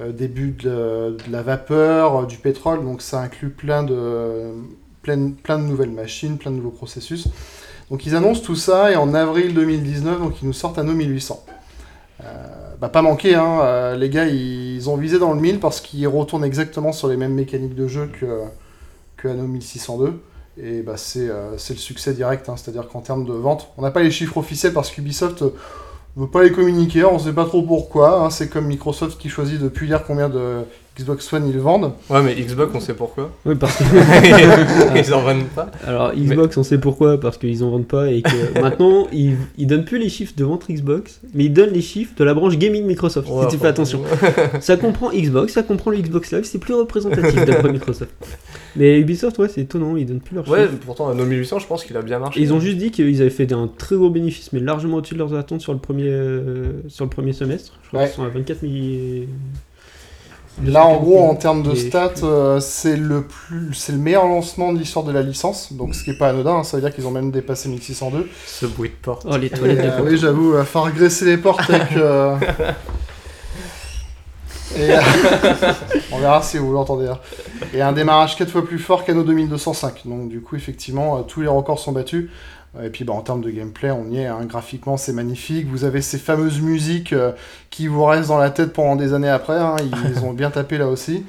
euh, début de, de la vapeur, euh, du pétrole, donc ça inclut plein de, plein, plein de nouvelles machines, plein de nouveaux processus. Donc ils annoncent tout ça et en avril 2019, donc ils nous sortent Anno 1800. Euh, bah, pas manqué, hein, euh, les gars, ils, ont visé dans le 1000 parce qu'ils retournent exactement sur les mêmes mécaniques de jeu que, que Anno 1602. Et bah, c'est euh, c'est le succès direct, hein, c'est-à-dire qu'en termes de vente, on n'a pas les chiffres officiels parce qu'Ubisoft euh, veut pas les communiquer, on sait pas trop pourquoi. hein, c'est comme Microsoft qui choisit depuis hier combien de Xbox One ils vendent.
Ouais, mais Xbox, on sait pourquoi.
Oui parce que
Ils en vendent pas.
Alors Xbox, on sait pourquoi, parce qu'ils en vendent pas et que maintenant ils, ils donnent plus les chiffres de vente Xbox, mais ils donnent les chiffres de la branche gaming Microsoft. si tu fais attention, ça comprend Xbox, ça comprend le Xbox Live, c'est plus représentatif d'après Microsoft. Mais Ubisoft, ouais, c'est étonnant, ils donnent plus leurs
Ouais,
chiffres.
pourtant, à No 1800, je pense qu'il a bien marché.
Ils ont juste dit qu'ils avaient fait un très gros bénéfice, mais largement au-dessus de leurs attentes sur le premier, euh, sur le premier semestre. Je crois
Ouais.
qu'ils sont à 24 millions.
Là, en gros, en termes de
Et je sais
stats,
plus.
euh, c'est le plus, c'est le meilleur lancement de l'histoire de la licence. Donc, ce qui est pas anodin, hein, ça veut dire qu'ils ont même dépassé 1602.
Ce bruit de porte.
Oh, les
Et,
toilettes,
euh,
la
oui, j'avoue, va falloir regresser les portes avec. euh, Et, euh, on verra si vous l'entendez. hein. Et un démarrage 4 fois plus fort qu'Anno 2205. Donc, du coup, effectivement, euh, tous les records sont battus. Euh, Et puis, bah, en termes de gameplay, on y est. hein. Graphiquement, c'est magnifique. Vous avez ces fameuses musiques euh, qui vous restent dans la tête pendant des années après. hein. Ils ont bien tapé là aussi.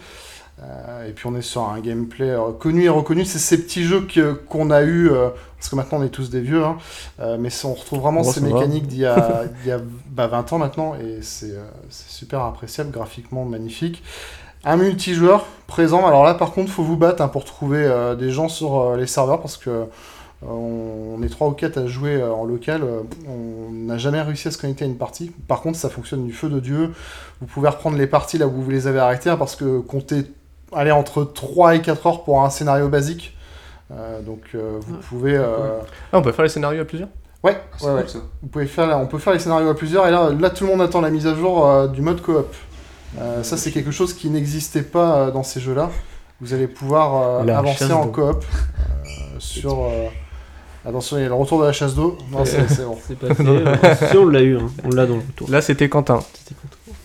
Euh, et puis, on est sur un gameplay euh, connu et reconnu. C'est ces petits jeux que- qu'on a eu. euh, parce que maintenant, on est tous des vieux. hein. Euh, mais ça, on retrouve vraiment
Moi,
ces
ça va.
mécaniques d'il y a, d'il y a, bah, 20 ans maintenant. Et c'est euh, c'est super appréciable. Graphiquement, magnifique. Un multijoueur présent. Alors là, par contre, faut vous battre hein, pour trouver euh, des gens sur euh, les serveurs parce que euh, on, on est 3 ou 4 à jouer euh, en local. euh, on n'a jamais réussi à se connecter à une partie. Par contre, ça fonctionne du feu de Dieu. Vous pouvez reprendre les parties là où vous les avez arrêtées hein, parce que comptez aller entre 3 et 4 heures pour un scénario basique. Euh, donc euh, vous pouvez euh,
Ah, on peut faire les scénarios à plusieurs
ouais,
Ah, C'est
ouais, ouais.
cool, ça.
Vous pouvez faire, là, on peut faire les scénarios à plusieurs, et là, là tout le monde attend la mise à jour euh, du mode coop. Euh, ça, c'est quelque chose qui n'existait pas euh, dans ces jeux-là. Vous allez pouvoir euh,
La chasse
avancer en
d'eau.
coop euh, sur. euh, Attention, il y a le retour de la chasse d'eau. Non, c'est c'est bon.
C'est passé. euh, si, on l'a eu, hein. on l'a dans le retour.
Là, c'était Quentin.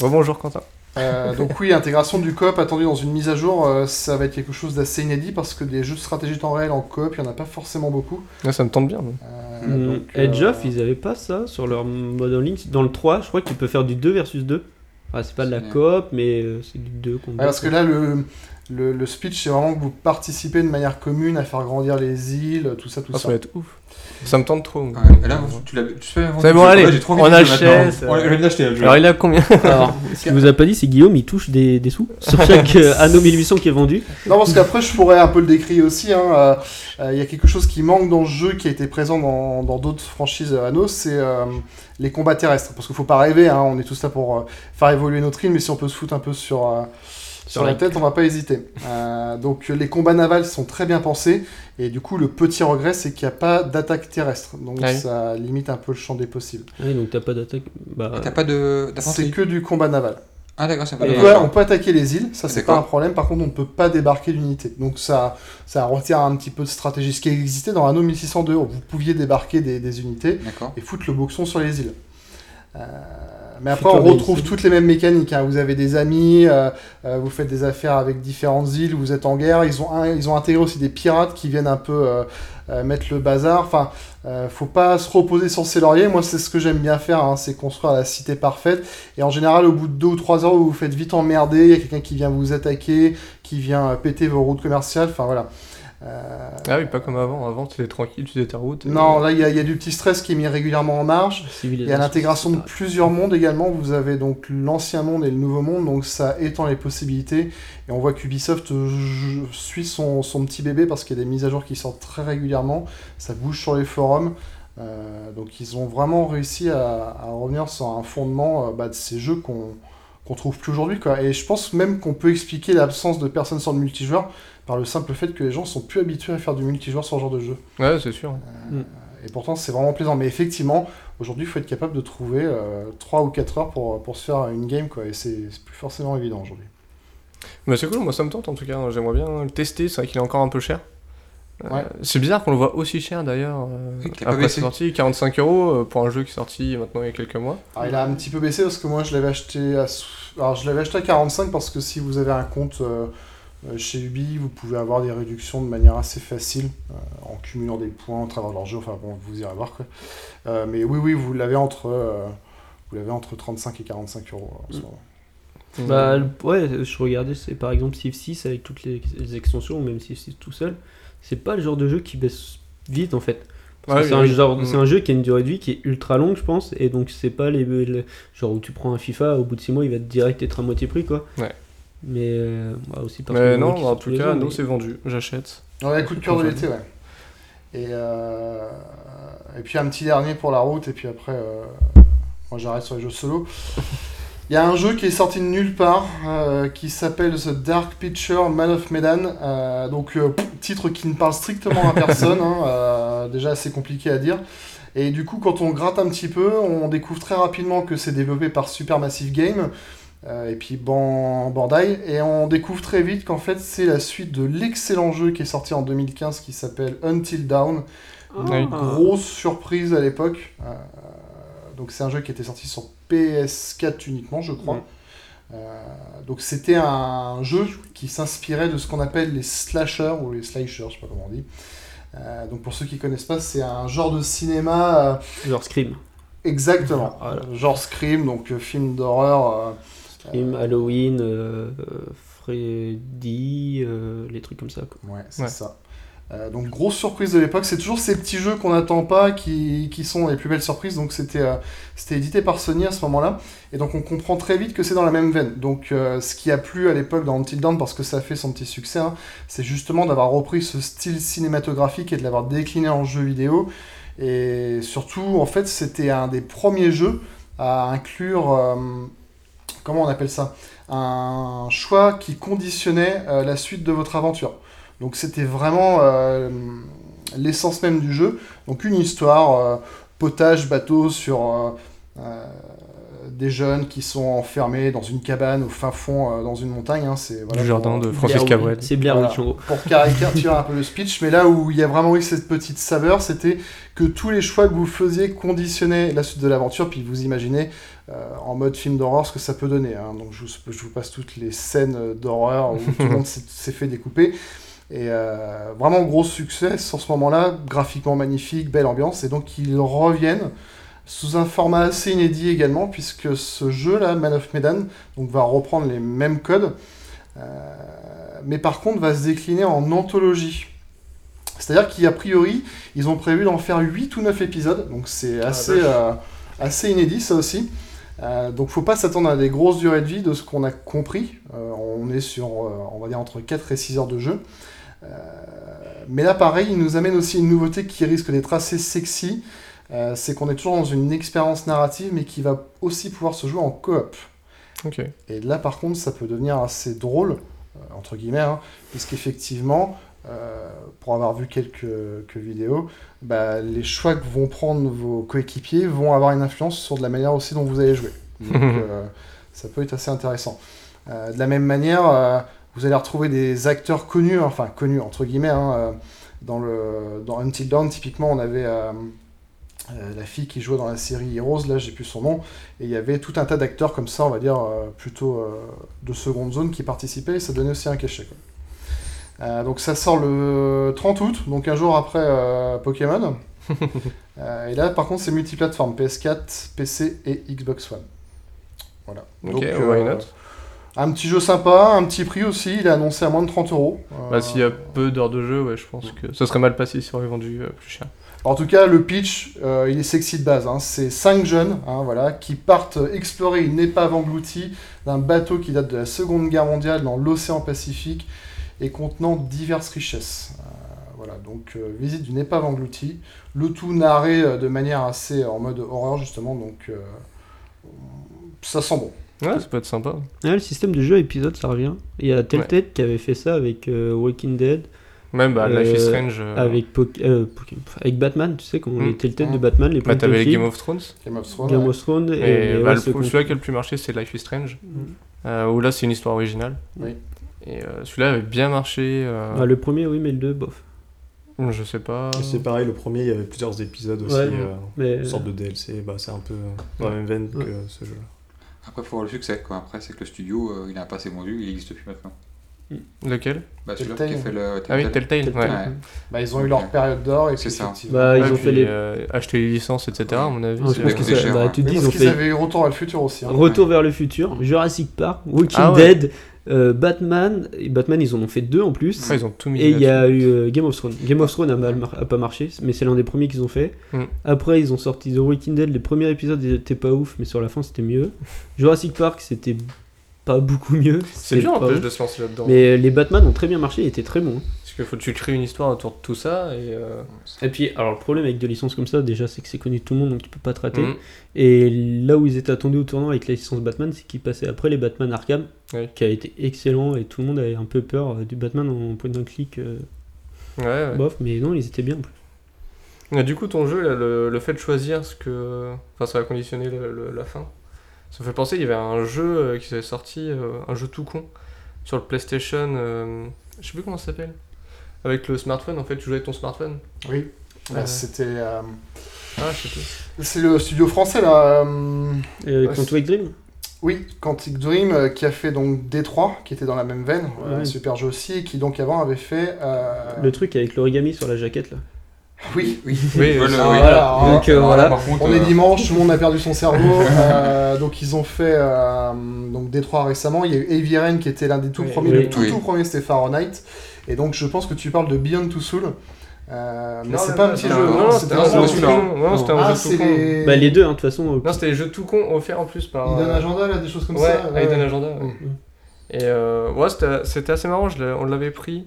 bonjour, Quentin.
Euh, donc, oui, intégration du coop attendue dans une mise à jour, euh, ça va être quelque chose d'assez inédit parce que des jeux de stratégie temps réel en coop, il n'y en a pas forcément beaucoup.
Là, ça me tente bien.
Euh,
Mm,
donc,
Edge
euh,
of, ils avaient pas ça sur leur mode en ligne. Dans le 3, je crois que tu peux faire du 2 versus 2. Enfin, c'est pas de la
Ouais.
coop, mais euh, c'est du 2 contre
Ouais, Ah, parce que là, le, le, le speech, c'est vraiment que vous participez de manière commune à faire grandir les îles, tout ça, tout
Ah, ça
ça.
va être ouf. Ça me tente trop.
Ouais, et là, tu l'as tu sais,
C'est bon, allez,
j'ai trop
on
envie de jouer
achète,
maintenant.
euh,
On- Je vais l'acheter, le jeu.
Alors, il a combien
Alors, ce qu'il vous a pas dit, c'est Guillaume, il touche des, des sous sur chaque euh, anneau 1800 qui est vendu.
Non, parce qu'après, je pourrais un peu le décrire aussi. hein, euh, euh, Il y a quelque chose qui manque dans le jeu qui a été présent dans dans d'autres franchises euh, Anno, c'est euh, les combats terrestres. Parce qu'il faut pas rêver, hein, on est tous là pour euh, faire évoluer notre île, mais si on peut se foutre un peu sur, euh, sur la tête, on va pas hésiter. Euh, donc les combats navals sont très bien pensés, et du coup, le petit regret, c'est qu'il n'y a pas d'attaque terrestre. Donc
Ah oui.
ça limite un peu le champ des possibles.
Ouais, Ah donc t'as pas d'attaque. Bah,
T'as pas de. T'as pas
C'est
pensé
que du combat naval.
Ah, d'accord, c'est pas
Et-
Donc
de-
ouais, on peut attaquer les îles, ça c'est
D'accord.
pas un problème. Par contre, on ne peut pas débarquer d'unité. Donc ça, ça retire un petit peu de stratégie. Ce qui existait dans Anno 1602, où vous pouviez débarquer des, des unités
D'accord.
et foutre le boxon sur les îles. Euh, Mais après, on retrouve toutes les mêmes mécaniques. hein. Vous avez des amis, euh, euh, vous faites des affaires avec différentes îles, vous êtes en guerre. Ils ont, un- ils ont intégré aussi des pirates qui viennent un peu euh, euh, mettre le bazar. Enfin, euh, faut pas se reposer sur ses lauriers. Moi, c'est ce que j'aime bien faire, hein, c'est construire la cité parfaite. Et en général, au bout de deux ou trois heures, vous vous faites vite emmerder. Il y a quelqu'un qui vient vous attaquer, qui vient euh, péter vos routes commerciales. Enfin, voilà. Euh,
Ah oui, pas comme avant. Avant, t'étais tranquille, tu faisais ta route. et-
Non, là, il y, a- il y a du petit stress qui est mis régulièrement en marge. Il y a
Civilisation,
l'intégration de
c'est pareil.
plusieurs mondes également. Vous avez donc l'ancien monde et le nouveau monde, donc ça étend les possibilités. Et on voit qu'Ubisoft euh, j- suit son, son petit bébé parce qu'il y a des mises à jour qui sortent très régulièrement. Ça bouge sur les forums. Euh, donc ils ont vraiment réussi à, à revenir sur un fondement euh, bah, de ces jeux qu'on qu'on trouve plus aujourd'hui. quoi. Et je pense même qu'on peut expliquer l'absence de personnes sur le multijoueur par le simple fait que les gens sont plus habitués à faire du multijoueur sur ce genre de jeu.
Ouais, c'est sûr.
Et pourtant, c'est vraiment plaisant. Mais effectivement, aujourd'hui, il faut être capable de trouver 3 ou 4 heures pour, pour se faire une game, quoi. Et c'est c'est plus forcément évident aujourd'hui.
Mais c'est cool, moi ça me tente en tout cas, hein. j'aimerais bien le tester, c'est vrai qu'il est encore un peu cher. Euh,
Ouais.
c'est bizarre qu'on le voit aussi cher d'ailleurs, euh,
Et qu'il a pas
après
baissé.
sa sortie, 45 euros euh, pour un jeu qui est sorti maintenant il y a quelques mois.
Alors, il a un petit peu baissé parce que moi, je l'avais acheté à... sou- Alors, je l'avais acheté à 45 parce que si vous avez un compte euh, euh, chez Ubi, vous pouvez avoir des réductions de manière assez facile euh, en cumulant des points au travers de leur jeu. Enfin, bon, vous irez voir, quoi. Euh, mais oui, oui, vous l'avez entre... euh, Vous l'avez entre 35 et 45 euros hein, en ce moment.
Euh,
Bah, le- ouais, je regardais, c'est par exemple Civ 6 avec toutes les, les extensions, ou même Civ 6 tout seul. C'est pas le genre de jeu qui baisse vite en fait. Parce
Ouais,
que c'est
oui,
un,
oui.
genre-
Mm.
c'est un jeu qui a une durée de vie qui est ultra longue, je pense, et donc c'est pas les, les- Genre où tu prends un FIFA, au bout de 6 mois, il va direct être à moitié prix quoi.
Ouais.
Mais euh, bah, aussi parce
Mais
que-
non,
qui
bah, en
sortent tous
tout
les
cas,
ans,
nous
mais-
c'est vendu, j'achète.
Ouais, coup de cœur de
Enfin,
l'été, ouais. Et, euh, et puis un petit dernier pour la route, et puis après, euh, moi j'arrête sur les jeux solo. Il y a un jeu qui est sorti de nulle part, euh, qui s'appelle The Dark Picture Man of Medan. Euh, donc, euh, pff, titre qui ne parle strictement à personne, hein, euh, déjà assez compliqué à dire. Et du coup, quand on gratte un petit peu, on découvre très rapidement que c'est développé par Supermassive Game euh, et puis Ban- Bandai. Et on découvre très vite qu'en fait, c'est la suite de l'excellent jeu qui est sorti en 2015 qui s'appelle Until Dawn.
Oui.
Ah.
Grosse surprise à l'époque. Euh, donc, c'est un jeu qui était sorti sur PS4 uniquement, je crois.
Oui.
Euh, donc, c'était un jeu qui s'inspirait de ce qu'on appelle les slashers ou les slashers, je sais pas comment on dit. Euh, donc, pour ceux qui connaissent pas, c'est un genre de cinéma. euh,
Genre Scream.
Exactement.
Voilà.
Euh, Genre Scream, donc euh, film d'horreur.
Scream, Halloween, euh, euh, Freddy, euh, les trucs comme ça quoi.
euh, Ouais, c'est
Ouais.
ça. Euh, donc grosse surprise de l'époque. C'est toujours ces petits jeux qu'on n'attend pas qui, qui sont les plus belles surprises. Donc c'était euh, c'était édité par Sony à ce moment-là. Et donc on comprend très vite que c'est dans la même veine. Donc euh, ce qui a plu à l'époque dans Until Dawn, parce que ça a fait son petit succès, hein, c'est justement d'avoir repris ce style cinématographique et de l'avoir décliné en jeu vidéo. Et surtout, en fait, c'était un des premiers jeux à inclure, euh, comment on appelle ça, un choix qui conditionnait euh, la suite de votre aventure. Donc c'était vraiment euh, l'essence même du jeu. Donc une histoire, euh, potage, bateau sur euh, euh, des jeunes qui sont enfermés dans une cabane au fin fond, euh, dans une montagne. hein, c'est, voilà,
du jardin
pour-
de Francis
Blair Witch-
Cabrel.
C'est Blair
Voilà.
Witch en gros.
pour caricaturer un peu le speech, mais là où il y a vraiment eu cette petite saveur, c'était que tous les choix que vous faisiez conditionnaient la suite de l'aventure, puis vous imaginez euh, en mode film d'horreur ce que ça peut donner. hein. Donc je vous, je vous passe toutes les scènes euh, d'horreur où tout le monde s'est- s'est fait découper. Et euh, vraiment gros succès sur ce moment-là, graphiquement magnifique, belle ambiance, et donc ils reviennent sous un format assez inédit également, puisque ce jeu-là, Man of Medan, donc va reprendre les mêmes codes, euh, mais par contre va se décliner en anthologie. C'est-à-dire qu'a priori, ils ont prévu d'en faire 8 ou 9 épisodes, donc c'est assez, euh, assez inédit ça aussi. Euh, donc faut pas s'attendre à des grosses durées de vie de ce qu'on a compris. Euh, on est sur, euh, on va dire, entre 4 et 6 heures de jeu. Euh, mais là, pareil, il nous amène aussi une nouveauté qui risque d'être assez sexy. Euh, c'est qu'on est toujours dans une expérience narrative, mais qui va aussi pouvoir se jouer en coop.
Ok.
Et là, par contre, ça peut devenir assez drôle, euh, entre guillemets, hein, parce qu'effectivement, euh, pour avoir vu quelques, quelques vidéos, bah, les choix que vont prendre vos coéquipiers vont avoir une influence sur de la manière aussi dont vous allez jouer. Donc,
Mhm.
euh, ça peut être assez intéressant. Euh, de la même manière, euh, vous allez retrouver des acteurs connus, hein, enfin connus entre guillemets, hein, euh, dans, le, dans Until Dawn, typiquement, on avait euh, euh, la fille qui jouait dans la série Heroes, là j'ai plus son nom, et il y avait tout un tas d'acteurs comme ça, on va dire, euh, plutôt euh, de seconde zone qui participaient, et ça donnait aussi un cachet. quoi. Euh, donc ça sort le 30 août, donc un jour après euh, Pokémon. Euh, et là par contre c'est multiplateforme, PS4, PC et Xbox One. Voilà.
Ok,
Donc,
why
euh,
not
Un petit jeu sympa, un petit prix aussi, il est annoncé à moins de 30 euros. Euh,
Bah, s'il y a peu d'heures de jeu, ouais, je pense que ça serait mal passé si on avait vendu euh, plus cher.
En tout cas, le pitch, euh, il est sexy de base. hein. C'est cinq jeunes hein, voilà, qui partent explorer une épave engloutie d'un bateau qui date de la Seconde Guerre mondiale dans l'océan Pacifique et contenant diverses richesses. Euh, voilà, donc euh, visite d'une épave engloutie. Le tout narré euh, de manière assez euh, en mode horreur, justement. Donc, euh, ça sent bon.
Ouais, ça peut être sympa.
Ah, le système de jeu épisode, ça revient. Il y a Telltale qui avait fait ça avec euh, Walking Dead,
Même bah,
Euh,
Life is Strange. euh,
avec, Po- euh, Poké- avec Batman, tu sais, comment
Mm.
les Telltale de
Mm.
Batman, les
Bah,
points
t'avais les Game of Thrones.
Game of Thrones,
Game
ouais.
of Thrones et,
Et,
et
bah,
ouais,
le-
ce qu'on-
celui-là qui a le plus marché, c'est Life is Strange.
Mm.
euh, où là, c'est une histoire originale.
Oui.
Et euh, celui-là avait bien marché. euh,
Ah, le premier, oui, mais le deux, bof.
Je sais pas.
Et C'est pareil, le premier, il y avait plusieurs épisodes aussi,
Ouais.
euh,
Mais,
une sorte de DLC, bah, c'est un peu dans la même veine que ce jeu-là.
Après, faut voir le succès. Quoi. Après, c'est que le studio, euh, il n'a pas assez vendu, il n'existe plus maintenant.
Lequel
Bah, celui-là qui a
Telltale.
fait le.
Ah oui,
Telltale.
Telltale.
euh, Telltale.
ouais.
Ouais.
Bah, ils ont eu leur période d'or et
C'est
puis
ça.
effectivement-
Bah, Ah, ils
Ouais,
ont
puis,
fait les-
euh, acheter les licences, etc. À mon avis.
Ah, je
c'est-
pense
que
que
c'était
ça-
cher,
bah,
hein.
tu te
Mais
dis, ils
parce
ont
qu'ils
fait
avaient eu Retour vers le futur aussi. hein.
Retour vers le futur, Jurassic Park, Walking
Ah ouais.
Dead, euh, Batman. Et Batman, ils en ont fait deux en plus.
Ouais, Ah, ils ont tout mis.
Et il y
là-dessus.
a eu euh, Game of Thrones. Game of Thrones a, mal mar- a pas marché, mais c'est l'un des premiers qu'ils ont fait.
Mm.
Après, ils ont sorti The Walking Dead. Les premiers épisodes ils étaient pas ouf, mais sur la fin, c'était mieux. Jurassic Park, c'était pas beaucoup mieux.
C'est dur en
pas
plus
ouf.
de se lancer là-dedans.
Mais euh, les Batman ont très bien marché, ils étaient très bons.
Parce que faut, tu crées une histoire autour de tout ça. Et, euh,
Et puis, alors le problème avec des licences comme ça, déjà, c'est que c'est connu de tout le monde, donc tu peux pas te rater.
mm.
Et là où ils étaient attendus au tournant avec la licence Batman, c'est qu'ils passaient après les Batman Arkham,
Ouais.
qui a été excellent et tout le monde avait un peu peur euh, du Batman en point d'un clic, euh,
Ouais, ouais.
bof, mais non, ils étaient bien. en plus.
Et Ah, du coup, ton jeu, là, le, le fait de choisir ce que. Enfin, ça va conditionner le- le- la fin. Ça me fait penser, il y avait un jeu euh, qui s'est sorti, euh, un jeu tout con, sur le PlayStation. euh, je sais plus comment ça s'appelle. Avec le smartphone, en fait, tu jouais avec ton smartphone.
Oui. Bah,
Euh,
C'était. euh,
Ah, je sais plus.
C'est le studio français là. euh,
Euh,
Ouais,
Quantum Dream
Oui, Quantic Dream euh, qui a fait donc Détroit, qui était dans la même veine, euh,
Ouais.
un super jeu aussi, et qui donc avant avait fait. euh,
Le truc avec l'origami sur la jaquette là.
Oui.
Oui,
Oui,
Voilà,
ça,
oui.
voilà,
Alors,
donc, euh,
alors,
voilà.
par contre,
On
euh,
est dimanche, tout le monde a perdu son cerveau. euh, donc ils ont fait euh, donc Détroit récemment. Il y a eu Heavy Rain qui était l'un des tout
Oui,
premiers.
oui.
Le tout,
Oui.
tout premier c'était Fahrenheit. Et donc je pense que tu parles de Beyond Two Soul. Euh, mais c'est pas un petit
non,
jeu.
Non,
non,
non,
c'était
c'était
un
un
gros
jeu tout
celui-là.
truc.
con. Non, c'était un
Ah,
jeu
c'est
tout con.
les.
Bah les deux, hein, de toute façon.
Non, c'était les jeux tout con offerts en plus par.
Hidden
euh,
Agenda, là, des choses comme
ouais, ah,
ça. euh.
à Hidden
ouais.
Agenda. ouais.
Mm.
Et euh, ouais, c'était c'était assez marrant, je l'ai- on l'avait pris.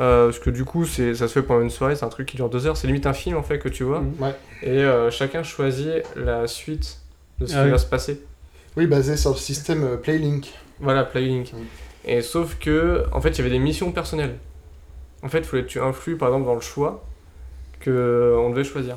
euh, parce que du coup, c'est- ça se fait pendant une soirée, c'est un truc qui dure deux heures, c'est limite un film en fait que tu vois.
Mm.
Ouais.
Et euh, chacun choisit la suite de ce
Ah
qui
oui.
va se passer.
Oui, basé sur le système euh, Playlink.
Voilà, Playlink.
Mm.
Et sauf que, en fait, il y avait des missions personnelles. En fait, il fallait que tu influes par exemple dans le choix que on devait choisir,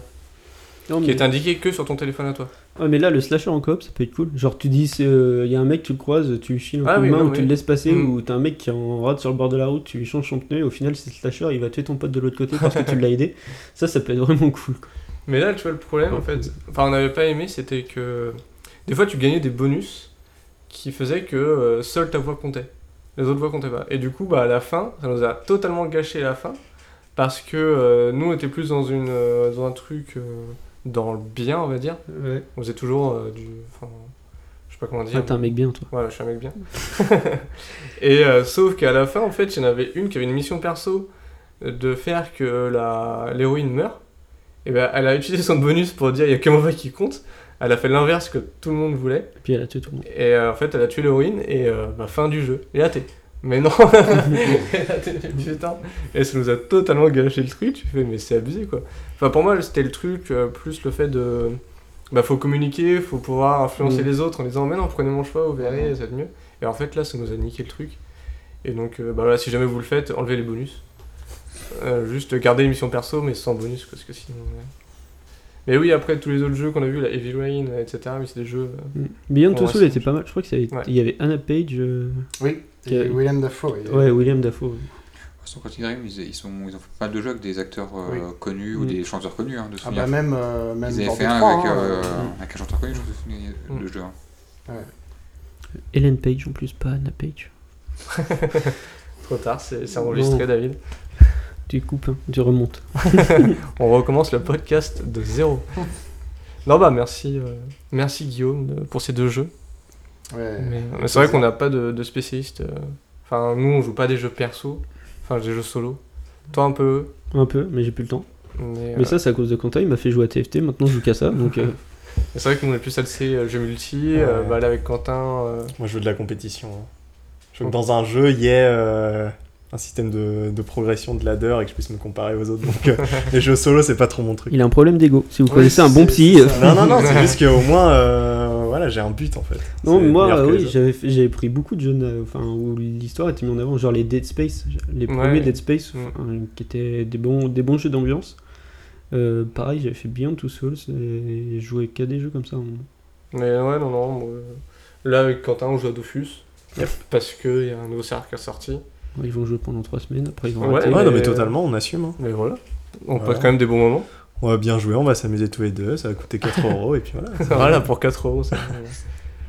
Non,
qui
mais...
est indiqué que sur ton téléphone à toi.
Ouais, mais là, le slasher en coop, ça peut être cool. Genre, tu dis, il y a un mec, tu le croises, tu lui files un
Ah
coup
oui,
de main
non,
ou tu
oui.
le laisses passer,
Mm.
ou t'as un mec qui est en rade sur le bord de la route, tu lui changes son pneu, et au final, c'est le slasher, il va tuer ton pote de l'autre côté parce que tu l'as aidé. Ça, ça peut être vraiment cool. quoi.
Mais là, tu vois, le problème, en fait, enfin, on n'avait pas aimé, c'était que des fois, tu gagnais des bonus qui faisaient que euh, seule ta voix comptait. Les autres voix comptaient pas. Et du coup, bah, à la fin, ça nous a totalement gâché la fin parce que euh, nous, on était plus dans, une, euh, dans un truc euh, dans le bien, on va dire. On faisait toujours euh, du. Enfin, je sais pas comment dire.
Ah, t'es un mec bien, toi.
Voilà, je suis un mec bien. et euh, sauf qu'à la fin, en fait, il y en avait une qui avait une mission perso euh, de faire que la l'héroïne meure. Et ben, elle a utilisé son bonus pour dire il y a que mon vote qui compte. Elle a fait l'inverse que tout le monde voulait.
Et puis, elle a tué tout le monde.
Et euh, en fait, elle a tué l'héroïne et euh, bah, fin du jeu. Et là, t'es. Mais non Et là, t'es, Putain Et ça nous a totalement gâché le truc. Tu fais, mais c'est abusé quoi. Enfin, pour moi, c'était le truc, euh, plus le fait de. Bah, faut communiquer, faut pouvoir influencer
Mm.
les autres en disant, mais non, prenez mon choix, vous verrez, ça va être mieux. Et en fait, là, ça nous a niqué le truc. Et donc, euh, bah voilà, si jamais vous le faites, enlevez les bonus. Euh, juste garder l'émission perso, mais sans bonus, parce que sinon. ouais. Mais oui, après tous les autres jeux qu'on a vu, la Heavy Rain, euh, etc., mais c'est des jeux. euh,
Mm. Beyond
Bon,
Two
ouais,
Souls
c'est-
était pas mal. Je crois qu'il y, avait-
Ouais.
il y avait Anna Page. euh,
Oui,
Qui a-
et William Dafoe. oui.
Ouais, William Dafoe. ouais.
façon, quand ils arrivent, ils, ils sont, ils ont fait pas mal de jeux avec des acteurs euh, connus ou
Mm.
des chanteurs connus. Hein, de
Ah
souvenirs.
bah même, euh, même
ils avaient
dans
fait
des
un
trois,
avec,
hein,
euh,
Mm.
avec un chanteur connu, je me souviens
Mm.
le jeu. hein.
Hélène Page en plus, pas Anna Page.
Trop tard, c'est c'est enregistré,
Non.
David.
Tu coupes, hein, tu remontes.
On recommence le podcast de zéro. non, bah merci, euh, merci Guillaume de- pour ces deux jeux.
ouais.
Mais, mais c'est vrai qu'on n'a pas de, de spécialiste. euh. Enfin, nous, on joue pas des jeux perso, enfin des jeux solo. Toi, un peu.
Un peu, mais j'ai plus le temps.
Mais, euh,
Mais ça, c'est à cause de Quentin, il m'a fait jouer à TFT, maintenant je joue qu'à ça. Donc, euh,
c'est vrai que nous, on est plus axé euh, jeux multi. euh,
Ouais.
bah, là, avec Quentin. euh,
Moi, je veux de la compétition. hein. Je veux que dans un jeu, il y ait euh, un système de, de progression de ladder et que je puisse me comparer aux autres. Donc, euh, les jeux solo, c'est pas trop mon truc.
il a un problème d'ego. Si vous
Oui,
connaissez un bon
c'est-
psy.
c'est
euh,
ça.
Non, non, non, c'est juste qu'au moins, euh, voilà, j'ai un but en fait.
Non,
C'est
mais moi,
meilleur
euh,
que les
oui,
autres.
j'avais fait- j'avais pris beaucoup de jeux euh, enfin, où l'histoire était mise en avant, genre les Dead Space, les
Ouais.
premiers Dead Space,
Mm.
enfin, qui étaient des bons, des bons jeux d'ambiance. Euh, pareil, j'avais fait Beyond Two Souls et joué qu'à des jeux comme ça. hein.
Mais ouais, non, non. moi, euh, là, avec Quentin, on joue à Dofus. Parce qu'il y a un nouveau serveur qui est sorti.
Ils vont jouer pendant 3 semaines, après ils vont
Ouais.
arrêter.
Ouais, non, mais
Et-
totalement, on assume. hein.
Mais voilà. On
Voilà.
passe quand même des bons moments.
On va bien jouer, on va s'amuser tous les deux, ça va coûter 4 euros et puis voilà.
voilà, Ah, pour 4 euros, ça,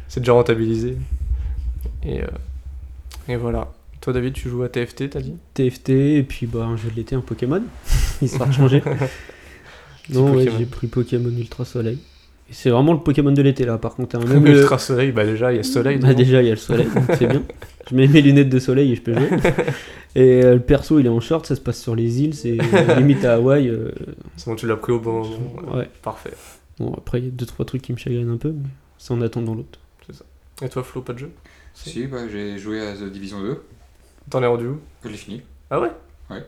c'est déjà rentabilisé. Et, euh, et voilà. Toi, David, tu joues à TFT, t'as dit
TFT, et puis bah, un jeu de l'été, un Pokémon, histoire de changer. non, ouais,
Pokémon.
j'ai pris Pokémon Ultra Soleil. Et c'est vraiment le Pokémon de l'été là, par contre. hein. Même
Même
le-
Ultra Soleil, bah déjà, il y a Soleil.
Bah,
dedans.
déjà, il y a le soleil, donc c'est bien. Je mets mes lunettes de soleil et je peux jouer. Et euh, le perso, il est en short, ça se passe sur les îles, c'est euh, limite à Hawaï. euh,
C'est bon, tu l'as pris au bon moment.
ouais.
Parfait.
Bon, après, il y a 2-3 trucs qui me chagrinent un peu, mais c'est en attendant l'autre.
Et toi, Flo, pas de jeu
Si, bah, j'ai joué à The Division 2,
T'en es rendu où
que j'ai fini.
Ah ouais
Ouais.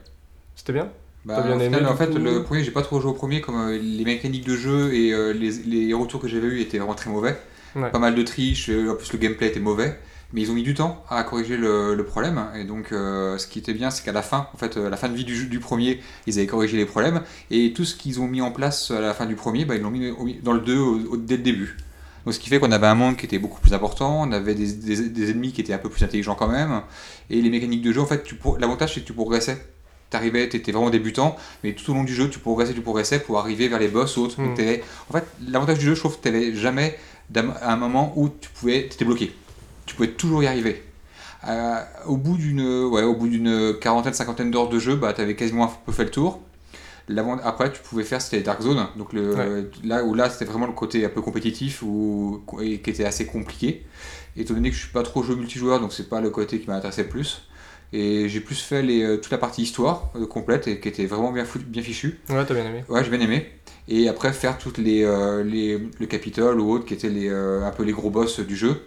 C'était bien
Bah,
T'as bien
au
aimé,
final,
du
en fait,
coup
le premier, j'ai pas trop joué au premier, comme euh, les mécaniques de jeu et euh, les, les retours que j'avais eu étaient vraiment très mauvais.
Ouais.
Pas mal de triches, euh, en plus le gameplay était mauvais. Mais ils ont mis du temps à corriger le, le problème. Et donc, euh, ce qui était bien, c'est qu'à la fin, en fait, euh, à la fin de vie du, jeu- du premier, ils avaient corrigé les problèmes. Et tout ce qu'ils ont mis en place à la fin du premier, bah, ils l'ont mis au- dans le 2 au- au- dès le début. Donc, ce qui fait qu'on avait un monde qui était beaucoup plus important, on avait des, des- des ennemis qui étaient un peu plus intelligents quand même. Et les mécaniques de jeu, en fait, tu pro- l'avantage, c'est que tu progressais. T'arrivais, t'étais vraiment débutant, mais tout au long du jeu, tu progressais, tu progressais pour arriver vers les boss ou autres. Donc
Mm.
t'avais- En fait, l'avantage du jeu, je trouve que t'avais jamais d'un- un moment où tu pouvais, t'étais bloqué. Tu pouvais toujours y arriver. Euh, au bout d'une, ouais, au bout d'une quarantaine, cinquantaine d'heures de jeu, bah t'avais quasiment un peu fait le tour. L'avant- Après, tu pouvais faire, c'était les Dark Zone, donc le,
Ouais.
là où là c'était vraiment le côté un peu compétitif ou et qui était assez compliqué. Étant donné que je suis pas trop jeu multijoueur, donc c'est pas le côté qui m'a intéressé le plus. Et j'ai plus fait les, euh, toute la partie histoire euh, complète et qui était vraiment bien, foutu- bien fichue.
Ouais, t'as bien aimé.
Ouais, j'ai bien aimé. Et après, faire toutes les, euh, les le Capitole ou autre, qui étaient les, euh, un peu les gros boss du jeu.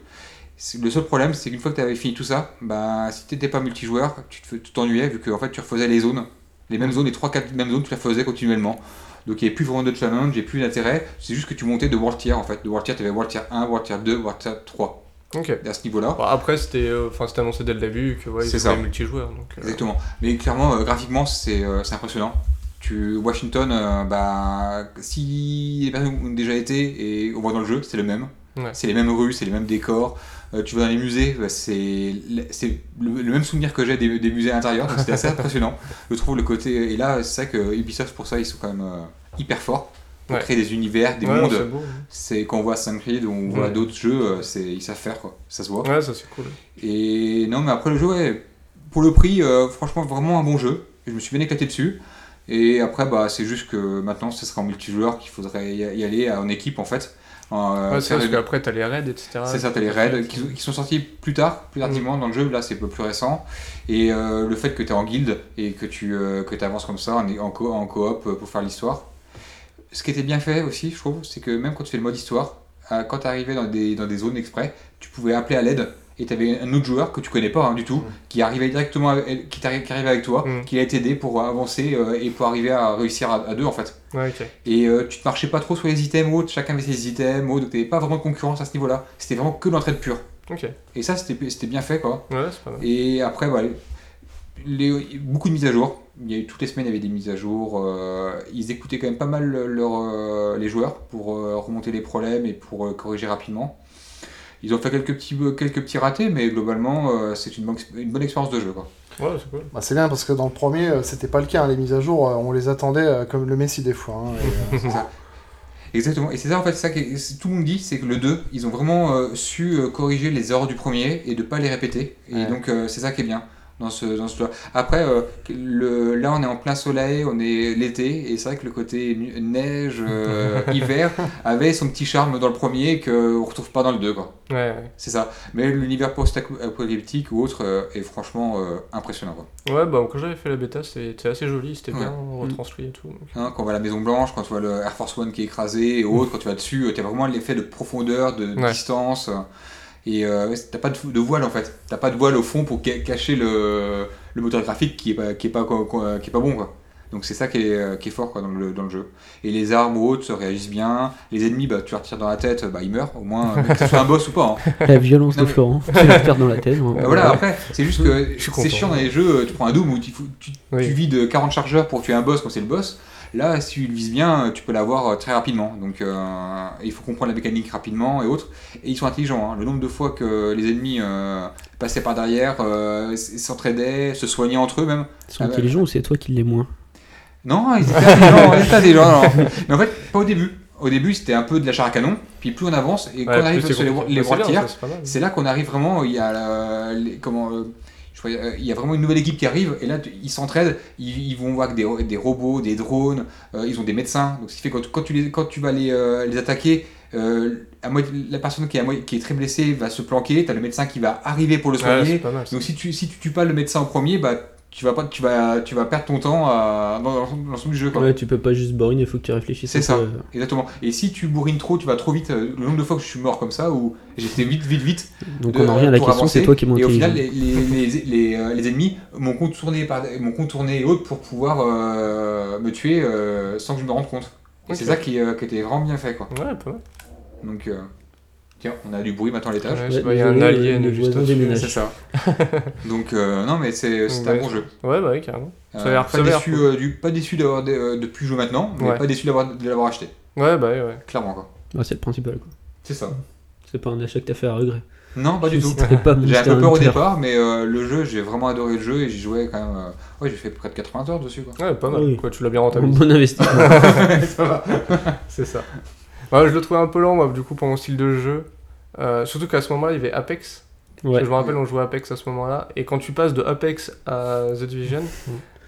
C'est- Le seul problème, c'est qu'une fois que tu avais fini tout ça, bah, si t'étais pas multijoueur, tu te fais- tu t'ennuyais vu que en fait, tu refaisais les zones. Les mêmes zones, les 3-4 mêmes zones, tu les refaisais continuellement. Donc il n'y avait plus vraiment de challenge, il n'y avait plus d'intérêt. C'est juste que tu montais de World Tier en fait. De World Tier, tu avais World Tier 1, World Tier 2, World Tier 3.
Ok.
Et à ce niveau-là.
Bon, après, c'était euh, enfin, c'était annoncé dès le début que ouais,
C'est
ils
ça.
étaient multijoueurs. Donc, euh,
Exactement. Mais clairement, euh, graphiquement, c'est euh, c'est impressionnant. Tu, Washington, euh, bah, si les personnes ont déjà été et on voit dans le jeu, c'est le même.
Ouais.
C'est les mêmes rues, c'est les mêmes décors. Euh, tu vas dans les musées, bah, c'est le, c'est le- le même souvenir que j'ai des, des musées à l'intérieur, donc c'était assez impressionnant. Je trouve le côté. Et là, c'est vrai que Ubisoft, pour ça, ils sont quand même euh, hyper forts pour
Ouais.
créer des univers, des
ouais, C'est
mondes.
beau. hein.
C'est quand on voit Assassin's Creed ou on voit
Ouais.
d'autres jeux, euh, c'est- ils savent faire quoi, ça se voit.
Ouais, ça c'est cool.
Et non, mais après le jeu, ouais, pour le prix, euh, franchement, vraiment un bon jeu. Je me suis bien éclaté dessus. Et après, bah, c'est juste que maintenant, ce sera en multijoueur qu'il faudrait y y aller euh, en équipe en fait. Euh,
Ouais, c'est
faire
parce
une-
qu'après, t'as les raids, etc.
c'est ça, t'as les raids qui, qui sont sortis plus tard, plus tardivement dans le jeu, là c'est un peu plus récent. Et euh, le fait que t'es en guilde et que tu euh, que avances comme ça en, en, co- en coop euh, pour faire l'histoire. Ce qui était bien fait aussi, je trouve, c'est que même quand tu fais le mode histoire, euh, quand t'arrivais dans des, dans des zones exprès, tu pouvais appeler à l'aide et t'avais un autre joueur que tu connais pas hein, du tout, qui arrivait directement, avec- qui, t'arri- qui arrivait avec toi,
Mm.
qui allait t'aider pour avancer euh, et pour arriver à réussir à- à deux en fait.
Ouais, ok.
Et euh, tu te marchais pas trop sur les items ou autres, chacun avait ses items ou autres, donc t'avais pas vraiment de concurrence à ce niveau-là. C'était vraiment que l'entraide pure.
Ok.
Et ça, c'était c'était bien fait quoi.
Ouais, c'est pas mal.
Et après, voilà, les- beaucoup de mises à jour. Il y a eu, toutes les semaines, il y avait des mises à jour. euh, ils écoutaient quand même pas mal le- leur, euh, les joueurs pour euh, remonter les problèmes et pour euh, corriger rapidement. euh, Ils ont fait quelques petits, quelques petits ratés, mais globalement, euh, c'est une, bonne- une bonne expérience de jeu. Quoi.
Ouais, c'est cool.
Bah, c'est bien parce que dans le premier, euh, c'était pas le cas. hein. Les mises à jour, euh, on les attendait euh, comme le Messi des fois. hein. Et, euh,
C'est ça. Exactement. Et c'est ça, en fait, ça que c'est- tout le monde dit, c'est que le 2, ils ont vraiment euh, su euh, corriger les erreurs du premier et de pas les répéter. Et
Ouais.
donc, euh, c'est ça qui est bien dans ce dans ce jeu-là. Après, euh, le, là, on est en plein soleil, on est l'été, et c'est vrai que le côté nu- neige, euh, hiver, avait son petit charme dans le premier qu'on retrouve pas dans le 2, quoi.
Ouais, ouais.
C'est ça. Mais l'univers post-apocalyptique ou autre euh, est franchement euh, impressionnant, quoi.
Ouais, bah quand j'avais fait la bêta, c'était assez joli, c'était bien
Mm.
retranscrit et tout. donc.
Hein, quand on va à la Maison Blanche, quand tu vois le Air Force One qui est écrasé et autres, quand tu vas dessus, tu as vraiment l'effet de profondeur, de
Ouais.
distance. euh, Et euh, t'as pas de, fou- de voile en fait. T'as pas de voile au fond pour ca- cacher le, le moteur graphique qui est pas, qui est pas, co- co- qui est pas bon quoi. Donc c'est ça qui est, euh, qui est fort quoi, dans, le, dans le jeu. Et les armes ou autres réagissent bien. Les ennemis, bah, tu leur tires dans la tête, bah, ils meurent. Au moins, euh, que ce soit un boss ou pas. hein.
La violence
Non,
de
mais-
Florent, tu vas te faire dans la tête. hein.
Bah voilà, après, c'est juste que
suis
c'est
content.
chiant dans les jeux, tu prends un Doom où tu, fous- tu, tu
Oui.
vides 40 chargeurs pour tuer un boss quand c'est le boss. Là, si tu le vises bien, tu peux l'avoir euh, très rapidement. Donc, euh, il faut comprendre la mécanique rapidement et autres. Et ils sont intelligents. hein. Le nombre de fois que les ennemis euh, passaient par derrière, euh, s- s'entraidaient, se soignaient entre eux même.
Ils sont
Ah bah-
intelligents ou c'est toi qui l'es moins
Non, ils étaient intelligents, ils étaient intelligents, non. Mais en fait, pas au début. Au début, c'était un peu de la char à canon. Puis plus on avance et quand
Ouais,
on arrive
plus c'est
sur les,
compliqué.
les
Bah, c'est bien,
tiers,
ça, c'est pas mal.
c'est là qu'on arrive vraiment, il y a, la- les- comment, euh, je crois, euh, il y a vraiment une nouvelle équipe qui arrive, et là tu- ils s'entraident, ils, ils vont voir que des, ro- des robots, des drones, euh, ils ont des médecins, donc ce qui fait que quand, quand tu, les, quand tu vas les, euh, les attaquer, euh, à moitié- la personne qui est, à moitié- qui est très blessée va se planquer, t'as le médecin qui va arriver pour le
Ouais, c'est
soigner,
pas mal. ça.
donc si tu, si tu tues pas le médecin en premier, bah, tu, vas pas, tu, vas, tu vas perdre ton temps à- dans, dans l'ensemble du jeu. Quoi.
Ouais, tu peux pas juste boriner, il faut que tu réfléchisses. euh,
C'est
un
ça.
peu.
Exactement. Et si tu bourrines trop, tu vas trop vite. euh, Le nombre de fois que je suis mort comme ça, où j'étais vite, vite, vite,
Donc
de- euh,
on en revient à la
pour
question,
avancer.
c'est toi qui es moins
Et au final,
intelligent.
les, les, les, les, euh, les ennemis m'ont contourné, par, m'ont contourné et autres pour pouvoir euh, me tuer euh, sans que je me rende compte. Et
Ok.
c'est ça qui, euh, qui était vraiment bien fait. Quoi.
Ouais, pas mal.
Donc, euh, tiens, on a du bruit maintenant à l'étage.
Ouais, bah,
Ouais,
je sais pas, il y a
euh,
un
désolé,
alien
le
juste
voisin
au-dessus.
déménage.
C'est ça. Donc, euh, non, mais c'est c'est
Ouais.
un bon jeu.
Ouais, bah oui, carrément. Ça a
Euh,
l'air- ça
pas,
a l'air
déçu,
cool.
euh, du, pas déçu d'avoir dé- euh, de plus jouer maintenant, mais
Ouais.
pas déçu d'avoir- de l'avoir acheté.
Ouais, bah oui, ouais.
Clairement, quoi.
Ouais, c'est le principal. quoi.
C'est ça.
C'est pas un achat que t'as fait à regret.
Non, Ah, pas
Je
du tout.
citerai pas
J'ai un
Monster
peu peur au
Hunter.
départ, mais euh, le jeu, j'ai vraiment adoré le jeu et j'y jouais quand même. euh, Ouais, j'ai fait près de 80 heures dessus, quoi.
Ouais, pas mal.
Oui.
Quoi, tu l'as bien
Un
rentabilisé.
Bon investissement.
ça va.
C'est ça. Ouais, je le trouvais un peu lent, moi, du coup, pour mon style de jeu. Euh, surtout qu'à ce moment-là, il y avait Apex. Parce que
Ouais.
Je me rappelle, on jouait à Apex à ce moment-là. Et quand tu passes de Apex à The Division,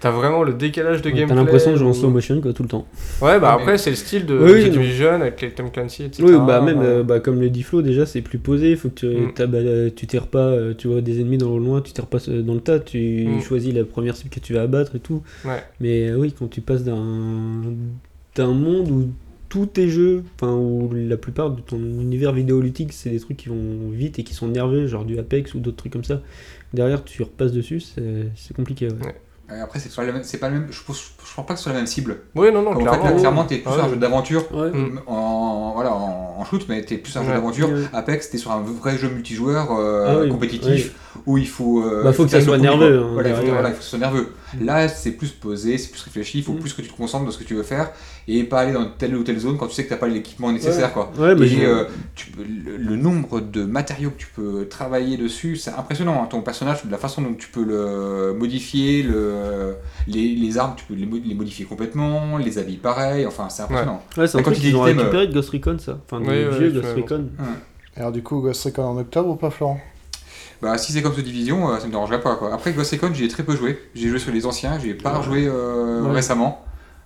t'as vraiment le décalage de
Mm. Ouais,
gameplay.
T'as l'impression de jouer en
où-
slow motion quoi, tout le temps.
Ouais, bah
Ouais,
après,
mais-
c'est le style de
Oui,
The
non.
Division avec les Tom Clancy, etc.
Oui, bah même
Ouais.
euh, bah, comme le dit Flo, déjà c'est plus posé. Faut que tu,
Mm.
t'as- bah, euh, tu tires pas, euh, tu vois des ennemis dans le loin, tu tires pas euh, dans le tas, tu
Mm.
choisis la première cible que tu vas abattre et tout.
Ouais.
Mais euh, oui, quand tu passes d'un d'un monde où tous tes jeux, enfin où la plupart de ton univers vidéoludique, c'est des trucs qui vont vite et qui sont nerveux, genre du Apex ou d'autres trucs comme ça. Derrière, tu repasses dessus, c'est c'est compliqué. ouais.
Euh, Après, c'est pas, la même- c'est pas le même. Je pense, je pense pas que ce soit la même cible.
Oui,
Oh,
non, non,
Comme en fait,
clairement.
là, clairement, t'es plus
Ah
sur un
ouais.
jeu d'aventure. euh,
Mm.
En, voilà, en, en shoot, mais t'es plus sur un jeu
Ouais.
d'aventure.
Ouais.
Apex, t'es sur un vrai jeu multijoueur euh,
Ah oui,
compétitif où il faut. euh,
Bah, faut que ça
t'ailles
soit
au combat.
nerveux, hein,
voilà, il faut,
derrière.
voilà, il faut que ce soit nerveux. Là, c'est plus posé, c'est plus réfléchi. Il faut
Mm.
plus que tu te concentres dans ce que tu veux faire et pas aller dans telle ou telle zone quand tu sais que t'as pas l'équipement nécessaire, quoi.
Ouais, mais je-
Et, euh, tu peux- le, le nombre de matériaux que tu peux travailler dessus, c'est impressionnant. hein. Ton personnage, la façon dont tu peux le modifier, le, les, les armes, tu peux les, mo- les modifier complètement, les habits pareil, enfin c'est impressionnant.
ouais, c'est
la
un truc
quantité
qu'ils ont
d'items,
récupéré de Ghost Recon ça. Enfin, des
euh, Oui, ouais,
vieux
tu
Ghost
m'avais
Recon.
Alors du coup, Ghost Recon en octobre ou pas, Florent
Bah, si c'est comme ce Division, euh, ça me dérangerait pas. Quoi. Après Ghost Recon, j'y ai très peu joué. J'ai joué sur les anciens, j'y ai pas rejoué euh,
Ouais.
récemment.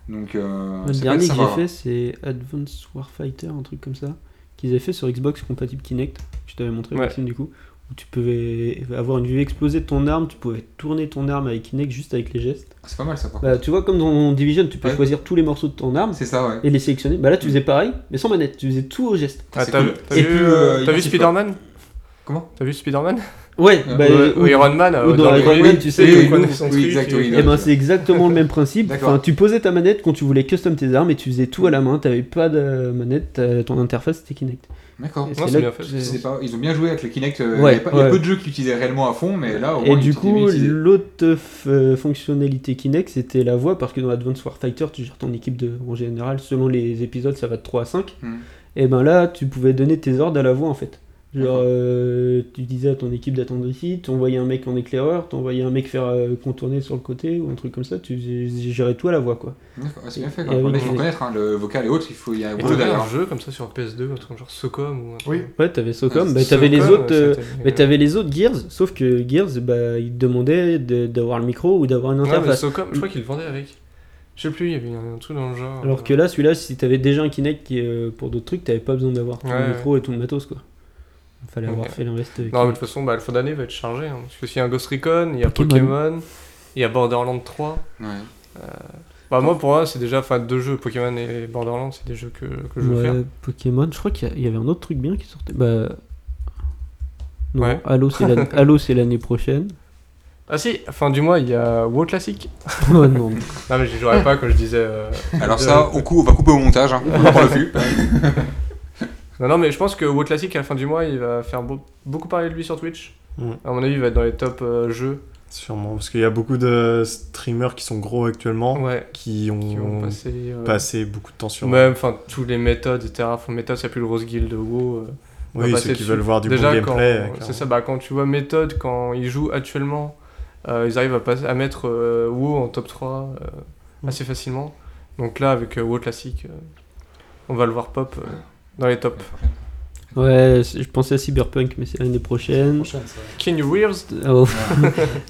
Donc, euh,
Le
ça peut
dernier
être
que
sympa,
j'ai
hein.
fait, c'est Advanced Warfighter, un truc comme ça, qu'ils avaient fait sur Xbox compatible Kinect. Je t'avais montré,
Ouais.
Maxime, du coup, où tu pouvais avoir une vue explosée de ton arme, tu pouvais tourner ton arme avec Kinect juste avec les gestes.
C'est pas mal ça. par contre.
Bah, tu vois, comme dans Division, tu peux
Ouais.
choisir tous les morceaux de ton arme
C'est ça, ouais.
et les sélectionner. Bah là, tu faisais pareil, mais sans manette, tu faisais tout au geste.
Ah,
C'est
t'as
cool.
t'as
Et
vu,
plus,
euh,
euh,
t'as vu
immersif, quoi.
Spider-Man
Comment
T'as vu Spider-Man
Ouais,
Ouais.
bah,
Ouais,
ou-
Ou Iron Man
ou
euh,
dans
dans
Iron
le-
Man, tu sais,
oui,
le
oui,
coin-
oui, exact, oui,
Eh ben,
oui.
c'est exactement le même principe.
D'accord.
Enfin, tu posais ta manette quand tu voulais custom tes armes et tu faisais tout à la main. T'avais pas de manette, t'as- ton interface c'était Kinect.
D'accord.
Et c'est
Non, c'est
là
bien
que
fait.
tu-
C'est pas- Ils ont bien joué avec le Kinect. euh,
Ouais,
il y a pas- il y a
ouais.
peu de jeux qui utilisaient réellement à fond, mais là au
Et
moins. ils
du
étaient
coup,
bien utilisés.
l'autre f- fonctionnalité Kinect, c'était la voix, parce que dans Advanced Warfighter, tu gères ton équipe de, en général, selon les épisodes, ça va de 3 à 5.
Hmm.
Et ben là, tu pouvais donner tes ordres à la voix en fait. Genre, euh, tu disais à ton équipe d'attendre ici, t'envoyais un mec en éclaireur, t'envoyais un mec faire euh, contourner sur le côté ou un truc comme ça, tu faisais- gérais tout à la voix quoi.
D'accord, ouais, c'est bien fait.
Et
Quoi.
avec
Mais il faut
les-
connaître hein, le vocal et autres, il faut il y a
Et
beaucoup
t'avais un
d'erreurs.
jeu comme ça sur PS2, un truc genre Socom ou un truc.
Oui.
Ouais, t'avais Socom,
Ah,
bah, t'avais les
Socom,
autres. euh,
c'était-
Mais t'avais les autres Gears, sauf que Gears, bah, ils te demandaient de- d'avoir le micro ou d'avoir une
Ouais, mais
interface.
Socom, je crois qu'ils le vendaient avec. Je sais plus, il y avait un truc dans le genre. euh.
Alors que là, celui-là, si t'avais déjà un Kinect qui, euh, pour d'autres trucs, t'avais pas besoin d'avoir tout
Ouais,
le micro et tout le matos, quoi. Fallait avoir
Ok.
fait l'invest.
Non, mais de toute façon, bah, le fin d'année va être chargé. hein, parce que s'il y a un Ghost Recon, il y a
Pokémon.
Pokémon, il y a Borderlands 3.
Ouais.
Bah, moi, pour moi, c'est déjà enfin, deux jeux. Pokémon et Borderlands, c'est des jeux que, que je veux
Ouais,
faire.
Pokémon, je crois qu'il y a- il y avait un autre truc bien qui sortait. Bah. Non,
Ouais.
Halo, c'est l'année- Halo, c'est l'année prochaine.
Ah, si, fin du mois, il y a WoW Classic.
oh non.
Non, mais j'y jouerai pas quand je disais. euh,
Alors ça, on, cou- on va couper au montage, hein. on prend le flux.
Non, non, mais je pense que WoW Classic, à la fin du mois, il va faire beau- beaucoup parler de lui sur Twitch.
Mm.
À mon avis, il va être dans les top euh, jeux.
Sûrement, parce qu'il y a beaucoup de streamers qui sont gros actuellement,
Ouais.
qui ont,
Qui vont passer. euh,
passé beaucoup de temps sur.
Même, enfin, tous les méthodes, etc. Enfin, méthode, c'est plus le rose guild de WoW. euh, on va
oui,
passer
ceux qui
dessus.
veulent voir du
Déjà,
bon
quand-
gameplay. euh,
c'est ça, bah, quand tu vois méthode, quand ils jouent actuellement, euh, ils arrivent à, passer- à mettre euh, WoW en top 3 euh,
Mm.
assez facilement. Donc là, avec euh, WoW classique, euh, on va le voir pop euh, dans les tops.
Ouais, c'est- je pensais à Cyberpunk, mais c'est l'année prochaine.
Prochaine, ça.
Kenny Reeves,
Oh.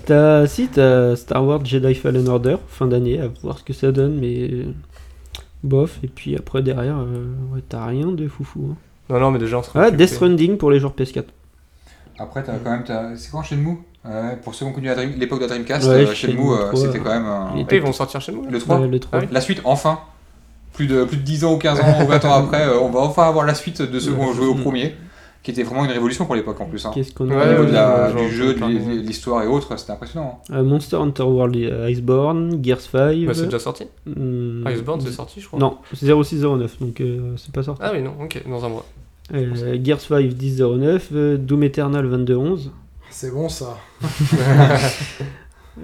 t'as, si, t'as Star Wars Jedi Fallen Order, fin d'année, à voir ce que ça donne, mais euh, bof. Et puis après, derrière, euh, ouais, t'as rien de foufou. hein.
Non, non, mais déjà, on sera
Ah,
occupé.
Death Stranding pour les joueurs PS4.
Après, t'as quand même. t'as- C'est quand Shenmue Ouais, Pour ceux qui ont connu la Dream- l'époque de la Dreamcast,
Ouais,
euh, Shenmue,
Shenmue
euh,
3,
c'était
ouais.
quand même. un-
Il
Et Ah, ils vont sortir chez nous. là.
Le 3
Ouais, Euh, le 3.
Ah oui.
La suite, enfin plus de, plus de 10 ans ou 15 ans ou 20 ans après, euh, on va enfin avoir la suite de ceux qui ont joué
Mm.
au premier, qui était vraiment une révolution pour l'époque en plus. hein.
Qu'est-ce qu'on
Ouais,
a
Au niveau de la-
ouais, ouais,
du
j'en
jeu, de
parle.
l'hi- l'histoire et autres, c'était impressionnant. hein.
Euh, Monster Hunter World, euh, Iceborne, Gears 5.
Bah, c'est déjà sorti.
hmm,
Iceborne, c'est sorti, je crois.
Non, 0609, donc euh, c'est pas sorti.
Ah oui, non, ok, dans un mois.
Euh, Gears 5 1009, euh, Doom Eternal 2211.
C'est bon ça.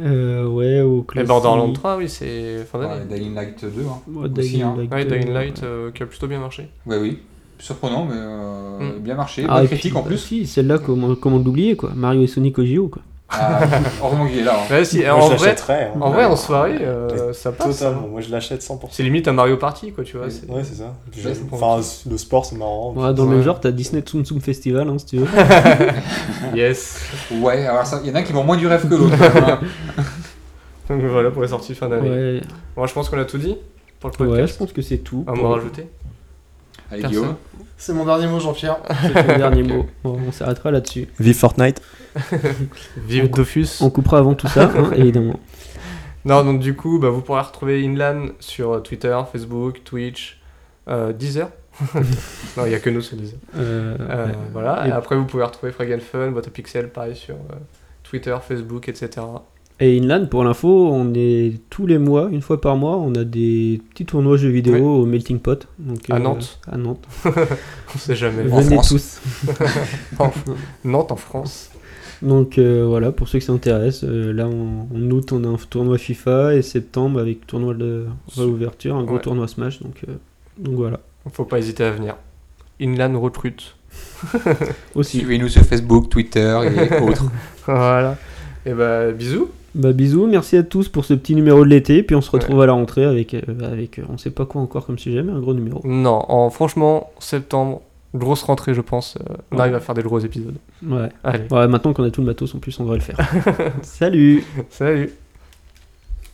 Euh, ouais, au
Et
classique.
Borderlands 3, oui, c'est fin
Hein.
d'année.
Ouais, Dying Light 2. Hein.
Ouais,
aussi,
Dying
hein.
Light,
Ouais, Dying
euh,
Light euh, qui a plutôt bien marché.
Ouais, oui. Surprenant, mais euh,
Mm.
bien marché.
Ah,
bonne
et
critique
puis,
en
bah,
plus.
si, celle-là, comment, comment l'oublier, quoi Mario et Sonic au JO, quoi.
Ah, heureusement qu'il est là. hein.
Ouais, si,
Moi,
en,
je
vrai,
l'achèterais, hein.
en vrai, en soirée, euh, ça passe. hein.
Totalement, moi je l'achète 100%.
C'est limite un Mario Party, quoi, tu vois.
Ouais,
c'est-
Ouais, c'est ça. Puis
Ouais,
je-
c'est pour-
Enfin, le sport, c'est marrant.
Ouais, dans
Oh, Ouais. Ah,
le genre, t'as Disney Tsum Tsum Festival, hein, si tu veux.
Yes.
hein. Ouais, alors ça, il y en a qui vont moins du rêve que l'autre. Voilà.
Donc voilà pour les sorties fin d'année.
ouais,
Bon, je pense qu'on a tout dit pour le
ouais, je
podcast.
pense que c'est tout.
Un
pour-
mot à rajouter.
Allez,
Personne.
Guillaume.
C'est mon dernier mot, Jean-Pierre.
C'est le dernier mot. Bon, on s'arrêtera là-dessus.
Vive Fortnite.
On-
Vive Dofus.
On coupera avant tout ça, hein, évidemment.
Non, donc du coup, bah, vous pourrez retrouver Inlan sur euh, Twitter, Facebook, Twitch, euh, Deezer. non, il n'y a que nous sur Deezer.
Euh,
Euh,
ouais.
Voilà. Et
Et-
après, vous pouvez retrouver Frag and Fun, Boîte à Pixel, pareil sur euh, Twitter, Facebook, etc.
Et Inland, pour l'info, on est tous les mois, une fois par mois, on a des petits tournois jeux vidéo
Oui.
au Melting Pot. Donc, euh,
À Nantes.
À Nantes.
On sait jamais.
En
Venez
France.
tous.
Nantes en France.
Donc euh, voilà, pour ceux qui s'intéressent, euh, là en, en août on a un tournoi FIFA et septembre avec tournoi de réouverture, un gros
Ouais.
tournoi Smash. Donc, euh, donc voilà.
Faut pas hésiter à venir. Inlan recrute.
Aussi.
Suivez-nous sur Facebook, Twitter et autres.
Voilà. Et bah, bisous.
Bah bisous, merci à tous pour ce petit numéro de l'été. Puis on se retrouve à la rentrée avec, euh, avec euh, on sait pas quoi encore comme sujet, mais un gros numéro.
Non, en, franchement, septembre, grosse rentrée, je pense. euh, on
Ouais.
arrive à faire des gros épisodes.
Ouais.
Allez,
Ouais, maintenant qu'on a tout le matos, en plus on devrait le faire. Salut
salut.